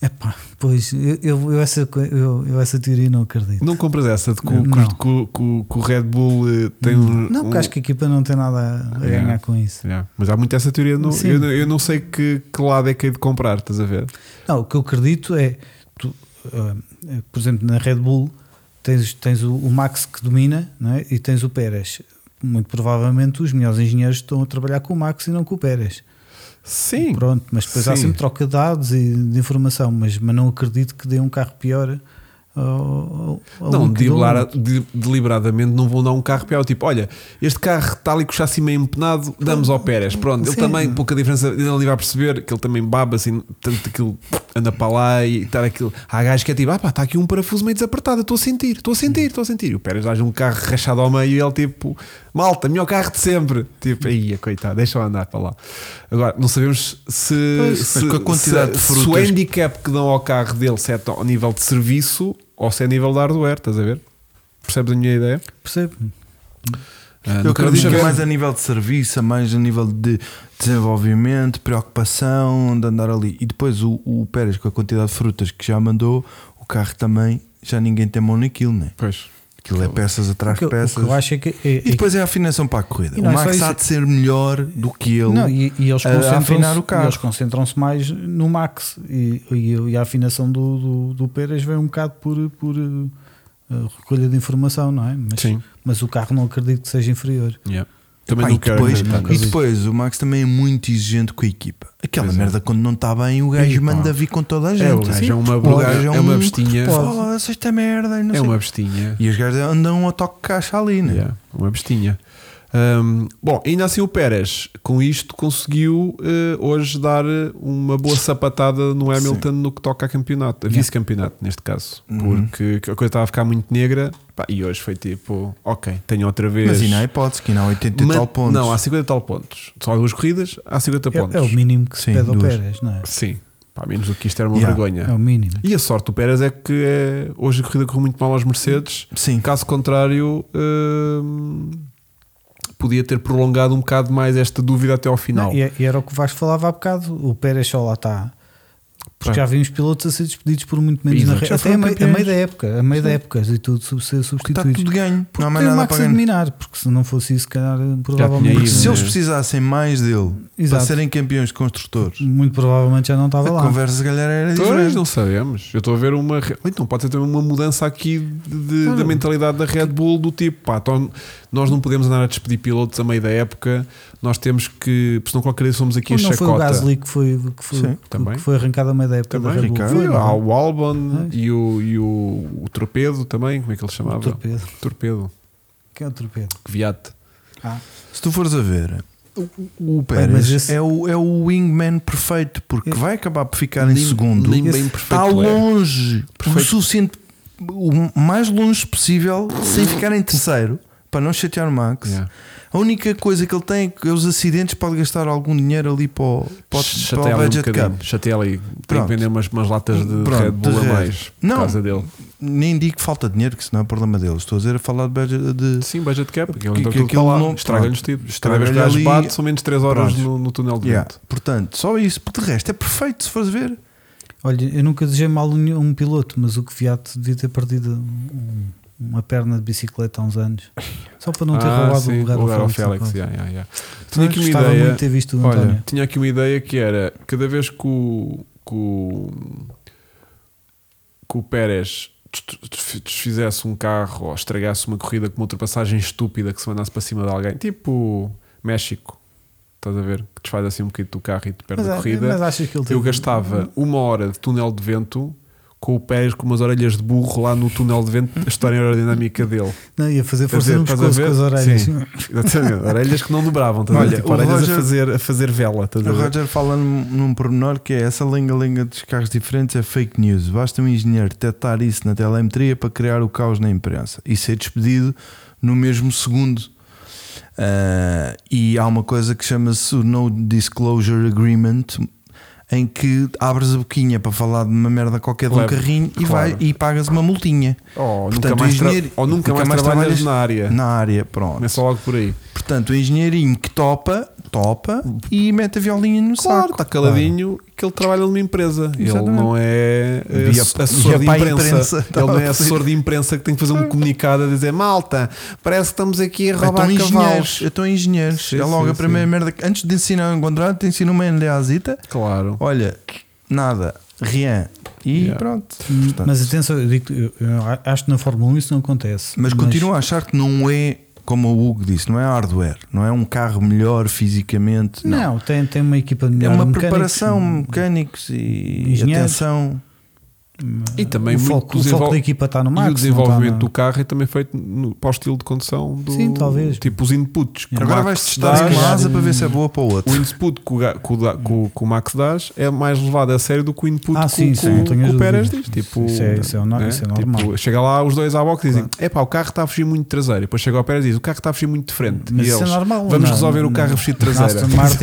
[SPEAKER 3] Epá, pois, eu, eu, eu essa, co- eu, eu essa teoria não acredito.
[SPEAKER 2] Não compras essa de que o-
[SPEAKER 3] Não.
[SPEAKER 2] que o- que o que o Red Bull eh, tem um.
[SPEAKER 3] Não, porque
[SPEAKER 2] um-
[SPEAKER 3] acho que a equipa não tem nada a- a
[SPEAKER 2] É.
[SPEAKER 3] ganhar com isso.
[SPEAKER 2] Yeah. Mas há muito essa teoria. No,
[SPEAKER 3] Sim.
[SPEAKER 2] eu, eu não sei que, que lado é que é de comprar, estás a ver?
[SPEAKER 3] Não, o que eu acredito é, tu, ah, eh, por exemplo, na Red Bull tens, tens o, o Max que domina não é? e tens o Pérez. Muito provavelmente os melhores engenheiros estão a trabalhar com o Max e não com o Pérez.
[SPEAKER 2] Sim,
[SPEAKER 3] Pronto, mas depois há
[SPEAKER 2] Sim.
[SPEAKER 3] sempre troca de dados e de informação, mas, mas não acredito que dê um carro pior. Ao, ao- ao
[SPEAKER 2] Não,
[SPEAKER 3] um que deu
[SPEAKER 2] delibera-
[SPEAKER 3] outro.
[SPEAKER 2] de- deliberadamente não vão dar um carro pior. Tipo, olha, este carro está ali com o chassi meio empenado, damos ao Pérez. Pronto, ele
[SPEAKER 3] Sim.
[SPEAKER 2] também, pouca diferença, ele ali vai perceber que ele também baba assim, tanto aquilo anda para lá e está aquilo. Há gajo que é tipo, ah pá, está aqui um parafuso meio desapertado, eu estou a sentir, estou a sentir, estou a sentir. E o Pérez dá um carro rachado ao meio e ele tipo, malta, melhor carro de sempre. Tipo, aí, coitado, deixa-o andar para lá. Agora, não sabemos se.
[SPEAKER 1] Pois,
[SPEAKER 2] se,
[SPEAKER 1] mas com a quantidade
[SPEAKER 2] se-
[SPEAKER 1] de
[SPEAKER 2] se
[SPEAKER 1] frutas
[SPEAKER 2] o handicap que dão ao carro dele se é ao nível de serviço ou se é a nível de hardware, estás a ver? Percebes a minha ideia?
[SPEAKER 3] Percebo.
[SPEAKER 2] Ah,
[SPEAKER 1] Eu acredito que é
[SPEAKER 2] saber.
[SPEAKER 1] mais a nível de serviço, é mais a nível de desenvolvimento, preocupação, de andar ali. E depois o, o Pérez, com a quantidade de frutas que já mandou, o carro também, já ninguém tem mão naquilo, né?
[SPEAKER 2] Pois.
[SPEAKER 1] Aquilo é peças
[SPEAKER 3] O
[SPEAKER 1] atrás
[SPEAKER 3] que,
[SPEAKER 1] de
[SPEAKER 3] eu- o que
[SPEAKER 1] peças.
[SPEAKER 3] eu acho é que. é-
[SPEAKER 1] E depois é a afinação para a corrida.
[SPEAKER 3] E
[SPEAKER 1] O
[SPEAKER 3] não é só
[SPEAKER 1] Max
[SPEAKER 3] isso.
[SPEAKER 1] há de ser melhor do que ele.
[SPEAKER 3] Não, e, e eles
[SPEAKER 1] a- a afinar
[SPEAKER 3] concentram-se
[SPEAKER 1] o carro.
[SPEAKER 3] eles concentram-se mais no max e, e- e a afinação do, do, do Pérez vem um bocado por, por eh, eh, recolha de informação, não é? Mas,
[SPEAKER 2] Sim.
[SPEAKER 3] mas o carro não acredito que seja inferior.
[SPEAKER 2] Também
[SPEAKER 1] Pá,
[SPEAKER 2] não
[SPEAKER 1] e,
[SPEAKER 2] quero
[SPEAKER 1] depois,
[SPEAKER 2] acreditar
[SPEAKER 1] e
[SPEAKER 2] nisso.
[SPEAKER 1] depois o Max também é muito exigente com a equipa. Aquela
[SPEAKER 2] Pois é.
[SPEAKER 1] merda, quando não está bem, o gajo
[SPEAKER 2] Epá.
[SPEAKER 1] manda vir com toda a gente.
[SPEAKER 2] É, o gajo é uma,
[SPEAKER 1] O gajo um
[SPEAKER 2] é uma bestinha.
[SPEAKER 3] pode.
[SPEAKER 1] Foda-se "Oh, esta merda. e Não
[SPEAKER 2] É
[SPEAKER 1] sei.
[SPEAKER 2] uma bestinha.
[SPEAKER 1] E os gajos andam a toque caixa ali, né?
[SPEAKER 2] Yeah, é uma bestinha. Hum, bom, ainda assim o Pérez com isto conseguiu eh, hoje dar uma boa sapatada no Hamilton no que toca a campeonato, a vice-campeonato neste caso,
[SPEAKER 1] Uhum.
[SPEAKER 2] porque a coisa estava a ficar muito negra pá, e hoje foi tipo, ok, tenho outra vez.
[SPEAKER 1] Mas e na hipótese, que ainda há 80 e
[SPEAKER 2] Ma-
[SPEAKER 1] tal pontos.
[SPEAKER 2] Não, há 50 e tal pontos. Só há duas corridas, há 50 pontos.
[SPEAKER 3] É, é o mínimo que se
[SPEAKER 1] Sim,
[SPEAKER 3] pede ao
[SPEAKER 1] duas.
[SPEAKER 3] Pérez, não é?
[SPEAKER 2] Sim, pá, menos do que isto era uma
[SPEAKER 1] Yeah.
[SPEAKER 2] vergonha.
[SPEAKER 3] É o mínimo.
[SPEAKER 2] E a sorte do Pérez é que eh, hoje a corrida correu muito mal aos Mercedes.
[SPEAKER 1] Sim.
[SPEAKER 2] Caso contrário, hum, podia ter prolongado um
[SPEAKER 3] é
[SPEAKER 2] bocado mais esta dúvida até ao final.
[SPEAKER 3] Não, e, e era o que o Vasco falava há bocado. O Pérez só lá está Porque
[SPEAKER 1] Pá.
[SPEAKER 3] já vi uns pilotos a ser despedidos por muito menos
[SPEAKER 2] E
[SPEAKER 3] na
[SPEAKER 2] outros
[SPEAKER 3] rede.
[SPEAKER 2] já
[SPEAKER 3] Até
[SPEAKER 2] foram
[SPEAKER 3] a meio, a meio
[SPEAKER 2] campeões.
[SPEAKER 3] da época, a meio da época e tudo sub- ser
[SPEAKER 1] Está
[SPEAKER 3] substituídos.
[SPEAKER 1] tá tudo ganho. Não há mais
[SPEAKER 3] Tem
[SPEAKER 1] nada
[SPEAKER 3] o Max
[SPEAKER 1] para
[SPEAKER 3] a
[SPEAKER 1] ganhar.
[SPEAKER 3] dominar, porque se não fosse isso, se calhar eh,
[SPEAKER 2] tinha
[SPEAKER 1] Porque
[SPEAKER 2] ido,
[SPEAKER 3] provavelmente
[SPEAKER 1] se
[SPEAKER 2] né?
[SPEAKER 1] eles precisassem mais dele para
[SPEAKER 3] Exato.
[SPEAKER 1] serem campeões de construtores,
[SPEAKER 3] muito provavelmente já não
[SPEAKER 1] a
[SPEAKER 3] estava lá.
[SPEAKER 1] conversa se calhar era
[SPEAKER 2] Pois,
[SPEAKER 1] diferente.
[SPEAKER 2] não sabemos. Eu estou a ver uma. re- Então, pode ser também uma mudança aqui de- da mentalidade da Red Bull, do tipo, pá, então, nós não podemos andar a despedir pilotos a meio da época, nós temos que. Porque senão qualquer dia somos aqui
[SPEAKER 3] Ou
[SPEAKER 2] a
[SPEAKER 3] não
[SPEAKER 2] chacota.
[SPEAKER 3] foi um o Gasly que foi, que foi,
[SPEAKER 1] Sim,
[SPEAKER 3] que,
[SPEAKER 2] também.
[SPEAKER 3] que foi arrancado a meio da época
[SPEAKER 2] Também,
[SPEAKER 3] da Red Bull.
[SPEAKER 1] Ricardo.
[SPEAKER 3] Foi,
[SPEAKER 2] Foi,
[SPEAKER 3] não é?
[SPEAKER 2] há
[SPEAKER 3] foi?
[SPEAKER 2] o Albon
[SPEAKER 3] Ah.
[SPEAKER 2] e o, e o, o Torpedo também, como é que ele se chamava?
[SPEAKER 3] O torpedo.
[SPEAKER 2] Torpedo.
[SPEAKER 3] Quem é o torpedo?
[SPEAKER 2] Que viate.
[SPEAKER 3] Ah,
[SPEAKER 1] Se tu fores a ver, o, o
[SPEAKER 3] Bem, mas
[SPEAKER 1] Pérez
[SPEAKER 3] esse-
[SPEAKER 1] é, o, é o wingman perfeito, porque
[SPEAKER 3] Eu-
[SPEAKER 1] vai acabar por ficar em
[SPEAKER 2] É. Nem-
[SPEAKER 1] segundo.
[SPEAKER 2] nem bem
[SPEAKER 3] Esse-
[SPEAKER 2] perfeito
[SPEAKER 1] Está
[SPEAKER 2] é.
[SPEAKER 1] longe, o
[SPEAKER 2] Perfeito.
[SPEAKER 1] suficiente, o mais longe possível, sem ficar em terceiro, para não chatear o Max.
[SPEAKER 2] Yeah.
[SPEAKER 1] A única coisa que ele tem é que os acidentes pode gastar algum dinheiro ali para o, para o- para
[SPEAKER 2] Chateia
[SPEAKER 1] o
[SPEAKER 2] ali um
[SPEAKER 1] budget
[SPEAKER 2] bocadinho.
[SPEAKER 1] cap.
[SPEAKER 2] Chateia ali. Tem que
[SPEAKER 1] Pronto.
[SPEAKER 2] vender umas, umas latas de
[SPEAKER 1] Pronto,
[SPEAKER 2] Red Bull
[SPEAKER 1] de
[SPEAKER 2] a
[SPEAKER 1] Red.
[SPEAKER 2] mais. Por
[SPEAKER 1] Não.
[SPEAKER 2] causa dele.
[SPEAKER 1] Nem digo que falta dinheiro, que isso não é problema deles. Estou a dizer a falar de, budget- de-
[SPEAKER 2] Sim, budget cap. Aquilo,
[SPEAKER 1] Que-
[SPEAKER 2] então,
[SPEAKER 1] que aquilo
[SPEAKER 2] aquilo está lá.
[SPEAKER 1] não-
[SPEAKER 2] Estraga-lhes
[SPEAKER 1] pronto.
[SPEAKER 2] tudo. Cada vez que
[SPEAKER 1] Estraga-lhe
[SPEAKER 2] gajo
[SPEAKER 1] ali-
[SPEAKER 2] bate, são menos 3 horas
[SPEAKER 1] Pronto.
[SPEAKER 2] no, no túnel de
[SPEAKER 1] Yeah.
[SPEAKER 2] vento.
[SPEAKER 1] Portanto, só isso. De resto, é perfeito se fores ver.
[SPEAKER 3] Olha, eu nunca desejei mal a nenhum- um piloto, mas o que Fiat devia ter perdido um- uma perna de bicicleta há uns anos. Só para não ter
[SPEAKER 2] Ah,
[SPEAKER 3] roubado
[SPEAKER 2] sim,
[SPEAKER 3] o lugar ao Félix.
[SPEAKER 2] Félix.
[SPEAKER 3] sabe?
[SPEAKER 2] Yeah, yeah, yeah. Tinha aqui uma
[SPEAKER 3] Gostava muito
[SPEAKER 2] ideia.
[SPEAKER 3] de ter visto o
[SPEAKER 2] Olha,
[SPEAKER 3] António.
[SPEAKER 2] tinha aqui uma ideia que era cada vez que o, que o, que o Pérez des- des- desfizesse um carro ou estragasse uma corrida com uma ultrapassagem estúpida que se mandasse para cima de alguém, tipo México, estás a ver? Que desfaz assim um bocadinho do carro e te perde
[SPEAKER 3] mas, ah,
[SPEAKER 2] a corrida.
[SPEAKER 3] mas achas que ele
[SPEAKER 2] Eu
[SPEAKER 3] teve-
[SPEAKER 2] gastava uma hora de túnel de vento com o Pérez com umas orelhas de burro lá no túnel de vento a história aerodinâmica dele.
[SPEAKER 3] Não, ia fazer força
[SPEAKER 2] dizer,
[SPEAKER 3] no
[SPEAKER 2] estás a
[SPEAKER 3] pescoço
[SPEAKER 2] ver?
[SPEAKER 3] com as orelhas.
[SPEAKER 2] Sim. Exatamente, orelhas que não dobravam, estás a ver?
[SPEAKER 1] Olha,
[SPEAKER 2] Tipo,
[SPEAKER 1] o
[SPEAKER 2] orelhas
[SPEAKER 1] Roger-
[SPEAKER 2] a, fazer, a fazer vela, estás a
[SPEAKER 1] O
[SPEAKER 2] ver?
[SPEAKER 1] Roger fala num, num pormenor que é essa lenga-lenga dos carros diferentes é fake news. Basta um engenheiro detectar isso na telemetria para criar o caos na imprensa e ser despedido no mesmo segundo. Ah, e há uma coisa que chama-se o No Disclosure Agreement, em que abres a boquinha para falar de uma merda qualquer de um
[SPEAKER 2] Claro,
[SPEAKER 1] carrinho e, vai,
[SPEAKER 2] claro.
[SPEAKER 1] e pagas uma multinha
[SPEAKER 2] Oh,
[SPEAKER 1] Portanto,
[SPEAKER 2] nunca
[SPEAKER 1] o
[SPEAKER 2] mais tra-
[SPEAKER 1] engenheiro-
[SPEAKER 2] ou nunca mais trabalhas na área.
[SPEAKER 1] na área. Pronto.
[SPEAKER 2] Começa logo por aí.
[SPEAKER 1] Portanto, o engenheirinho que topa, topa e mete a violinha no
[SPEAKER 2] Claro,
[SPEAKER 1] saco.
[SPEAKER 2] está caladinho que ele trabalha numa empresa. Ele
[SPEAKER 1] Exatamente.
[SPEAKER 2] não é eh,
[SPEAKER 1] Via-
[SPEAKER 2] assessor de
[SPEAKER 1] via para a
[SPEAKER 2] imprensa.
[SPEAKER 1] imprensa,
[SPEAKER 2] Ele
[SPEAKER 1] estava
[SPEAKER 2] não é
[SPEAKER 1] a dizer.
[SPEAKER 2] assessor de imprensa que tem que fazer um comunicado a dizer malta, parece que estamos aqui a
[SPEAKER 1] Eu
[SPEAKER 2] roubar
[SPEAKER 1] estou Então engenheiros,
[SPEAKER 2] cavalos.
[SPEAKER 1] eu estou engenheiros.
[SPEAKER 2] Sim,
[SPEAKER 1] é logo
[SPEAKER 2] sim,
[SPEAKER 1] a primeira
[SPEAKER 2] sim.
[SPEAKER 1] merda que antes de ensinar um contrato, te ensino uma NDAzita.
[SPEAKER 2] Claro.
[SPEAKER 1] Olha, nada, rien. E
[SPEAKER 2] Yeah.
[SPEAKER 1] pronto. Portanto,
[SPEAKER 3] Mas atenção, eu, digo, eu, eu acho que na Fórmula 1 isso não acontece.
[SPEAKER 1] mas continuo a achar que não é, como o Hugo disse, não é hardware, não é um carro melhor fisicamente. Não.
[SPEAKER 3] Não, tem, tem uma equipa de
[SPEAKER 1] é
[SPEAKER 3] melhor
[SPEAKER 1] uma
[SPEAKER 3] mecânicos,
[SPEAKER 1] preparação,
[SPEAKER 3] Um
[SPEAKER 1] mecânicos e
[SPEAKER 3] Engenheiros.
[SPEAKER 1] atenção.
[SPEAKER 2] E também
[SPEAKER 3] o
[SPEAKER 2] muito
[SPEAKER 3] foco, o
[SPEAKER 2] desenvol-
[SPEAKER 3] foco da equipa está no Max.
[SPEAKER 2] e o
[SPEAKER 3] não
[SPEAKER 2] desenvolvimento
[SPEAKER 3] está
[SPEAKER 2] do
[SPEAKER 3] na-
[SPEAKER 2] carro é também feito no, para o estilo de condução do
[SPEAKER 3] Sim, talvez.
[SPEAKER 2] tipo os inputs. que o
[SPEAKER 1] Agora
[SPEAKER 2] Max
[SPEAKER 1] vais testar
[SPEAKER 2] dá,
[SPEAKER 1] uma
[SPEAKER 3] calhar,
[SPEAKER 1] asa para ver
[SPEAKER 3] um-
[SPEAKER 1] se é boa para o outro.
[SPEAKER 2] o input que o, ga- que o da- que o- que o Max dás é mais levado a sério do que o input
[SPEAKER 3] Ah,
[SPEAKER 2] que, o-
[SPEAKER 3] sim,
[SPEAKER 2] que,
[SPEAKER 3] sim,
[SPEAKER 2] o-
[SPEAKER 3] não tenho
[SPEAKER 2] que o
[SPEAKER 3] dúvidas.
[SPEAKER 2] Pérez diz. Tipo,
[SPEAKER 3] Isso é- isso é o no-
[SPEAKER 2] né?
[SPEAKER 3] isso é normal.
[SPEAKER 2] Tipo, chega lá os dois à box e dizem: é pá, o carro está a fugir muito de traseiro. E depois chega ao Pérez e diz: o carro está a fugir muito de frente.
[SPEAKER 3] Mas
[SPEAKER 2] e
[SPEAKER 3] isso
[SPEAKER 2] eles,
[SPEAKER 3] é normal.
[SPEAKER 2] vamos
[SPEAKER 3] não,
[SPEAKER 2] resolver o carro a fugir de
[SPEAKER 3] na
[SPEAKER 2] traseira.
[SPEAKER 3] Aston Martin,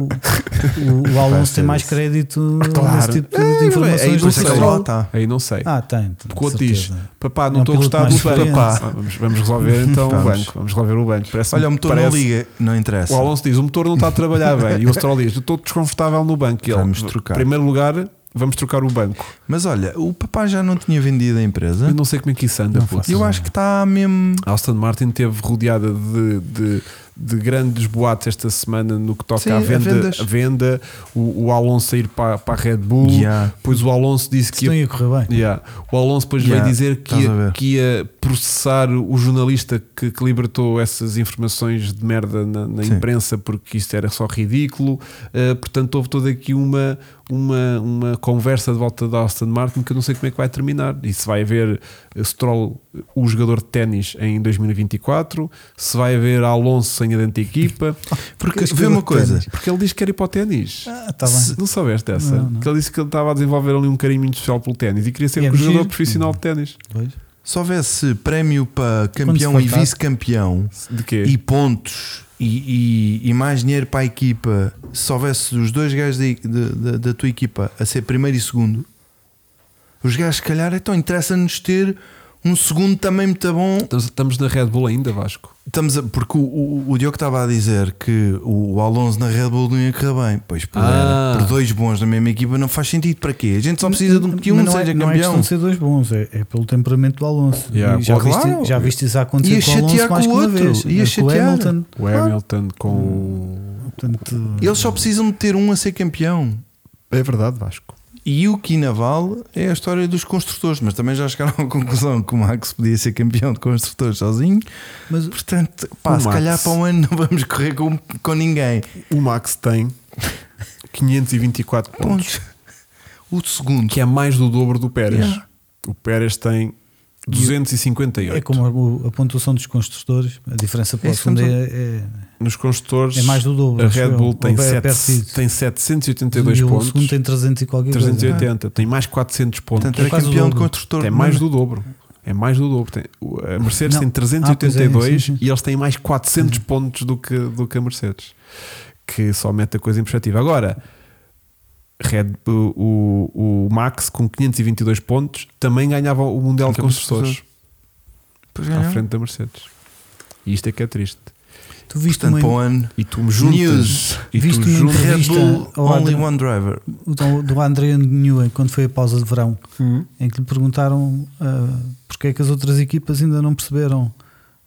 [SPEAKER 3] o, o- o- o Alonso tem mais crédito
[SPEAKER 1] Ah,
[SPEAKER 3] nesse tipo de informações.
[SPEAKER 2] é, é,
[SPEAKER 3] do
[SPEAKER 2] não
[SPEAKER 1] Por isso é que
[SPEAKER 2] sei.
[SPEAKER 1] ele
[SPEAKER 3] pessoal.
[SPEAKER 1] lá está.
[SPEAKER 2] Aí não sei.
[SPEAKER 3] Ah, tem. tem
[SPEAKER 2] Porque o outro diz:
[SPEAKER 3] certeza.
[SPEAKER 2] papá, não
[SPEAKER 3] É um
[SPEAKER 2] estou a gostar do
[SPEAKER 3] piloto mais
[SPEAKER 2] papá.
[SPEAKER 3] experiente.
[SPEAKER 2] Ah, Vamos, vamos resolver então o
[SPEAKER 1] Vamos.
[SPEAKER 2] banco. Vamos resolver o banco. Parece
[SPEAKER 1] Olha, o motor não
[SPEAKER 2] parece-
[SPEAKER 1] liga, não interessa.
[SPEAKER 2] O Alonso diz: o motor não está a trabalhar bem. E o Stroll diz: eu estou desconfortável no banco. E ele,
[SPEAKER 1] Vamos trocar.
[SPEAKER 2] primeiro lugar, vamos trocar o banco.
[SPEAKER 1] Mas olha, o papá já não tinha vendido a
[SPEAKER 2] Eu
[SPEAKER 1] empresa.
[SPEAKER 2] não sei como é que isso anda,
[SPEAKER 3] Não
[SPEAKER 2] puto.
[SPEAKER 3] faço
[SPEAKER 1] Eu acho que está mesmo.
[SPEAKER 2] A Aston Martin teve rodeada de, de- de grandes boatos esta semana no que toca
[SPEAKER 1] Sim,
[SPEAKER 2] à
[SPEAKER 1] a
[SPEAKER 2] venda,
[SPEAKER 1] vendas.
[SPEAKER 2] à venda o, o Alonso a ir para, para a Red Bull.
[SPEAKER 1] Yeah.
[SPEAKER 2] Depois o Alonso disse
[SPEAKER 3] Isso não
[SPEAKER 2] que ia,
[SPEAKER 3] Então, ia correr bem.
[SPEAKER 2] Yeah. o Alonso depois
[SPEAKER 1] Yeah,
[SPEAKER 2] veio dizer que
[SPEAKER 1] estás a
[SPEAKER 2] ia,
[SPEAKER 1] ver.
[SPEAKER 2] que ia processar o jornalista que, que libertou essas informações de merda na, na
[SPEAKER 1] Sim.
[SPEAKER 2] imprensa porque isto era só ridículo. Uh, portanto, houve toda aqui uma, uma, uma conversa de volta da Aston Martin que eu não sei como é que vai terminar. E se vai haver uh, Stroll, uh, o jogador de ténis, em 2024, se vai haver Alonso sem a dentro da equipa,
[SPEAKER 1] Porque
[SPEAKER 3] Porque
[SPEAKER 1] vê uma
[SPEAKER 3] de
[SPEAKER 1] coisa.
[SPEAKER 3] ténis.
[SPEAKER 2] porque ele diz que quer ir para o ténis.
[SPEAKER 3] Ah, está
[SPEAKER 2] Se-
[SPEAKER 3] bem.
[SPEAKER 2] Não soubeste essa?
[SPEAKER 3] Não, não.
[SPEAKER 2] Que ele disse que ele estava a desenvolver ali um carinho muito especial pelo ténis e queria ser
[SPEAKER 3] E é
[SPEAKER 2] um jogador
[SPEAKER 3] giro.
[SPEAKER 2] profissional de ténis.
[SPEAKER 3] Pois.
[SPEAKER 1] Se houvesse prémio para campeão
[SPEAKER 3] Quando se
[SPEAKER 1] e
[SPEAKER 3] fartar.
[SPEAKER 1] vice-campeão
[SPEAKER 2] De quê?
[SPEAKER 1] e pontos e, e- e mais dinheiro para a equipa, se houvesse os dois gajos da, da- da- da tua equipa a ser primeiro e segundo, os gajos, se calhar, então interessa-nos ter Um segundo também muito bom.
[SPEAKER 2] Estamos, estamos na Red Bull ainda, Vasco.
[SPEAKER 1] Estamos a- porque o, o, o Diogo estava a dizer que o Alonso na Red Bull não ia correr bem. Pois
[SPEAKER 2] Ah.
[SPEAKER 1] por dois bons na mesma equipa não faz sentido para quê? A gente só precisa de um que um
[SPEAKER 3] Mas não é-
[SPEAKER 1] seja
[SPEAKER 3] Não é
[SPEAKER 1] campeão.
[SPEAKER 3] questão de ser dois bons, é, é pelo temperamento do Alonso.
[SPEAKER 2] Yeah,
[SPEAKER 3] E já,
[SPEAKER 1] pô, claro.
[SPEAKER 3] viste, já viste isso a acontecer
[SPEAKER 1] Ia
[SPEAKER 3] com o
[SPEAKER 1] chatear
[SPEAKER 3] Alonso mais
[SPEAKER 1] com
[SPEAKER 3] que
[SPEAKER 1] o
[SPEAKER 3] uma
[SPEAKER 1] outro,
[SPEAKER 3] vez.
[SPEAKER 1] ia
[SPEAKER 3] com o
[SPEAKER 1] chatear.
[SPEAKER 3] Hamilton.
[SPEAKER 2] O Hamilton com o.
[SPEAKER 3] Portanto,
[SPEAKER 1] Eles só precisam de ter um a ser campeão.
[SPEAKER 2] É verdade, Vasco.
[SPEAKER 1] E o que naval é a história dos construtores, mas também já chegaram à conclusão que o Max podia ser campeão de construtores sozinho.
[SPEAKER 3] mas
[SPEAKER 1] Portanto, pá,
[SPEAKER 2] O
[SPEAKER 1] se
[SPEAKER 2] Max.
[SPEAKER 1] calhar para um ano não vamos correr com, com ninguém.
[SPEAKER 2] O Max tem 524 pontos,
[SPEAKER 1] Pontos. O segundo.
[SPEAKER 2] que é mais do dobro do Pérez.
[SPEAKER 1] Yeah.
[SPEAKER 2] O Pérez tem 258.
[SPEAKER 3] é como a, a pontuação dos construtores, a diferença para
[SPEAKER 1] É
[SPEAKER 3] o
[SPEAKER 1] isso que
[SPEAKER 3] segundo é,
[SPEAKER 2] Nos construtores,
[SPEAKER 3] é- é mais do dobro.
[SPEAKER 2] a
[SPEAKER 3] acho
[SPEAKER 2] Red
[SPEAKER 3] eu.
[SPEAKER 2] Bull tem,
[SPEAKER 3] Ou é
[SPEAKER 2] sete-
[SPEAKER 3] parecido.
[SPEAKER 2] tem 782
[SPEAKER 3] e o
[SPEAKER 2] pontos,
[SPEAKER 3] segundo tem 300 e qualquer coisa.
[SPEAKER 2] 380, tem mais 400 pontos.
[SPEAKER 1] Portanto, era
[SPEAKER 3] É quase o
[SPEAKER 1] campeão de
[SPEAKER 3] dobro.
[SPEAKER 1] construtor.
[SPEAKER 2] É mais do dobro. É mais do dobro. Tem- o- a Mercedes tem
[SPEAKER 3] Não. Ah, pois é,
[SPEAKER 2] 382
[SPEAKER 3] sim, sim.
[SPEAKER 2] e eles têm mais
[SPEAKER 3] Uhum.
[SPEAKER 2] 400 pontos do que, do que a Mercedes. Que só mete a coisa em perspectiva. Agora, Red, o, o, o Max com 522 pontos também ganhava o Mundial de
[SPEAKER 1] Campeão
[SPEAKER 2] Construtores
[SPEAKER 1] Pois
[SPEAKER 2] à
[SPEAKER 1] ganharam.
[SPEAKER 2] frente da Mercedes. E isto é que é triste.
[SPEAKER 3] Ah, Tu viste
[SPEAKER 1] Portanto, para um
[SPEAKER 3] uma,
[SPEAKER 1] ano.
[SPEAKER 2] E tu me juntas.
[SPEAKER 1] News.
[SPEAKER 2] E tu
[SPEAKER 3] Viste uma
[SPEAKER 2] juntas.
[SPEAKER 1] Red
[SPEAKER 3] Revista
[SPEAKER 1] Bull,
[SPEAKER 3] ao
[SPEAKER 1] only
[SPEAKER 3] Adrian.
[SPEAKER 1] one driver.
[SPEAKER 3] o do, do André Newey quando foi a pausa de verão,
[SPEAKER 2] Hum.
[SPEAKER 3] em que lhe perguntaram ah, porque é que as outras equipas ainda não perceberam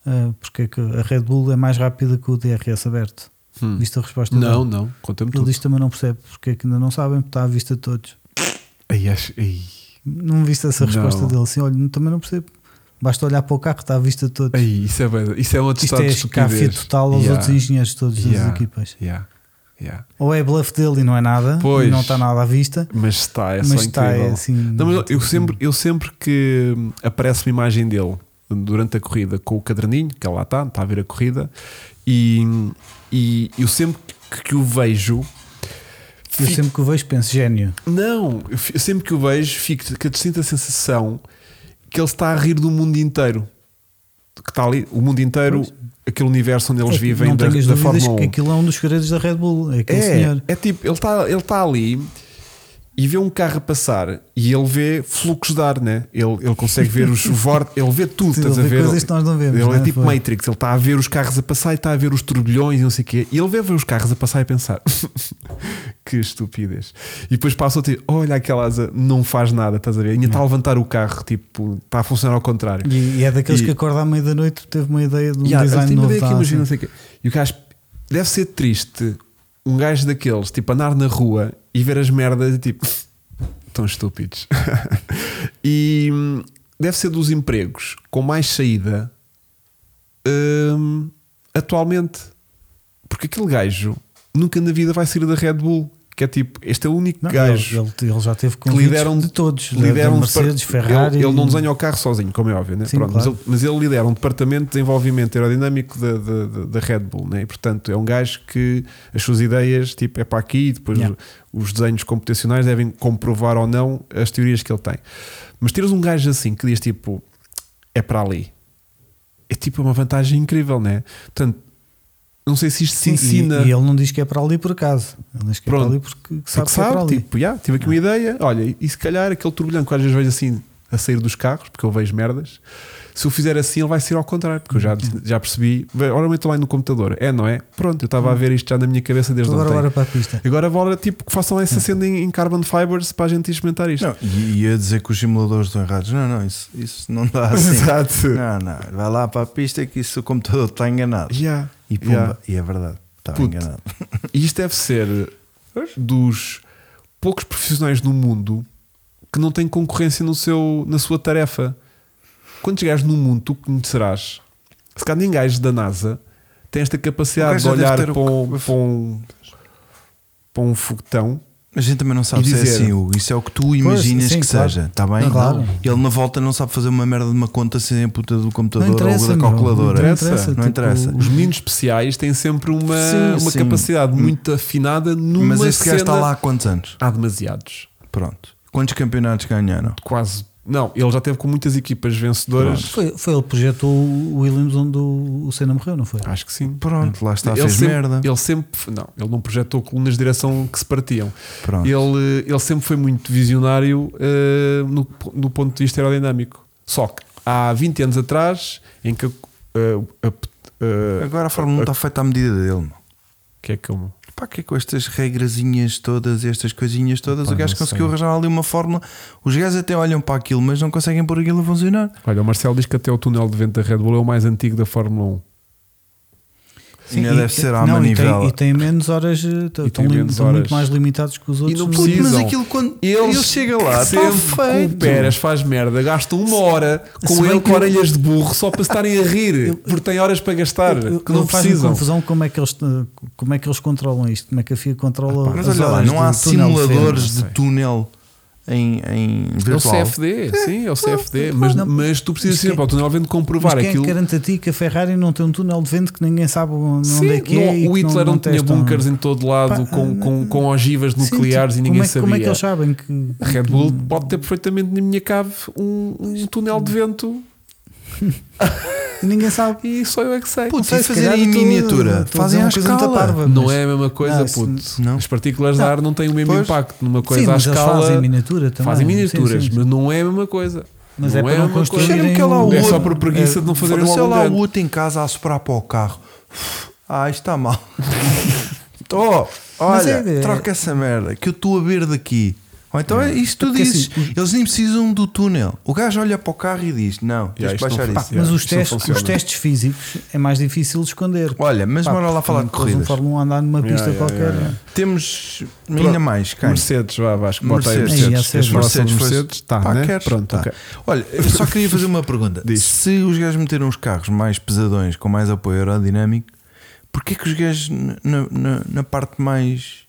[SPEAKER 3] ah, porque é que a Red Bull é mais rápida que o DRS aberto.
[SPEAKER 2] Hum.
[SPEAKER 3] Viste a resposta
[SPEAKER 2] Não,
[SPEAKER 3] dele?
[SPEAKER 2] não. Conta-me
[SPEAKER 3] Ele
[SPEAKER 2] tudo.
[SPEAKER 3] diz que também não percebe porque é que ainda não sabem, porque está à vista de todos.
[SPEAKER 2] Ai, acho- ai.
[SPEAKER 3] Não viste essa resposta
[SPEAKER 2] Não.
[SPEAKER 3] dele? Sim, olha, também não percebo. Basta olhar para o carro, está à vista de todos.
[SPEAKER 2] Ai, isso, é, bué- isso é um
[SPEAKER 3] Isto
[SPEAKER 2] atestado
[SPEAKER 3] é
[SPEAKER 2] de
[SPEAKER 3] escáfia
[SPEAKER 2] estupidez.
[SPEAKER 3] total aos
[SPEAKER 2] Yeah.
[SPEAKER 3] outros engenheiros todos
[SPEAKER 2] Yeah.
[SPEAKER 3] das equipas.
[SPEAKER 2] Yeah. Yeah.
[SPEAKER 3] Ou é bluff dele e não é nada,
[SPEAKER 2] Pois.
[SPEAKER 3] e não está nada à vista,
[SPEAKER 2] Mas está, é só
[SPEAKER 3] mas está
[SPEAKER 2] incrível.
[SPEAKER 3] é assim.
[SPEAKER 2] Não, mas eu, sempre, eu sempre que hum, aparece uma imagem dele durante a corrida com o caderninho, que ele lá está, está a ver a corrida, e, e eu sempre que, que o vejo.
[SPEAKER 3] Eu
[SPEAKER 2] fico-
[SPEAKER 3] sempre que o vejo penso gênio.
[SPEAKER 2] Não, eu fi- sempre que o vejo fico com a distinta sensação que ele está a rir do mundo inteiro. Que está ali, o mundo inteiro, aquele universo onde eles
[SPEAKER 3] É que
[SPEAKER 2] vivem
[SPEAKER 3] não
[SPEAKER 2] da,
[SPEAKER 3] tenhas
[SPEAKER 2] da
[SPEAKER 3] dúvidas
[SPEAKER 2] Fórmula
[SPEAKER 3] que
[SPEAKER 2] 1.
[SPEAKER 3] aquilo é um dos segredos da Red Bull. É aquele
[SPEAKER 2] É,
[SPEAKER 3] senhor.
[SPEAKER 2] é tipo, ele está ele tá ali e vê um carro a passar e ele vê fluxos de ar, né? Ele, ele consegue ver os vórtices, ele vê tudo,
[SPEAKER 3] Sim,
[SPEAKER 2] estás
[SPEAKER 3] ele
[SPEAKER 2] a
[SPEAKER 3] vê
[SPEAKER 2] ver?
[SPEAKER 3] coisas que nós não vemos,
[SPEAKER 2] ele é
[SPEAKER 3] né?
[SPEAKER 2] tipo
[SPEAKER 3] Foi.
[SPEAKER 2] Matrix, ele está a ver os carros a passar e está a ver os turbilhões e não sei o quê. E ele vê, vê os carros a passar e pensar que estupidez. E depois passa o tipo, olha aquela asa, não faz nada, estás a ver? Ainda está a levantar o carro, tipo, está a funcionar ao contrário.
[SPEAKER 3] E, e é daqueles
[SPEAKER 2] E-
[SPEAKER 3] que acorda à meia da noite, teve uma ideia de um
[SPEAKER 2] Yeah,
[SPEAKER 3] design
[SPEAKER 2] tem uma
[SPEAKER 3] novo.
[SPEAKER 2] ideia que
[SPEAKER 3] tá,
[SPEAKER 2] imagina, não
[SPEAKER 3] assim.
[SPEAKER 2] sei o quê. E o gajo deve ser triste um gajo daqueles, tipo, andar na rua e ver as merdas e tipo, tão estúpidos. e hum, deve ser dos empregos com mais saída hum, atualmente. Porque aquele gajo nunca na vida vai sair da Red Bull. Que é tipo, este é o único
[SPEAKER 3] Não,
[SPEAKER 2] gajo
[SPEAKER 3] ele, ele- ele já teve
[SPEAKER 2] que
[SPEAKER 3] convites
[SPEAKER 2] lideram
[SPEAKER 3] de todos, da-
[SPEAKER 2] lideram
[SPEAKER 3] da
[SPEAKER 2] um
[SPEAKER 3] Mercedes,
[SPEAKER 2] depart-
[SPEAKER 3] Ferrari.
[SPEAKER 2] Ele, ele não desenha o carro sozinho, como é óbvio, né?
[SPEAKER 3] Sim,
[SPEAKER 2] Pronto,
[SPEAKER 3] claro.
[SPEAKER 2] mas, ele, mas ele lidera um departamento de desenvolvimento aerodinâmico da, da, da- da Red Bull, né? E, portanto é um gajo que as suas ideias tipo, é para aqui e depois
[SPEAKER 3] Yeah.
[SPEAKER 2] os desenhos computacionais devem comprovar ou não as teorias que ele tem. Mas teres um gajo assim que diz tipo é para ali, é tipo uma vantagem incrível, né? Portanto, não sei se isto se
[SPEAKER 3] Sim, e-
[SPEAKER 2] ensina.
[SPEAKER 3] E, ele não diz que é para ali por acaso. Ele diz que é
[SPEAKER 2] Pronto.
[SPEAKER 3] para ali porque que sabe
[SPEAKER 2] Porque
[SPEAKER 3] que é para
[SPEAKER 2] sabe,
[SPEAKER 3] ali.
[SPEAKER 2] tipo, já, tive aqui uma ideia. Olha, e se calhar aquele turbilhão que às vezes vejo assim a sair dos carros, porque eu vejo merdas, se eu fizer assim, ele vai sair ao contrário, porque eu já,
[SPEAKER 3] Uhum.
[SPEAKER 2] já percebi. Olha, eu estou lá no computador, é, não é? Pronto, eu estava a ver isto já na minha cabeça desde
[SPEAKER 3] Uhum. agora Uhum.
[SPEAKER 2] ontem.
[SPEAKER 3] bora para a pista.
[SPEAKER 2] Agora, bora, tipo, que façam essa cena em, em carbon fibers para a gente experimentar isto.
[SPEAKER 1] Não, e ia dizer que os simuladores estão errados. Não, não, isso, isso não dá assim.
[SPEAKER 2] Exato.
[SPEAKER 1] Não, não. Vai lá para a pista que isso o computador está enganado.
[SPEAKER 2] Já,
[SPEAKER 1] E pumba.
[SPEAKER 2] já.
[SPEAKER 1] E é verdade. Estava
[SPEAKER 2] Puto.
[SPEAKER 1] enganado.
[SPEAKER 2] E isto deve ser dos poucos profissionais no mundo que não têm concorrência no seu, na sua tarefa. Quantos gajos no mundo tu conhecerás? Se calhar nem gajos da NASA têm esta
[SPEAKER 1] O
[SPEAKER 2] capacidade
[SPEAKER 1] gajo já
[SPEAKER 2] de
[SPEAKER 1] deve
[SPEAKER 2] olhar
[SPEAKER 1] ter
[SPEAKER 2] para
[SPEAKER 1] o
[SPEAKER 2] um, para, um, para um foguetão.
[SPEAKER 1] A gente também não sabe
[SPEAKER 2] E
[SPEAKER 1] se
[SPEAKER 2] dizer-
[SPEAKER 1] é assim, Hugo. Isso é o que tu imaginas
[SPEAKER 3] sim,
[SPEAKER 1] que
[SPEAKER 3] claro.
[SPEAKER 1] seja. Está bem?
[SPEAKER 3] Claro.
[SPEAKER 1] Ele na volta não sabe fazer uma merda de uma conta sem a puta do computador
[SPEAKER 3] Não
[SPEAKER 1] ou
[SPEAKER 3] interessa,
[SPEAKER 1] da
[SPEAKER 3] meu,
[SPEAKER 1] calculadora.
[SPEAKER 2] não interessa,
[SPEAKER 1] Não
[SPEAKER 3] tipo,
[SPEAKER 1] interessa.
[SPEAKER 2] Os meninos especiais têm sempre uma,
[SPEAKER 1] Sim,
[SPEAKER 2] uma
[SPEAKER 1] sim. Hum.
[SPEAKER 2] capacidade muito afinada numa
[SPEAKER 1] Mas este
[SPEAKER 2] cena.
[SPEAKER 1] gajo está lá há quantos anos?
[SPEAKER 2] Há demasiados.
[SPEAKER 1] Pronto. Quantos campeonatos ganharam?
[SPEAKER 2] Quase. Não, ele já teve com muitas equipas vencedoras.
[SPEAKER 3] Foi, foi ele que projetou o Williams onde o, o Senna morreu, não foi?
[SPEAKER 2] Acho que sim.
[SPEAKER 1] Pronto, lá está,
[SPEAKER 2] ele
[SPEAKER 1] fez
[SPEAKER 2] sempre,
[SPEAKER 1] merda.
[SPEAKER 2] Ele sempre. Não, ele não projetou colunas de direção que se partiam.
[SPEAKER 1] Pronto.
[SPEAKER 2] Ele, ele sempre foi muito visionário eh, no, no ponto de vista aerodinâmico. Só que há 20 anos atrás, em que a. a- a- a-
[SPEAKER 1] Agora a Fórmula 1 está feita à medida dele. Meu.
[SPEAKER 2] que é que eu.
[SPEAKER 1] Pá, que é com estas regrazinhas todas, estas coisinhas todas,
[SPEAKER 2] Pá,
[SPEAKER 1] o gajo
[SPEAKER 2] não
[SPEAKER 1] conseguiu
[SPEAKER 2] sei.
[SPEAKER 1] arranjar ali uma fórmula. Os gajos até olham para aquilo, mas não conseguem pôr aquilo a funcionar.
[SPEAKER 2] Olha, o Marcelo diz que até o túnel de vento da Red Bull é o mais antigo da Fórmula 1.
[SPEAKER 1] Ainda
[SPEAKER 3] e
[SPEAKER 1] deve
[SPEAKER 3] te-
[SPEAKER 1] ser à
[SPEAKER 3] não, e tem-
[SPEAKER 1] manivela.
[SPEAKER 3] E tem menos horas, eh, t-
[SPEAKER 2] E tem
[SPEAKER 3] estão lim-
[SPEAKER 2] menos
[SPEAKER 3] estão
[SPEAKER 2] horas.
[SPEAKER 3] muito mais limitados que os outros.
[SPEAKER 2] não
[SPEAKER 3] no-
[SPEAKER 1] Puto, mas
[SPEAKER 2] precisam.
[SPEAKER 1] aquilo quando
[SPEAKER 2] Eles
[SPEAKER 1] ele chega lá, está
[SPEAKER 2] sempre que o
[SPEAKER 1] feito.
[SPEAKER 2] Pérez faz merda, gastam uma hora com
[SPEAKER 3] se bem
[SPEAKER 2] ele
[SPEAKER 3] que
[SPEAKER 2] com
[SPEAKER 3] eu-
[SPEAKER 2] orelhas de burro só para estarem a rir, porque têm horas para gastar
[SPEAKER 3] Eu- eu-
[SPEAKER 2] que não
[SPEAKER 3] eu faço-me
[SPEAKER 2] precisam.
[SPEAKER 3] confusão como é, que eles, eh, como é que eles controlam isto, como é que a FIA controla
[SPEAKER 1] Mas
[SPEAKER 3] as
[SPEAKER 1] olha lá,
[SPEAKER 3] horas
[SPEAKER 1] não há
[SPEAKER 3] do túnel vento,
[SPEAKER 1] simuladores de
[SPEAKER 3] não sei.
[SPEAKER 1] túnel em, em
[SPEAKER 2] É o
[SPEAKER 1] virtual.
[SPEAKER 2] CFD, sim, é o CFD, mas,
[SPEAKER 3] não.
[SPEAKER 2] mas tu precisas
[SPEAKER 3] Mas
[SPEAKER 2] ir
[SPEAKER 3] quem-
[SPEAKER 2] para o túnel vento
[SPEAKER 3] Mas
[SPEAKER 2] comprovar
[SPEAKER 3] quem é
[SPEAKER 2] aquilo.
[SPEAKER 3] que garante a ti que a Ferrari não tem um túnel de vento que ninguém sabe onde
[SPEAKER 2] Sim,
[SPEAKER 3] é que
[SPEAKER 2] não-
[SPEAKER 3] é? e
[SPEAKER 2] o
[SPEAKER 3] que
[SPEAKER 2] Hitler não, tinha
[SPEAKER 3] testam?
[SPEAKER 2] bunkers em todo lado
[SPEAKER 3] Pá,
[SPEAKER 2] com, com, com ogivas
[SPEAKER 3] Sim,
[SPEAKER 2] nucleares
[SPEAKER 3] tipo,
[SPEAKER 2] e ninguém
[SPEAKER 3] como é,
[SPEAKER 2] sabia.
[SPEAKER 3] Como é que eles Hum. sabem que.
[SPEAKER 2] A Red Bull pode ter perfeitamente na minha cave um, um túnel
[SPEAKER 3] hum.
[SPEAKER 2] de vento
[SPEAKER 3] Ninguém sabe.
[SPEAKER 2] e só eu é que sei.
[SPEAKER 1] Puto,
[SPEAKER 3] sei,
[SPEAKER 1] e
[SPEAKER 3] se
[SPEAKER 1] fazem
[SPEAKER 3] calhar
[SPEAKER 1] em
[SPEAKER 3] estou a-
[SPEAKER 1] miniatura?
[SPEAKER 3] estou a dizer
[SPEAKER 1] Fazem
[SPEAKER 3] uma
[SPEAKER 1] à
[SPEAKER 3] coisa muito
[SPEAKER 1] escala.
[SPEAKER 3] parva,
[SPEAKER 2] não
[SPEAKER 3] mas- Ah,
[SPEAKER 2] é a mesma coisa,
[SPEAKER 3] Não, isso
[SPEAKER 2] puto.
[SPEAKER 1] não-
[SPEAKER 2] As partículas de
[SPEAKER 3] Não.
[SPEAKER 2] ar não têm o mesmo
[SPEAKER 1] Pois.
[SPEAKER 2] impacto numa coisa
[SPEAKER 3] Sim,
[SPEAKER 2] à
[SPEAKER 3] mas eles
[SPEAKER 2] escala.
[SPEAKER 3] fazem miniatura também.
[SPEAKER 2] fazem
[SPEAKER 3] Sim,
[SPEAKER 2] miniaturas,
[SPEAKER 3] sim, sim.
[SPEAKER 2] mas não é a mesma coisa.
[SPEAKER 3] Mas é para não
[SPEAKER 2] a mesma coisa.
[SPEAKER 3] construírem
[SPEAKER 1] Cheira-me que é lá o
[SPEAKER 2] É só
[SPEAKER 1] outro.
[SPEAKER 2] por preguiça de não fazerem
[SPEAKER 1] Foda-se,
[SPEAKER 2] logo um
[SPEAKER 1] olha lá o
[SPEAKER 2] grande.
[SPEAKER 1] outro em casa a soprar para o carro. Ah, isto está mal. oh,
[SPEAKER 3] Mas
[SPEAKER 1] olha,
[SPEAKER 3] é-
[SPEAKER 1] troca essa merda que eu estou a ver daqui. Ou então é isto tu
[SPEAKER 3] Porque
[SPEAKER 1] dizes,
[SPEAKER 3] assim,
[SPEAKER 1] eles nem precisam do túnel. O gajo olha para o carro e diz: Não, tens
[SPEAKER 2] Yeah,
[SPEAKER 1] de
[SPEAKER 2] isto
[SPEAKER 1] baixar
[SPEAKER 2] não faz-
[SPEAKER 1] isso.
[SPEAKER 3] Pá,
[SPEAKER 2] Yeah,
[SPEAKER 3] mas os
[SPEAKER 2] isto é, não
[SPEAKER 3] testes,
[SPEAKER 2] funciona.
[SPEAKER 3] os testes físicos é mais difícil de esconder.
[SPEAKER 1] Olha, mas
[SPEAKER 3] Pá,
[SPEAKER 1] bora lá
[SPEAKER 3] porque
[SPEAKER 1] falar de
[SPEAKER 3] não pôs Um
[SPEAKER 1] corridas.
[SPEAKER 3] Fórmula 1 a andar numa
[SPEAKER 2] Yeah,
[SPEAKER 3] pista
[SPEAKER 2] yeah,
[SPEAKER 3] qualquer.
[SPEAKER 2] yeah, yeah.
[SPEAKER 1] Temos ainda
[SPEAKER 2] Pronto.
[SPEAKER 1] mais, cara.
[SPEAKER 2] Mercedes, vá, Vasco, bota aí
[SPEAKER 1] Mercedes. é
[SPEAKER 2] Mercedes.
[SPEAKER 3] Ei,
[SPEAKER 2] Queres falar sobre
[SPEAKER 1] Mercedes, pois.
[SPEAKER 2] Mercedes? Tá,
[SPEAKER 1] Pá,
[SPEAKER 2] né?
[SPEAKER 1] queres?
[SPEAKER 2] Pronto,
[SPEAKER 1] Tá.
[SPEAKER 2] ok.
[SPEAKER 1] Olha, eu só queria fazer uma pergunta. Se os gajos meteram os carros mais pesadões, com mais apoio aerodinâmico, porquê que os gajos na, na- na parte mais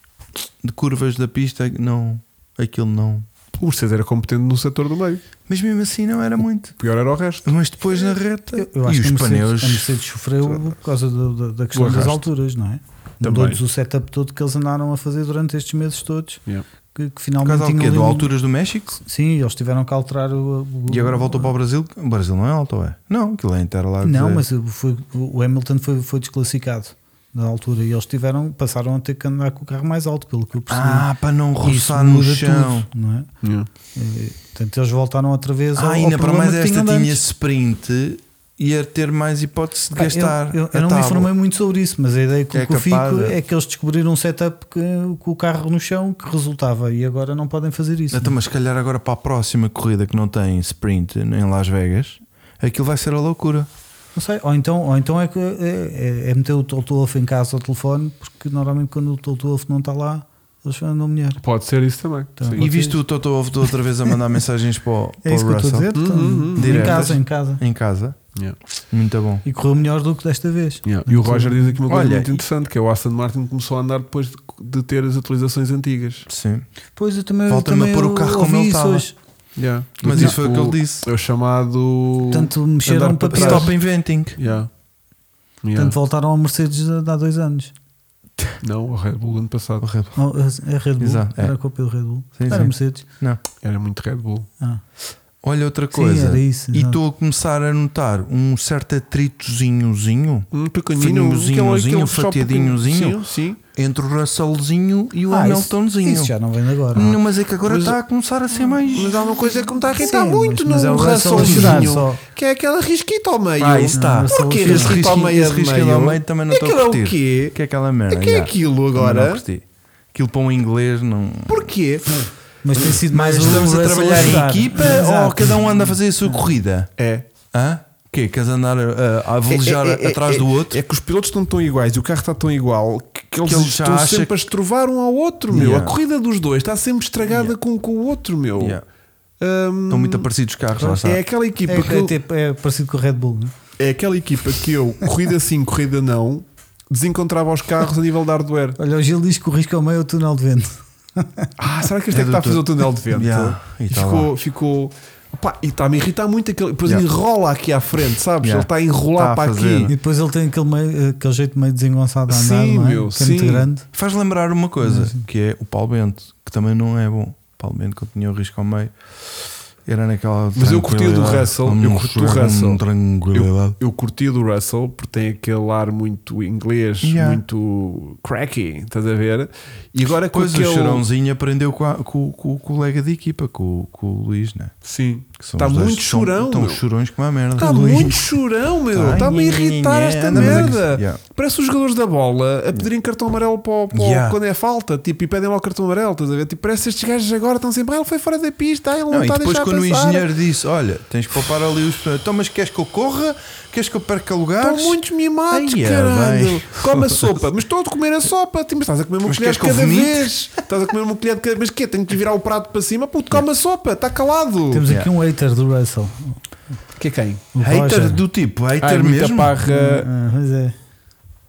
[SPEAKER 1] de curvas da pista não. aquilo não.
[SPEAKER 2] O Mercedes era competente no setor do meio.
[SPEAKER 1] Mas mesmo assim não era muito.
[SPEAKER 2] O pior era o resto.
[SPEAKER 1] Mas depois na reta.
[SPEAKER 3] Eu, eu acho
[SPEAKER 1] e
[SPEAKER 3] que
[SPEAKER 1] os
[SPEAKER 3] a Mercedes,
[SPEAKER 1] pneus.
[SPEAKER 3] a Mercedes sofreu por causa do- da, da questão
[SPEAKER 2] Do
[SPEAKER 3] das
[SPEAKER 2] arrasto.
[SPEAKER 3] alturas, não é?
[SPEAKER 2] Também.
[SPEAKER 3] Mudou-lhes o setup todo que eles andaram a fazer durante estes meses todos,
[SPEAKER 2] Yeah.
[SPEAKER 3] que, que
[SPEAKER 1] Por
[SPEAKER 3] finalmente
[SPEAKER 1] causa do
[SPEAKER 3] tinham
[SPEAKER 1] quê?
[SPEAKER 3] ali
[SPEAKER 1] Do
[SPEAKER 3] um-
[SPEAKER 1] alturas do México?
[SPEAKER 3] Sim, eles tiveram que alterar o. o-
[SPEAKER 1] E agora voltou para o Brasil? O Brasil não é alto, ou é? Não, aquilo é interlago.
[SPEAKER 3] Não, mas foi, o Hamilton foi, foi desclassificado na altura e eles tiveram, passaram a ter que andar com o carro mais alto, pelo que eu percebi.
[SPEAKER 1] Ah, para não
[SPEAKER 3] E isso
[SPEAKER 1] roçar no
[SPEAKER 3] muda
[SPEAKER 1] chão.
[SPEAKER 3] tudo, não é?
[SPEAKER 2] Yeah.
[SPEAKER 3] Eh, Portanto, eles voltaram outra vez ao,
[SPEAKER 1] Ah,
[SPEAKER 3] ao
[SPEAKER 1] ainda para
[SPEAKER 3] problema é
[SPEAKER 1] mais
[SPEAKER 3] que
[SPEAKER 1] esta
[SPEAKER 3] tinham de
[SPEAKER 1] tinha
[SPEAKER 3] antes.
[SPEAKER 1] sprint e ia ter mais hipótese de
[SPEAKER 3] Pá, eu-
[SPEAKER 1] gastar.
[SPEAKER 3] Eu, eu
[SPEAKER 1] a
[SPEAKER 3] não me
[SPEAKER 1] tábua.
[SPEAKER 3] informei muito sobre isso, mas a ideia que,
[SPEAKER 1] É
[SPEAKER 3] que eu fico
[SPEAKER 1] capaz de-
[SPEAKER 3] é que eles descobriram um setup que, com o carro no chão que resultava e agora não podem fazer isso.
[SPEAKER 1] Então, mas se calhar agora para a próxima corrida que não tem sprint em Las Vegas, aquilo vai ser a loucura.
[SPEAKER 3] Não sei, ou então, ou então é, que, é, é- é meter o Toltolf em casa ao telefone, porque normalmente quando o Toltolf não está lá, eles andam melhor.
[SPEAKER 2] Pode ser isso também.
[SPEAKER 3] Então,
[SPEAKER 2] Sim.
[SPEAKER 1] Tá. E viste o Toto Wolff outra vez a mandar mensagens para o, para
[SPEAKER 3] É
[SPEAKER 1] o
[SPEAKER 3] isso que eu estou a
[SPEAKER 1] Russell Hum,
[SPEAKER 3] dizer. portanto,
[SPEAKER 2] Uhum, uhum.
[SPEAKER 3] Em
[SPEAKER 1] Diretas.
[SPEAKER 3] casa, em casa.
[SPEAKER 1] em casa?
[SPEAKER 2] Yeah.
[SPEAKER 1] Muito bom.
[SPEAKER 3] E correu melhor do que desta vez.
[SPEAKER 2] Yeah. E o Roger diz aqui uma coisa
[SPEAKER 1] Olha,
[SPEAKER 2] muito
[SPEAKER 1] e-
[SPEAKER 2] interessante: que é o Aston Martin começou a andar depois de, de ter as atualizações antigas.
[SPEAKER 1] Sim.
[SPEAKER 3] Pois eu também,
[SPEAKER 1] Volta-me
[SPEAKER 3] também
[SPEAKER 1] a pôr o carro
[SPEAKER 3] ouvi
[SPEAKER 1] como ele
[SPEAKER 3] isso
[SPEAKER 1] estava.
[SPEAKER 3] hoje.
[SPEAKER 2] Yeah.
[SPEAKER 1] Mas
[SPEAKER 2] Do
[SPEAKER 1] isso foi o que
[SPEAKER 2] tipo,
[SPEAKER 1] ele disse. um
[SPEAKER 2] É o chamado.
[SPEAKER 3] Portanto,
[SPEAKER 2] andar
[SPEAKER 3] mexeram para
[SPEAKER 2] para
[SPEAKER 3] trás.
[SPEAKER 1] Stop inventing.
[SPEAKER 2] Yeah. Yeah.
[SPEAKER 3] Portanto, voltaram ao Mercedes de de há dois anos.
[SPEAKER 2] Não, o Red Bull ano passado
[SPEAKER 3] Não, é Red Bull.
[SPEAKER 1] Exato, é.
[SPEAKER 3] Era a Copa do Red Bull.
[SPEAKER 1] Sim,
[SPEAKER 3] era
[SPEAKER 1] sim.
[SPEAKER 3] Mercedes.
[SPEAKER 1] Não.
[SPEAKER 2] era muito Red Bull.
[SPEAKER 3] Ah.
[SPEAKER 1] Olha outra
[SPEAKER 3] Sim,
[SPEAKER 1] coisa.
[SPEAKER 3] era isso,
[SPEAKER 1] e
[SPEAKER 3] exato.
[SPEAKER 1] estou a começar a notar um certo atritozinhozinho
[SPEAKER 2] Um
[SPEAKER 1] Fininhozinho,
[SPEAKER 2] aquele- aquele
[SPEAKER 1] fatiadinhozinho.
[SPEAKER 2] só pequeno. Sim, sim.
[SPEAKER 1] entre o Russellzinho e o
[SPEAKER 3] Ah, isso-
[SPEAKER 1] Hamiltonzinho.
[SPEAKER 3] Isso já não vem de agora.
[SPEAKER 1] Não, mas é que agora
[SPEAKER 2] tá Mas-
[SPEAKER 1] está a começar a ser mais.
[SPEAKER 2] Mas há uma coisa que me está a
[SPEAKER 1] tá
[SPEAKER 2] irritar
[SPEAKER 3] Sim,
[SPEAKER 2] muito
[SPEAKER 3] mas- mas é
[SPEAKER 2] no
[SPEAKER 3] o Russell a chorar
[SPEAKER 2] Russellzinho,
[SPEAKER 3] só.
[SPEAKER 2] que é aquela risquita ao meio.
[SPEAKER 1] Ah, isso está.
[SPEAKER 3] Não, só
[SPEAKER 2] Porquê
[SPEAKER 3] o
[SPEAKER 2] esse
[SPEAKER 1] risquinho-
[SPEAKER 2] risquito ao meio?
[SPEAKER 1] esse
[SPEAKER 2] a
[SPEAKER 1] risquinho
[SPEAKER 2] meio?
[SPEAKER 1] ao meio também não estou a
[SPEAKER 2] Aquilo é o
[SPEAKER 1] curtir.
[SPEAKER 2] quê?
[SPEAKER 1] Que é aquela merda.
[SPEAKER 2] O que é
[SPEAKER 1] já.
[SPEAKER 2] aquilo
[SPEAKER 1] Também Não
[SPEAKER 2] agora?
[SPEAKER 1] curti. Aquilo para um inglês não.
[SPEAKER 2] Porquê?
[SPEAKER 1] Hum.
[SPEAKER 3] Mas tem sido mais
[SPEAKER 1] Mas
[SPEAKER 3] o
[SPEAKER 1] estamos a
[SPEAKER 2] é
[SPEAKER 3] Russell
[SPEAKER 1] trabalhar em
[SPEAKER 3] ajudar.
[SPEAKER 1] equipa
[SPEAKER 3] Exato.
[SPEAKER 1] ou cada um anda a fazer a sua corrida?
[SPEAKER 2] É.
[SPEAKER 1] Hã? O quê? Queres andar uh, a velejar
[SPEAKER 2] É, é, é,
[SPEAKER 1] atrás
[SPEAKER 2] é,
[SPEAKER 1] do outro?
[SPEAKER 2] É que os pilotos estão tão iguais e o carro está tão igual que, que eles
[SPEAKER 1] ele já
[SPEAKER 2] estão
[SPEAKER 1] acha
[SPEAKER 2] sempre
[SPEAKER 1] que-
[SPEAKER 2] a estrovar um ao outro, meu.
[SPEAKER 1] Yeah.
[SPEAKER 2] A corrida dos dois está sempre estragada com, com o outro, meu.
[SPEAKER 1] Yeah.
[SPEAKER 2] é, Hum,
[SPEAKER 1] Estão muito parecidos os carros, lá está.
[SPEAKER 2] é aquela equipa
[SPEAKER 3] É,
[SPEAKER 2] que eu-
[SPEAKER 3] é, tipo- é parecido com o Red Bull. não é?
[SPEAKER 2] é aquela equipa que eu, corrida sim, corrida não, desencontrava os carros a nível de hardware.
[SPEAKER 3] Olha, o Gil diz que o risco ao meio é o túnel de vento.
[SPEAKER 2] Ah, será que este é,
[SPEAKER 1] É
[SPEAKER 2] que
[SPEAKER 1] do
[SPEAKER 2] está a fazer
[SPEAKER 1] tu-
[SPEAKER 2] o túnel de vento?
[SPEAKER 1] Yeah, e
[SPEAKER 2] E
[SPEAKER 1] tá
[SPEAKER 2] ficou. ficou pá, e está-me a irritar muito aquele. Depois
[SPEAKER 1] Yeah.
[SPEAKER 2] enrola aqui à frente, sabes?
[SPEAKER 1] Yeah.
[SPEAKER 2] Ele está a enrolar
[SPEAKER 1] Está a
[SPEAKER 2] para
[SPEAKER 1] fazer.
[SPEAKER 3] E
[SPEAKER 2] aqui.
[SPEAKER 3] depois ele tem aquele, meio- aquele jeito meio desengonçado a andar,
[SPEAKER 2] Sim,
[SPEAKER 3] não é?
[SPEAKER 2] meu,
[SPEAKER 3] que é muito
[SPEAKER 2] sim.
[SPEAKER 3] grande.
[SPEAKER 1] Faz lembrar uma coisa, que é o Paulo Bento, que também não é bom. O Paulo Bento, quando tinha o risco ao meio, Era naquela.
[SPEAKER 2] Mas eu curti o do
[SPEAKER 1] tranquilidade,
[SPEAKER 2] Russell,
[SPEAKER 1] um
[SPEAKER 2] eu curti o
[SPEAKER 1] sossego,
[SPEAKER 2] Russell.
[SPEAKER 1] um Tranquilidade.
[SPEAKER 2] Eu curti do Russell porque tem aquele ar muito inglês,
[SPEAKER 1] Yeah.
[SPEAKER 2] muito cracky, estás a ver? E agora com
[SPEAKER 1] Pois o
[SPEAKER 2] aquele-
[SPEAKER 1] Chorãozinho aprendeu com, a- com- com o colega de equipa, com, com o Luís, né?
[SPEAKER 2] Sim,
[SPEAKER 1] Que são
[SPEAKER 2] Tá
[SPEAKER 1] os dois
[SPEAKER 2] muito
[SPEAKER 1] que são-
[SPEAKER 2] chorão,
[SPEAKER 1] Estão
[SPEAKER 2] meu.
[SPEAKER 1] chorões como a merda.
[SPEAKER 2] Está
[SPEAKER 1] O Luís-
[SPEAKER 2] Tá muito chorão, meu.
[SPEAKER 1] Tá.
[SPEAKER 2] Está-me a irritar esta
[SPEAKER 1] Anda, mas é que-
[SPEAKER 2] merda.
[SPEAKER 1] Yeah.
[SPEAKER 2] Parece os jogadores da bola a pedirem cartão amarelo para, o- para o-
[SPEAKER 1] Yeah.
[SPEAKER 2] quando é falta, tipo, e pedem lá o cartão amarelo, estás a ver? Tipo, parece estes gajos agora estão sempre, ah, ele foi fora da pista, ah, ele não,
[SPEAKER 1] Não, e
[SPEAKER 2] está a
[SPEAKER 1] depois
[SPEAKER 2] deixar
[SPEAKER 1] quando o
[SPEAKER 2] passar.
[SPEAKER 1] engenheiro disse: Olha, tens que poupar ali os. Então, mas queres que eu corra? Queres que eu perca lugares?
[SPEAKER 2] Estão muitos mimados,
[SPEAKER 1] Ai, é,
[SPEAKER 2] caralho.
[SPEAKER 1] bem.
[SPEAKER 2] Come a sopa, mas estou a comer a sopa. Tipo, mas estás a comer uma
[SPEAKER 1] Mas
[SPEAKER 2] colher de
[SPEAKER 1] queres que
[SPEAKER 2] cada
[SPEAKER 1] eu vomite?
[SPEAKER 2] vez. Estás a comer uma colher de cada vez. Mas quê? Tenho que virar o prato para cima. Puto, come a sopa, está calado.
[SPEAKER 3] Temos
[SPEAKER 1] Yeah.
[SPEAKER 3] aqui um hater do Russell.
[SPEAKER 2] Que é quem?
[SPEAKER 3] O
[SPEAKER 1] Hater
[SPEAKER 3] Roger.
[SPEAKER 1] do tipo, hater
[SPEAKER 2] Ai, muita
[SPEAKER 1] mesmo.
[SPEAKER 2] parra.
[SPEAKER 3] Ah, mas é.
[SPEAKER 2] Hum.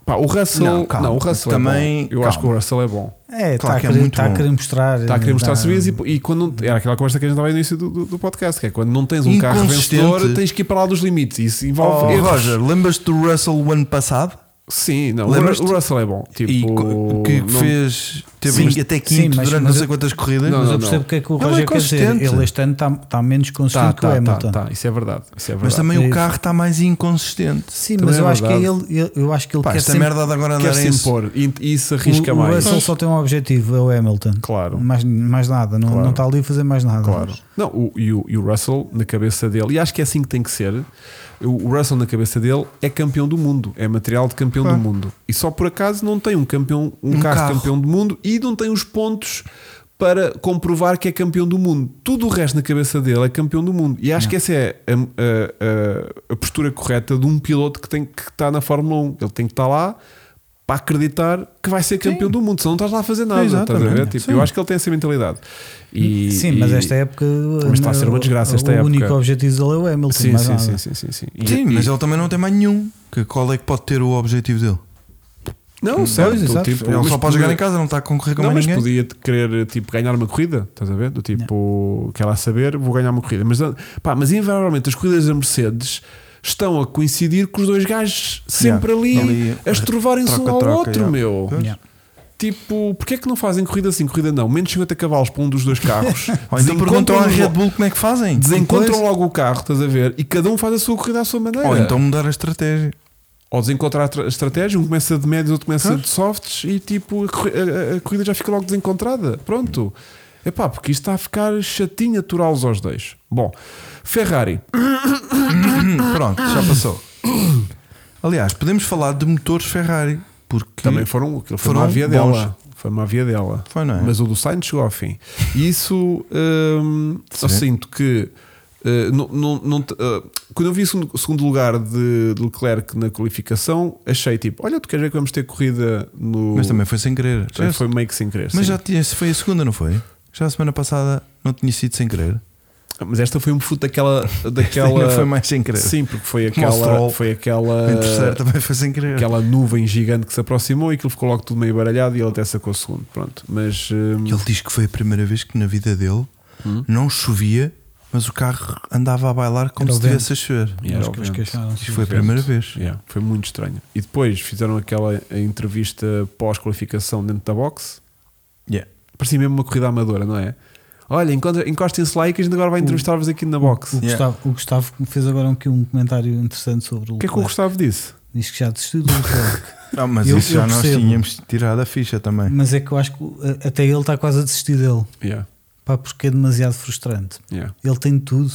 [SPEAKER 2] Pá, o Russell. Não,
[SPEAKER 1] Não, calma.
[SPEAKER 2] o Russell
[SPEAKER 1] Também-
[SPEAKER 2] é bom. Eu
[SPEAKER 1] calma.
[SPEAKER 2] acho que o Russell é bom.
[SPEAKER 3] É, está
[SPEAKER 1] Claro
[SPEAKER 3] a,
[SPEAKER 1] que é
[SPEAKER 3] querer-
[SPEAKER 1] muito
[SPEAKER 3] tá a
[SPEAKER 1] bom.
[SPEAKER 3] querer mostrar. eh,
[SPEAKER 2] Está a querer mostrar
[SPEAKER 3] dá-
[SPEAKER 2] subias e, e quando. Era aquela conversa que a gente estava no início do, do- do podcast, que é quando não tens um carro
[SPEAKER 1] Inconsistente.
[SPEAKER 2] vencedor, tens que ir para lá dos limites. Isso envolve.
[SPEAKER 1] Oh,
[SPEAKER 2] erros.
[SPEAKER 1] Roger, lembras-te do Russell o ano passado?
[SPEAKER 2] Sim, não. o
[SPEAKER 1] Lembras-te?
[SPEAKER 2] Ru- O Russell é bom. Tipo,
[SPEAKER 1] e co- que
[SPEAKER 2] não-
[SPEAKER 1] fez. Teve
[SPEAKER 3] Sim,
[SPEAKER 1] em- até
[SPEAKER 3] mas-
[SPEAKER 1] quinto
[SPEAKER 3] sim, mas-
[SPEAKER 1] durante
[SPEAKER 3] mas
[SPEAKER 1] não sei
[SPEAKER 3] eu-
[SPEAKER 1] quantas corridas.
[SPEAKER 2] Não,
[SPEAKER 3] Mas
[SPEAKER 2] não,
[SPEAKER 3] eu percebo o que é que o
[SPEAKER 1] Ele é
[SPEAKER 3] Roger quer dizer.
[SPEAKER 1] consistente.
[SPEAKER 3] Ele este ano está tá menos consistente
[SPEAKER 2] Tá,
[SPEAKER 3] que o
[SPEAKER 2] tá, tá,
[SPEAKER 3] Hamilton.
[SPEAKER 2] tá, Isso é verdade. Isso é verdade.
[SPEAKER 1] Mas também
[SPEAKER 3] É
[SPEAKER 1] o
[SPEAKER 3] isso.
[SPEAKER 1] carro está mais inconsistente.
[SPEAKER 3] Sim,
[SPEAKER 2] Também
[SPEAKER 3] mas
[SPEAKER 2] é
[SPEAKER 3] eu acho que é
[SPEAKER 2] verdade.
[SPEAKER 3] ele, ele- eu acho que ele
[SPEAKER 1] Pá,
[SPEAKER 3] quer
[SPEAKER 1] esta
[SPEAKER 3] sempre-
[SPEAKER 1] merda de agora andar é
[SPEAKER 2] quer se
[SPEAKER 1] em
[SPEAKER 2] impor e, e se arrisca
[SPEAKER 3] O, o
[SPEAKER 2] mais.
[SPEAKER 3] Russell só tem um objetivo, é o Hamilton.
[SPEAKER 2] Claro.
[SPEAKER 3] Mais, mais nada, não,
[SPEAKER 2] Claro.
[SPEAKER 3] não está ali a fazer mais nada.
[SPEAKER 2] Claro. Não, o, e, o, e o Russell, na cabeça dele, e acho que é assim que tem que ser. O o Russell, na cabeça dele, é campeão do mundo, é material de campeão
[SPEAKER 1] Claro.
[SPEAKER 2] do mundo. E só por acaso não tem um, campeão, um,
[SPEAKER 1] Um
[SPEAKER 2] carro,
[SPEAKER 1] carro.
[SPEAKER 2] campeão do mundo e não tem os pontos para comprovar que é campeão do mundo. Tudo o resto na cabeça dele é campeão do mundo. E acho que essa é a, a- a- a postura correta de um piloto que tem que estar na Fórmula 1. Ele tem que estar lá. Para acreditar que vai ser campeão do mundo, senão não estás lá a fazer nada. estás a ver?
[SPEAKER 1] Exatamente,
[SPEAKER 2] Tipo,
[SPEAKER 1] sim.
[SPEAKER 2] eu acho que ele tem essa mentalidade. E-
[SPEAKER 3] Sim, mas
[SPEAKER 2] e-
[SPEAKER 1] é
[SPEAKER 3] esta época.
[SPEAKER 2] Mas está a ser uma desgraça esta
[SPEAKER 3] o
[SPEAKER 2] época.
[SPEAKER 3] O único objetivo dele é o Hamilton.
[SPEAKER 2] Sim,
[SPEAKER 3] mais
[SPEAKER 2] sim,
[SPEAKER 3] nada.
[SPEAKER 2] sim, sim, sim, sim. E-
[SPEAKER 1] Sim,
[SPEAKER 2] e-
[SPEAKER 1] mas ele também não tem mais nenhum. Que qual é que pode ter o objetivo dele?
[SPEAKER 2] não, certo,
[SPEAKER 3] Pois, exato.
[SPEAKER 2] tipo,
[SPEAKER 1] Ele
[SPEAKER 2] mas
[SPEAKER 1] só pode
[SPEAKER 2] podia-
[SPEAKER 1] jogar em casa, não está a concorrer com
[SPEAKER 2] Não,
[SPEAKER 1] mais
[SPEAKER 2] mas
[SPEAKER 1] ninguém.
[SPEAKER 2] podia querer tipo, ganhar uma corrida, estás a ver? Do tipo, quer lá saber, vou ganhar uma corrida. Mas, ah, pá, mas invariavelmente as corridas da Mercedes estão a coincidir com os dois gajos sempre
[SPEAKER 1] Yeah,
[SPEAKER 2] ali,
[SPEAKER 1] ali,
[SPEAKER 2] a estrovarem-se um ao
[SPEAKER 1] troca-troca,
[SPEAKER 2] outro,
[SPEAKER 1] yeah.
[SPEAKER 2] meu.
[SPEAKER 1] Pois.
[SPEAKER 3] Yeah.
[SPEAKER 2] Tipo, porquê é que não fazem corrida assim? Corrida não, menos 50 cavalos para um dos dois carros.
[SPEAKER 1] Ou então perguntam à
[SPEAKER 2] Desencontram-
[SPEAKER 1] Red Bull como é que fazem.
[SPEAKER 2] Desencontram logo o carro, estás a ver? E cada um faz a sua corrida à sua maneira.
[SPEAKER 1] Ou então mudar a estratégia.
[SPEAKER 2] Ou desencontrar a tra- a estratégia, um começa de médios, outro começa
[SPEAKER 1] Claro.
[SPEAKER 2] de softs e tipo a, corri- a- a- a corrida já fica logo desencontrada. Pronto. Epá, porque isto está a ficar chatinho aturá-los aos dois. Bom, Ferrari.
[SPEAKER 1] Hum, Pronto, já passou. Aliás, podemos falar de motores Ferrari. Porque
[SPEAKER 2] Também foram, aquilo foi
[SPEAKER 1] Foram
[SPEAKER 2] uma via
[SPEAKER 1] bons.
[SPEAKER 2] dela. Foi uma via dela.
[SPEAKER 1] Foi, não é?
[SPEAKER 2] Mas o do Sainz chegou ao fim. E isso hum, eu
[SPEAKER 1] Sim.
[SPEAKER 2] sinto que eh, não, não, não te- eh, quando eu vi o segundo, segundo lugar de, de Leclerc na qualificação, achei tipo: olha, tu queres ver que vamos ter corrida no.
[SPEAKER 1] Mas também foi sem querer. Já-
[SPEAKER 2] foi meio que sem querer.
[SPEAKER 1] mas
[SPEAKER 2] sim.
[SPEAKER 1] já tinha, foi a segunda, não foi? Já a semana passada não tinha sido sem querer.
[SPEAKER 2] Mas esta foi um fruto daquela. daquela
[SPEAKER 1] Ainda foi mais sem querer.
[SPEAKER 2] Sim, porque foi
[SPEAKER 1] Mostrou.
[SPEAKER 2] aquela. Foi
[SPEAKER 1] Em terceiro
[SPEAKER 2] aquela.
[SPEAKER 1] também foi sem querer.
[SPEAKER 2] Aquela nuvem gigante que se aproximou e aquilo ficou logo tudo meio baralhado e ele até sacou o segundo. Pronto, mas. hum,
[SPEAKER 1] Ele diz que foi a primeira vez que na vida dele
[SPEAKER 2] Hum.
[SPEAKER 1] não chovia, mas o carro andava a bailar como
[SPEAKER 3] Era o Ah,
[SPEAKER 1] se estivesse a chover.
[SPEAKER 2] Yeah,
[SPEAKER 3] Acho que
[SPEAKER 2] obviamente.
[SPEAKER 3] eles queixaram-se.
[SPEAKER 1] Isto foi a primeira vez.
[SPEAKER 2] Yeah, foi muito estranho. E depois fizeram aquela entrevista pós-qualificação dentro da box.
[SPEAKER 1] Yeah.
[SPEAKER 2] Parecia mesmo uma corrida amadora, não é? Olha, encontra- encostem-se lá e que a gente agora vai entrevistar-vos aqui na box.
[SPEAKER 3] O,
[SPEAKER 2] O
[SPEAKER 1] Yeah.
[SPEAKER 3] Gustavo, o Gustavo fez agora um, um comentário interessante sobre o
[SPEAKER 2] que é que o
[SPEAKER 3] Leclerc.
[SPEAKER 2] Gustavo disse?
[SPEAKER 3] Diz que já desistiu do Leclerc.
[SPEAKER 1] Não, mas
[SPEAKER 3] Eu-
[SPEAKER 1] isso
[SPEAKER 3] eu
[SPEAKER 1] já nós
[SPEAKER 3] percebo.
[SPEAKER 1] tínhamos tirado a ficha também.
[SPEAKER 3] mas é que eu acho que uh, até ele está quase a desistir dele.
[SPEAKER 2] Yeah,
[SPEAKER 3] Pá, porque é demasiado frustrante.
[SPEAKER 2] yeah.
[SPEAKER 3] Ele tem tudo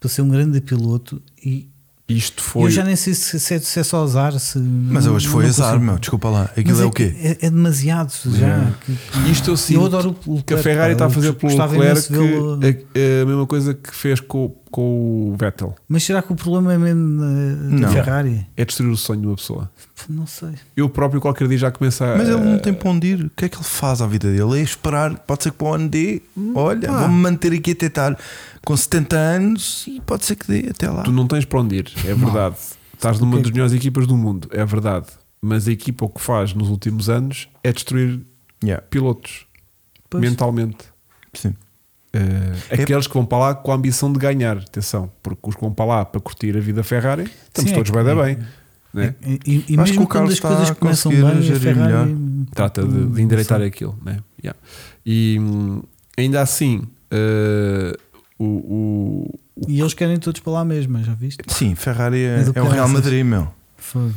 [SPEAKER 3] para ser um grande piloto e
[SPEAKER 2] Isto
[SPEAKER 3] eu
[SPEAKER 2] foi.
[SPEAKER 3] já nem sei se, se é, se é só azar. Se
[SPEAKER 1] Mas hoje foi azar,
[SPEAKER 3] meu.
[SPEAKER 1] meu. Desculpa lá. Aquilo
[SPEAKER 3] Mas
[SPEAKER 1] é
[SPEAKER 3] é
[SPEAKER 1] o
[SPEAKER 3] que
[SPEAKER 1] quê?
[SPEAKER 3] É, é demasiado já. que-
[SPEAKER 2] Isto eu sinto
[SPEAKER 3] eu adoro o Leclerc,
[SPEAKER 2] que a Ferrari está
[SPEAKER 3] pá,
[SPEAKER 2] a
[SPEAKER 3] eu
[SPEAKER 2] fazer pelo
[SPEAKER 3] gostava
[SPEAKER 2] Leclerc
[SPEAKER 3] imenso vê-lo-
[SPEAKER 2] que- é, a, a mesma coisa que fez com, com o Vettel.
[SPEAKER 3] Mas será que o problema é mesmo eh, da
[SPEAKER 1] Não.
[SPEAKER 3] Ferrari?
[SPEAKER 2] É destruir o sonho de uma pessoa.
[SPEAKER 3] Pff, Não sei.
[SPEAKER 2] Eu próprio qualquer dia já começo a.
[SPEAKER 1] Mas ele não tem para onde ir. O que é que ele faz à vida dele? É esperar. Pode ser que para o ano dê. Olha,
[SPEAKER 2] pá.
[SPEAKER 1] vou-me manter aqui a tentar com 70 anos e pode ser que dê até lá.
[SPEAKER 2] Tu não tens para onde ir, é verdade. Estás numa
[SPEAKER 3] Ok.
[SPEAKER 2] das melhores equipas do mundo, é verdade. Mas a equipa o que faz nos últimos anos é destruir
[SPEAKER 1] Yeah.
[SPEAKER 2] pilotos
[SPEAKER 3] Pois. É-
[SPEAKER 2] mentalmente.
[SPEAKER 1] Sim.
[SPEAKER 2] Eh, aqueles que vão para lá com a ambição de ganhar, atenção, porque os que vão para lá para curtir a vida Ferrari, estamos
[SPEAKER 3] Sim, é
[SPEAKER 2] todos
[SPEAKER 3] que-
[SPEAKER 2] bem da bem. né?
[SPEAKER 3] E, e- e
[SPEAKER 1] Acho que o
[SPEAKER 3] mesmo quando
[SPEAKER 1] Carlos
[SPEAKER 3] as coisas
[SPEAKER 1] está a
[SPEAKER 3] começam bem,
[SPEAKER 1] conseguir
[SPEAKER 3] a
[SPEAKER 1] gerir
[SPEAKER 3] Ferrari
[SPEAKER 2] Trata de, de endireitar aquilo, né? Yeah. E hum, ainda assim, hum, eh, o, o- o-
[SPEAKER 3] E eles querem todos para lá mesmo, já viste?
[SPEAKER 1] Sim, Ferrari é,
[SPEAKER 3] É do
[SPEAKER 1] é o Real
[SPEAKER 3] caraças.
[SPEAKER 1] Madrid, meu.
[SPEAKER 3] Fogo.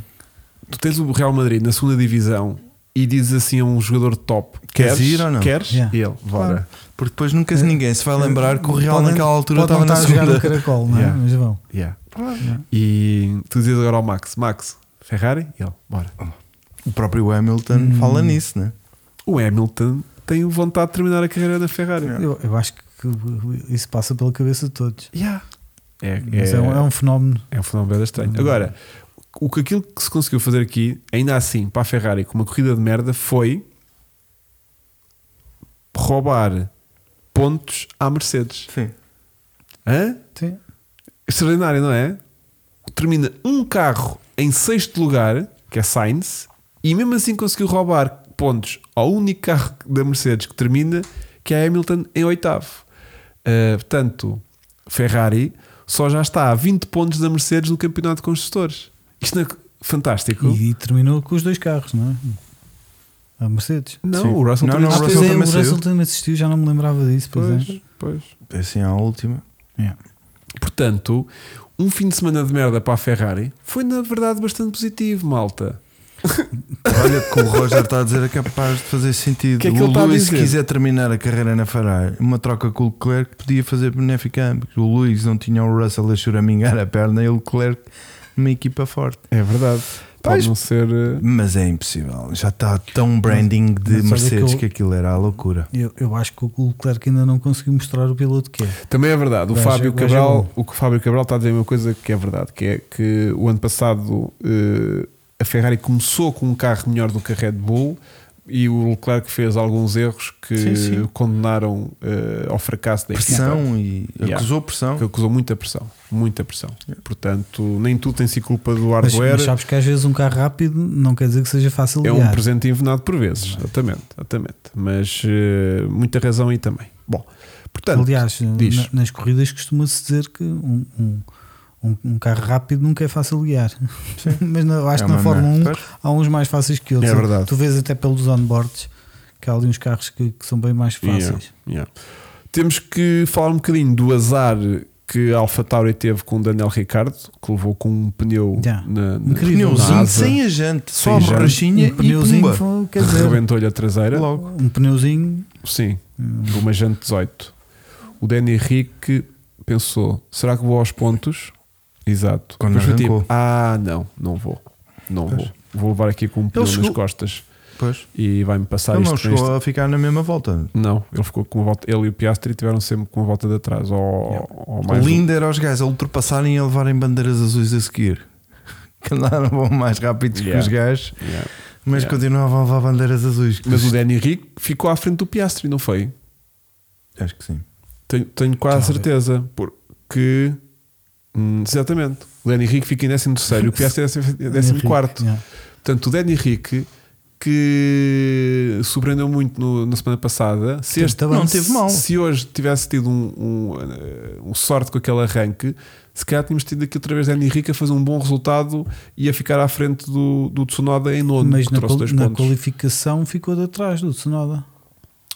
[SPEAKER 2] tu tens o Real Madrid na segunda divisão e dizes assim a um jogador top:
[SPEAKER 1] Queres ir ou não?
[SPEAKER 2] Queres?
[SPEAKER 3] Yeah.
[SPEAKER 2] E ele, bora.
[SPEAKER 1] Porque depois nunca ninguém se vai lembrar que o Real
[SPEAKER 3] É. Podem-
[SPEAKER 1] naquela altura
[SPEAKER 3] podem
[SPEAKER 1] estava na
[SPEAKER 3] estar a jogar no
[SPEAKER 1] segunda.
[SPEAKER 3] caracol, não é?
[SPEAKER 2] Yeah.
[SPEAKER 3] Mas vão.
[SPEAKER 2] Yeah.
[SPEAKER 3] Yeah.
[SPEAKER 2] E tu dizes agora ao Max: Max, Ferrari? E ele, bora.
[SPEAKER 1] O próprio Hamilton
[SPEAKER 3] Hum.
[SPEAKER 1] fala nisso, né?
[SPEAKER 2] O Hamilton tem vontade de terminar a carreira da Ferrari.
[SPEAKER 3] Eu, eu acho que isso passa pela cabeça de todos.
[SPEAKER 2] Yeah. É,
[SPEAKER 3] Mas é, um, é um fenómeno.
[SPEAKER 2] É um fenómeno bem estranho. Agora, o que aquilo que se conseguiu fazer aqui, ainda assim, para a Ferrari, com uma corrida de merda, foi roubar pontos à Mercedes.
[SPEAKER 1] Sim.
[SPEAKER 2] Hã?
[SPEAKER 3] Sim.
[SPEAKER 2] Extraordinário, não é? Termina um carro em sexto lugar, que é Sainz, e mesmo assim conseguiu roubar pontos ao único carro da Mercedes que termina, que é Hamilton, em oitavo. Uh, portanto, Ferrari só já está a 20 pontos da Mercedes no campeonato de construtores. Isto não é fantástico.
[SPEAKER 3] E, e terminou com os dois carros, não é? A Mercedes.
[SPEAKER 2] Não,
[SPEAKER 1] Sim.
[SPEAKER 2] o Russell
[SPEAKER 1] Não, não,
[SPEAKER 2] também
[SPEAKER 3] ah,
[SPEAKER 2] está-
[SPEAKER 1] o
[SPEAKER 3] pois
[SPEAKER 1] Russell
[SPEAKER 3] é, o
[SPEAKER 1] também saiu.
[SPEAKER 3] Russell também assistiu, já não me lembrava disso, pois, é.
[SPEAKER 2] Pois, pois.
[SPEAKER 1] Assim, à última.
[SPEAKER 2] Portanto, um fim de semana de merda para a Ferrari foi, na verdade, bastante positivo, malta.
[SPEAKER 1] Olha, que o Roger está a dizer é capaz de fazer sentido.
[SPEAKER 2] O que é que
[SPEAKER 1] o
[SPEAKER 2] ele está a
[SPEAKER 1] Luís, se
[SPEAKER 2] dizer?
[SPEAKER 1] quiser terminar a carreira na Ferrari, uma troca com o Leclerc podia fazer benéfica a ambos. O Luís não tinha o Russell a choramingar a perna e o Leclerc uma equipa forte.
[SPEAKER 2] É verdade. Pode não ser. eh,
[SPEAKER 1] Mas é impossível. Já está tão branding de
[SPEAKER 3] mas olha
[SPEAKER 1] Mercedes
[SPEAKER 3] que
[SPEAKER 1] que,
[SPEAKER 3] eu-
[SPEAKER 1] aquilo era a loucura.
[SPEAKER 3] Eu, eu acho que o Leclerc ainda não conseguiu mostrar o piloto que é.
[SPEAKER 2] Também é verdade. O
[SPEAKER 3] Vai
[SPEAKER 2] Fábio
[SPEAKER 3] ser- vai ser
[SPEAKER 2] Cabral,
[SPEAKER 3] bom.
[SPEAKER 2] o que o Fábio Cabral está a dizer uma coisa que é verdade, que é que o ano passado eh, a Ferrari começou com um carro melhor do que a Red Bull e o Leclerc fez alguns erros que
[SPEAKER 1] Sim, sim.
[SPEAKER 2] condenaram eh, ao fracasso da equipa.
[SPEAKER 1] Pressão e
[SPEAKER 2] Yeah.
[SPEAKER 1] acusou pressão.
[SPEAKER 2] Que acusou muita pressão, muita pressão. Portanto, nem tudo tem sido culpa do hardware.
[SPEAKER 3] Mas, mas sabes que às vezes um carro rápido não quer dizer que seja fácil de
[SPEAKER 2] É um
[SPEAKER 3] guiar.
[SPEAKER 2] presente envenenado por vezes, exatamente, exatamente. Mas eh, muita razão aí também. Bom, portanto,
[SPEAKER 3] Aliás,
[SPEAKER 2] diz.
[SPEAKER 3] na- nas corridas costuma-se dizer que um, um, um- um carro rápido nunca é fácil de guiar. Mas na, acho
[SPEAKER 1] É
[SPEAKER 3] que na
[SPEAKER 1] uma
[SPEAKER 3] Fórmula 1
[SPEAKER 1] merda.
[SPEAKER 3] há uns mais fáceis que outros.
[SPEAKER 2] É verdade.
[SPEAKER 3] Tu vês até pelos onboards que há ali uns carros que, que são bem mais fáceis.
[SPEAKER 2] Yeah, yeah. Temos que falar um bocadinho do azar que a AlphaTauri teve com o Daniel Ricardo, que levou com um pneu
[SPEAKER 3] Yeah.
[SPEAKER 2] na, na,
[SPEAKER 3] Incrível.
[SPEAKER 2] na
[SPEAKER 1] Um Pneuzinho
[SPEAKER 2] asa,
[SPEAKER 1] sem a gente,
[SPEAKER 2] Sem
[SPEAKER 1] só a
[SPEAKER 2] jante.
[SPEAKER 1] borrachinha
[SPEAKER 3] Um
[SPEAKER 1] e
[SPEAKER 3] pneuzinho,
[SPEAKER 1] pumba.
[SPEAKER 3] foi- quer dizer,
[SPEAKER 2] rebentou-lhe a traseira.
[SPEAKER 1] Logo. Hum.
[SPEAKER 3] um pneuzinho
[SPEAKER 2] Sim, de uma jante 18. O Danny Henrique pensou: será que vou aos pontos? Exato.
[SPEAKER 1] Quando
[SPEAKER 2] Depois foi
[SPEAKER 1] arrancou.
[SPEAKER 2] tipo, ah, não, não vou. Não
[SPEAKER 1] Pois.
[SPEAKER 2] vou. Vou levar aqui com um pneu nas
[SPEAKER 1] chegou-
[SPEAKER 2] costas
[SPEAKER 1] Pois.
[SPEAKER 2] e vai-me passar
[SPEAKER 1] Ele
[SPEAKER 2] Tá, isto
[SPEAKER 1] não
[SPEAKER 2] com este
[SPEAKER 1] chegou a ficar na mesma volta.
[SPEAKER 2] Não, ele ficou com uma volta. Ele e o Piastri tiveram sempre com uma volta de atrás. Ou, ou mais um.
[SPEAKER 1] o lindo era os gajos a ultrapassarem e a levarem bandeiras azuis a seguir. Que andaram bom mais rápidos
[SPEAKER 2] Yeah.
[SPEAKER 1] que os gajos,
[SPEAKER 2] Yeah.
[SPEAKER 1] mas
[SPEAKER 2] Yeah.
[SPEAKER 1] continuavam a levar bandeiras azuis.
[SPEAKER 2] Mas o Danny Rick ficou à frente do Piastri, não foi?
[SPEAKER 1] Acho que sim.
[SPEAKER 2] Tenho, tenho quase
[SPEAKER 3] Talvez.
[SPEAKER 2] certeza. Porque. Hum, exatamente. O Danny Rick fica em 13 e o Piastri é em 14.
[SPEAKER 3] Yeah.
[SPEAKER 2] Portanto, o Danny Rick, que surpreendeu muito no- na semana passada, se,
[SPEAKER 3] Teve
[SPEAKER 2] este-
[SPEAKER 3] também. Não
[SPEAKER 1] teve mal.
[SPEAKER 2] se hoje tivesse tido um, um, uh, um sorte com aquele arranque, se calhar tínhamos tido aqui outra vez Danny Rick a fazer um bom resultado e a ficar à frente do, do Tsunoda em nono,
[SPEAKER 3] Mas
[SPEAKER 2] que
[SPEAKER 3] na,
[SPEAKER 2] trouxe
[SPEAKER 3] qual-
[SPEAKER 2] dois
[SPEAKER 3] na
[SPEAKER 2] pontos.
[SPEAKER 3] qualificação ficou de atrás do Tsunoda.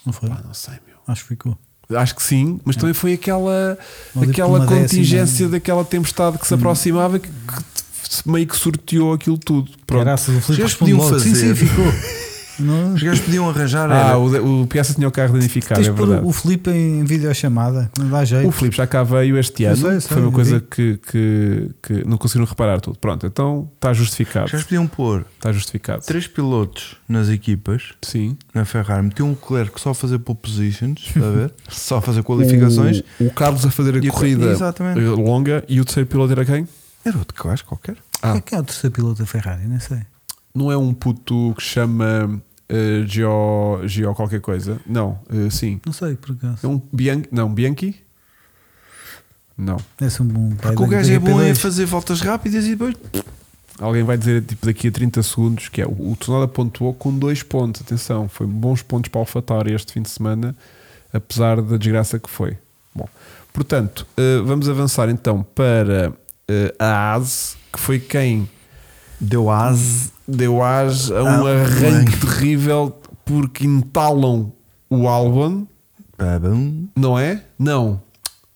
[SPEAKER 3] Não foi?
[SPEAKER 2] Pá, não sei, meu.
[SPEAKER 3] Acho que ficou.
[SPEAKER 2] Acho que sim, mas também foi aquela,
[SPEAKER 3] Ou de-
[SPEAKER 2] aquela
[SPEAKER 3] uma décima.
[SPEAKER 2] contingência daquela tempestade que se aproximava que, que meio que sorteou aquilo tudo. Pronto.
[SPEAKER 3] Graças, o Felipe
[SPEAKER 1] Já
[SPEAKER 3] responde
[SPEAKER 1] podiam
[SPEAKER 3] logo. Sim,
[SPEAKER 1] fazer.
[SPEAKER 3] sim, ficou. Não,
[SPEAKER 1] Os gajos podiam arranjar.
[SPEAKER 2] Ah,
[SPEAKER 1] era-
[SPEAKER 2] o, o Piazza tinha o carro danificado,
[SPEAKER 3] tens
[SPEAKER 2] é
[SPEAKER 3] de pôr
[SPEAKER 2] verdade.
[SPEAKER 3] o Felipe em videochamada. Não dá jeito.
[SPEAKER 2] O Filipe já cá veio este
[SPEAKER 3] Eu
[SPEAKER 2] ano.
[SPEAKER 3] sei, sei,
[SPEAKER 2] foi uma
[SPEAKER 3] eu
[SPEAKER 2] coisa
[SPEAKER 3] vi.
[SPEAKER 2] que, que, que não conseguiram reparar tudo. Pronto, então está justificado.
[SPEAKER 1] Os gajos podiam pôr
[SPEAKER 2] Está justificado.
[SPEAKER 1] três pilotos nas equipas,
[SPEAKER 2] Sim.
[SPEAKER 1] na Ferrari. Metiam um Leclerc só a fazer pole positions, está a ver? só a fazer qualificações.
[SPEAKER 2] O, o Carlos a fazer a
[SPEAKER 1] E a-
[SPEAKER 2] corrida
[SPEAKER 1] exatamente.
[SPEAKER 2] longa e o terceiro piloto era quem?
[SPEAKER 1] Era outro que eu acho qualquer.
[SPEAKER 2] Ah.
[SPEAKER 3] Quem é que é o terceiro piloto da Ferrari? Nem sei.
[SPEAKER 2] Não é um puto que chama eh, Gio, Gio qualquer coisa? Não, eh, sim.
[SPEAKER 3] Não sei, por acaso.
[SPEAKER 2] É um Bianchi? Não, Bianchi? Não.
[SPEAKER 3] Deve ser um bom pai
[SPEAKER 1] Porque o
[SPEAKER 3] da-
[SPEAKER 1] gajo
[SPEAKER 3] da
[SPEAKER 1] é bom
[SPEAKER 3] GP2.
[SPEAKER 1] é fazer voltas rápidas e depois.
[SPEAKER 2] Alguém vai dizer tipo daqui a 30 segundos que é o, o Tsunoda pontuou com dois pontos. Atenção, foi bons pontos para o AlphaTauri este fim de semana, apesar da desgraça que foi. Bom, portanto, eh, vamos avançar então para eh, a ASE, que foi quem
[SPEAKER 1] Deu ase.
[SPEAKER 2] deu as a um
[SPEAKER 1] Ah,
[SPEAKER 2] arranque terrível porque entalam o Albon,
[SPEAKER 1] Babum.
[SPEAKER 2] não é? Não.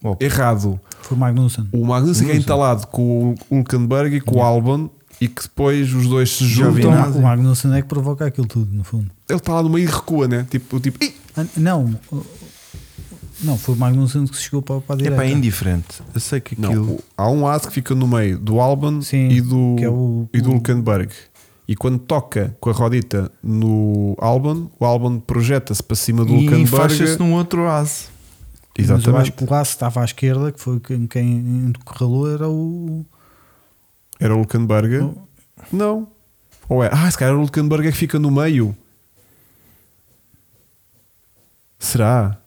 [SPEAKER 1] Uau.
[SPEAKER 2] errado.
[SPEAKER 3] Foi o Magnussen.
[SPEAKER 2] O Magnussen é entalado com o Hülkenberg e com o Albon e que depois os dois se
[SPEAKER 1] Já vi
[SPEAKER 2] juntam.
[SPEAKER 3] Então,
[SPEAKER 1] nada.
[SPEAKER 3] o Magnussen é que provoca aquilo tudo, no fundo.
[SPEAKER 2] Ele está lá no meio e recua, né? Tipo, tipo "Ih!"
[SPEAKER 3] Ah, Não, o- não, foi o Magnussen que chegou para, para
[SPEAKER 1] É
[SPEAKER 3] a direita.
[SPEAKER 1] pá, é indiferente. Eu sei que
[SPEAKER 2] não,
[SPEAKER 1] aquilo.
[SPEAKER 2] o- há um aço que fica no meio do Albon
[SPEAKER 3] Sim,
[SPEAKER 2] e do,
[SPEAKER 3] que é o-
[SPEAKER 2] e do
[SPEAKER 3] o-
[SPEAKER 2] Hülkenberg. E quando toca com a rodita no Albon, o Albon projeta-se para cima do
[SPEAKER 1] e enfaixa-se
[SPEAKER 2] Hülkenberg.
[SPEAKER 1] num outro aço.
[SPEAKER 3] Mas eu acho
[SPEAKER 2] Exatamente.
[SPEAKER 3] que o Lasso estava à esquerda, que foi quem, quem correlou, era o.
[SPEAKER 2] Era o Hülkenberg?
[SPEAKER 3] Não.
[SPEAKER 2] Não. Ou é? Ah, se calhar o Hülkenberg é que fica no meio. Será?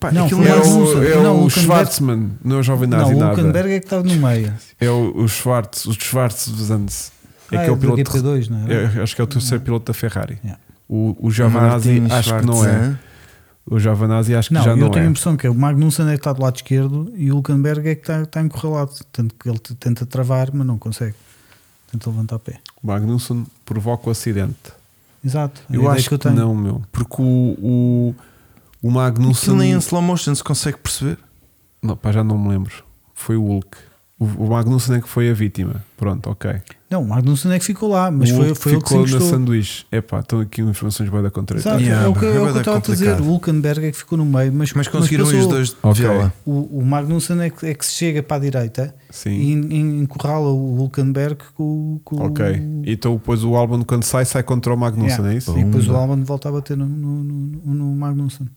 [SPEAKER 1] Pá,
[SPEAKER 3] Não,
[SPEAKER 1] aquilo
[SPEAKER 3] foi
[SPEAKER 2] É
[SPEAKER 1] não é
[SPEAKER 3] mais um.
[SPEAKER 2] o,
[SPEAKER 3] Magnussen.
[SPEAKER 2] é
[SPEAKER 3] Não,
[SPEAKER 2] o
[SPEAKER 3] o Hülkenberg-
[SPEAKER 2] Schwarzman, não é o Jovem Nazi
[SPEAKER 3] não, o
[SPEAKER 2] nada.
[SPEAKER 3] Hülkenberg é que estava no meio.
[SPEAKER 2] É o, o Schwartz, o Schwartz É
[SPEAKER 3] Ah,
[SPEAKER 2] que é o
[SPEAKER 3] do
[SPEAKER 2] piloto.
[SPEAKER 3] GP2, não é?
[SPEAKER 2] é, acho que é o terceiro piloto da Ferrari.
[SPEAKER 3] Yeah.
[SPEAKER 2] O, o
[SPEAKER 1] o
[SPEAKER 2] Giovanazzi
[SPEAKER 1] Martin
[SPEAKER 2] acho que não é.
[SPEAKER 1] Schwarzenegger.
[SPEAKER 2] O Giovanazzi acho que
[SPEAKER 3] Não,
[SPEAKER 2] já
[SPEAKER 3] eu
[SPEAKER 2] não
[SPEAKER 3] tenho
[SPEAKER 2] é.
[SPEAKER 3] a impressão que é o Magnussen é que está do lado esquerdo e o Hülkenberg é que está, está encurralado. Tanto que ele te- tenta travar, mas não consegue. Tenta levantar pé.
[SPEAKER 2] O Magnussen provoca o acidente.
[SPEAKER 3] Exato. a
[SPEAKER 2] Eu
[SPEAKER 3] ideia
[SPEAKER 2] acho que,
[SPEAKER 3] tenho.
[SPEAKER 2] não, meu. Porque o, o, o Magnussen.
[SPEAKER 1] Aquilo nem em slow motion se consegue perceber.
[SPEAKER 3] é-
[SPEAKER 2] Não, pá, já não me lembro. Foi o Hulk. O, o Magnussen é que foi a vítima. Pronto, ok.
[SPEAKER 3] Não, o Magnussen é que ficou lá, mas
[SPEAKER 2] o
[SPEAKER 3] foi,
[SPEAKER 2] Hulk
[SPEAKER 3] foi ele que se
[SPEAKER 2] ficou na
[SPEAKER 3] encostou.
[SPEAKER 2] sanduíche. Epá, estão aqui informações bem da contrária.
[SPEAKER 3] Exato,
[SPEAKER 1] Yeah,
[SPEAKER 3] é o que, é
[SPEAKER 1] é
[SPEAKER 3] o que
[SPEAKER 1] bué
[SPEAKER 3] eu estava a dizer.
[SPEAKER 1] complicado.
[SPEAKER 3] O Hülkenberg é que ficou no meio, mas, é
[SPEAKER 1] Mas conseguiram
[SPEAKER 3] passou.
[SPEAKER 1] os dois
[SPEAKER 2] Ok.
[SPEAKER 1] vê-la.
[SPEAKER 3] O, o Magnussen é que, é que se chega para a direita e
[SPEAKER 2] Sim.
[SPEAKER 3] en- encurrala o Hülkenberg com, com
[SPEAKER 2] Ok. Então depois o álbum quando sai, sai contra o Magnussen,
[SPEAKER 3] Yeah.
[SPEAKER 2] é isso?
[SPEAKER 1] Bom.
[SPEAKER 3] E depois o
[SPEAKER 1] Pumba.
[SPEAKER 3] Albon volta a bater no, no, no- no Magnussen.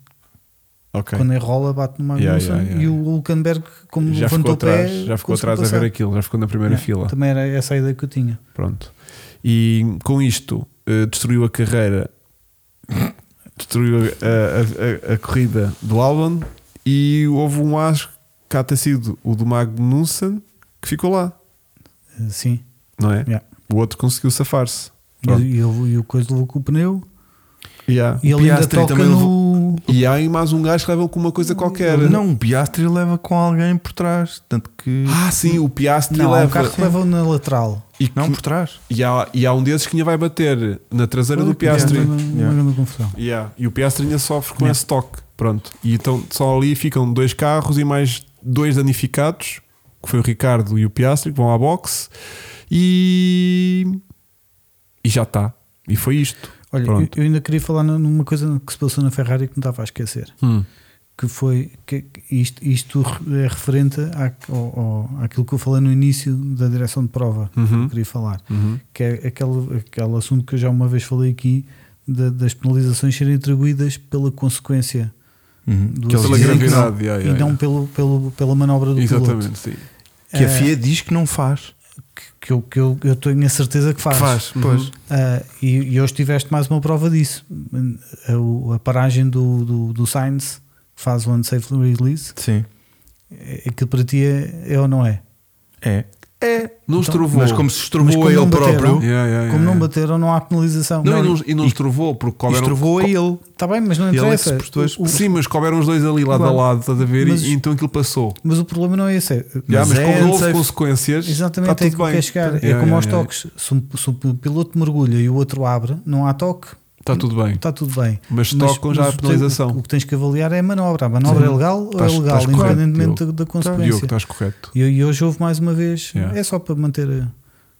[SPEAKER 2] Ok.
[SPEAKER 3] Quando enrola, bate no Magnussen.
[SPEAKER 2] Yeah, yeah, yeah.
[SPEAKER 3] E o Hülkenberg, como
[SPEAKER 2] já ficou
[SPEAKER 3] levantou o pé,
[SPEAKER 2] atrás, já ficou
[SPEAKER 3] conseguiu
[SPEAKER 2] atrás a
[SPEAKER 3] passar.
[SPEAKER 2] ver aquilo, já ficou na primeira
[SPEAKER 3] Yeah,
[SPEAKER 2] fila.
[SPEAKER 3] Também era essa a ideia que eu tinha.
[SPEAKER 2] Pronto. E com isto eh, destruiu a carreira, destruiu a, a- a- a corrida do álbum e houve um acho que há ter sido o do Magnussen que ficou lá,
[SPEAKER 3] Eh, Sim.
[SPEAKER 2] não é?
[SPEAKER 3] Yeah.
[SPEAKER 2] O outro conseguiu safar-se.
[SPEAKER 3] E,
[SPEAKER 2] Pronto.
[SPEAKER 3] e, ele- e o coisa levou com o pneu.
[SPEAKER 2] Yeah.
[SPEAKER 3] E ele ainda
[SPEAKER 1] Piastri
[SPEAKER 3] toca
[SPEAKER 1] também
[SPEAKER 3] no.
[SPEAKER 2] E há aí mais um gajo que leva com uma coisa qualquer.
[SPEAKER 1] Não, o Piastri leva com alguém por trás. Tanto que.
[SPEAKER 2] Ah, sim, o Piastri
[SPEAKER 3] Não, há um
[SPEAKER 2] leva.
[SPEAKER 3] carro que leva na lateral.
[SPEAKER 2] E, que-
[SPEAKER 1] Não, por trás.
[SPEAKER 2] e há, e há um desses que ainda vai bater na traseira do
[SPEAKER 3] Piastri.
[SPEAKER 2] Piastri.
[SPEAKER 3] Uma, uma
[SPEAKER 1] Yeah.
[SPEAKER 3] grande confusão.
[SPEAKER 2] Yeah. E o Piastri ainda sofre com
[SPEAKER 3] Yeah.
[SPEAKER 2] esse toque. Pronto. E então só ali ficam dois carros e mais dois danificados, que foi o Ricardo e o Piastri, que vão à boxe. E. E já está. E foi isto.
[SPEAKER 3] Olha, eu,
[SPEAKER 2] Pronto.
[SPEAKER 3] eu ainda queria falar nu- numa coisa que se passou na Ferrari que me estava a esquecer.
[SPEAKER 2] Hum.
[SPEAKER 3] Que foi que que isto, isto é referente à, ao, ao- àquilo que eu falei no início da direção de prova. que
[SPEAKER 2] Uhum.
[SPEAKER 3] Eu queria falar
[SPEAKER 2] Uhum.
[SPEAKER 3] que é aquele, aquele assunto que eu já uma vez falei aqui da- das penalizações serem atribuídas pela consequência
[SPEAKER 1] Uhum.
[SPEAKER 3] Do-
[SPEAKER 1] Que eles
[SPEAKER 2] Pela
[SPEAKER 1] dizem que, não-
[SPEAKER 2] gravidade. yeah, yeah,
[SPEAKER 3] e não
[SPEAKER 2] yeah.
[SPEAKER 3] pelo, pelo, pela manobra do piloto.
[SPEAKER 2] Exatamente, sim.
[SPEAKER 1] que a
[SPEAKER 3] Eh,
[SPEAKER 1] FIA diz que não faz.
[SPEAKER 3] que- Que eu, que eu, eu tenho a certeza que faz.
[SPEAKER 1] pois.
[SPEAKER 3] Ah, e, e hoje tiveste mais uma prova disso. A, o- a paragem do, do, do Sainz que faz o unsafe release.
[SPEAKER 1] Sim.
[SPEAKER 3] é- Aquilo para ti é, é ou não é?
[SPEAKER 1] É.
[SPEAKER 2] É, não
[SPEAKER 3] Então-
[SPEAKER 2] estrovou.
[SPEAKER 1] Mas como se
[SPEAKER 3] Mas
[SPEAKER 1] estrovou
[SPEAKER 3] como
[SPEAKER 1] a ele
[SPEAKER 3] não bateram,
[SPEAKER 1] próprio,
[SPEAKER 2] Yeah, yeah,
[SPEAKER 3] Como
[SPEAKER 2] yeah,
[SPEAKER 3] não
[SPEAKER 2] yeah.
[SPEAKER 3] bateram, não há penalização.
[SPEAKER 2] É. Não, e não, e não estrovou, porque couberam-
[SPEAKER 1] estrovou a ele.
[SPEAKER 3] Está bem, mas não
[SPEAKER 1] Ele é que
[SPEAKER 3] interessa.
[SPEAKER 1] se prestou as-
[SPEAKER 3] O- o-
[SPEAKER 2] Sim, mas couberam os dois ali lado
[SPEAKER 3] Claro.
[SPEAKER 2] a lado, estás a ver? E-
[SPEAKER 3] Mas-
[SPEAKER 2] e então aquilo passou.
[SPEAKER 3] mas o problema não é esse. é-
[SPEAKER 2] Já, mas
[SPEAKER 1] é
[SPEAKER 2] como não houve
[SPEAKER 1] unsafe.
[SPEAKER 2] consequências, está
[SPEAKER 3] Exatamente,
[SPEAKER 2] tá
[SPEAKER 3] é
[SPEAKER 2] tudo
[SPEAKER 3] que eu
[SPEAKER 2] bem.
[SPEAKER 3] quero chegar. é
[SPEAKER 2] Yeah,
[SPEAKER 3] como aos
[SPEAKER 2] yeah, yeah.
[SPEAKER 3] toques. Se, um, se um piloto mergulha e o outro abre, não há toque,
[SPEAKER 2] Está Tá tudo bem.
[SPEAKER 3] está tudo bem.
[SPEAKER 2] Mas tocam já
[SPEAKER 3] o
[SPEAKER 2] a
[SPEAKER 3] que
[SPEAKER 2] penalização.
[SPEAKER 3] tem- O que tens que avaliar é a manobra. A manobra é legal ou
[SPEAKER 2] Estás-
[SPEAKER 3] é legal,
[SPEAKER 2] estás correto,
[SPEAKER 3] independentemente da, da
[SPEAKER 2] Diogo,
[SPEAKER 3] consequência.
[SPEAKER 2] estás correto.
[SPEAKER 3] E, e hoje houve mais uma vez,
[SPEAKER 2] Yeah.
[SPEAKER 3] é só para manter a,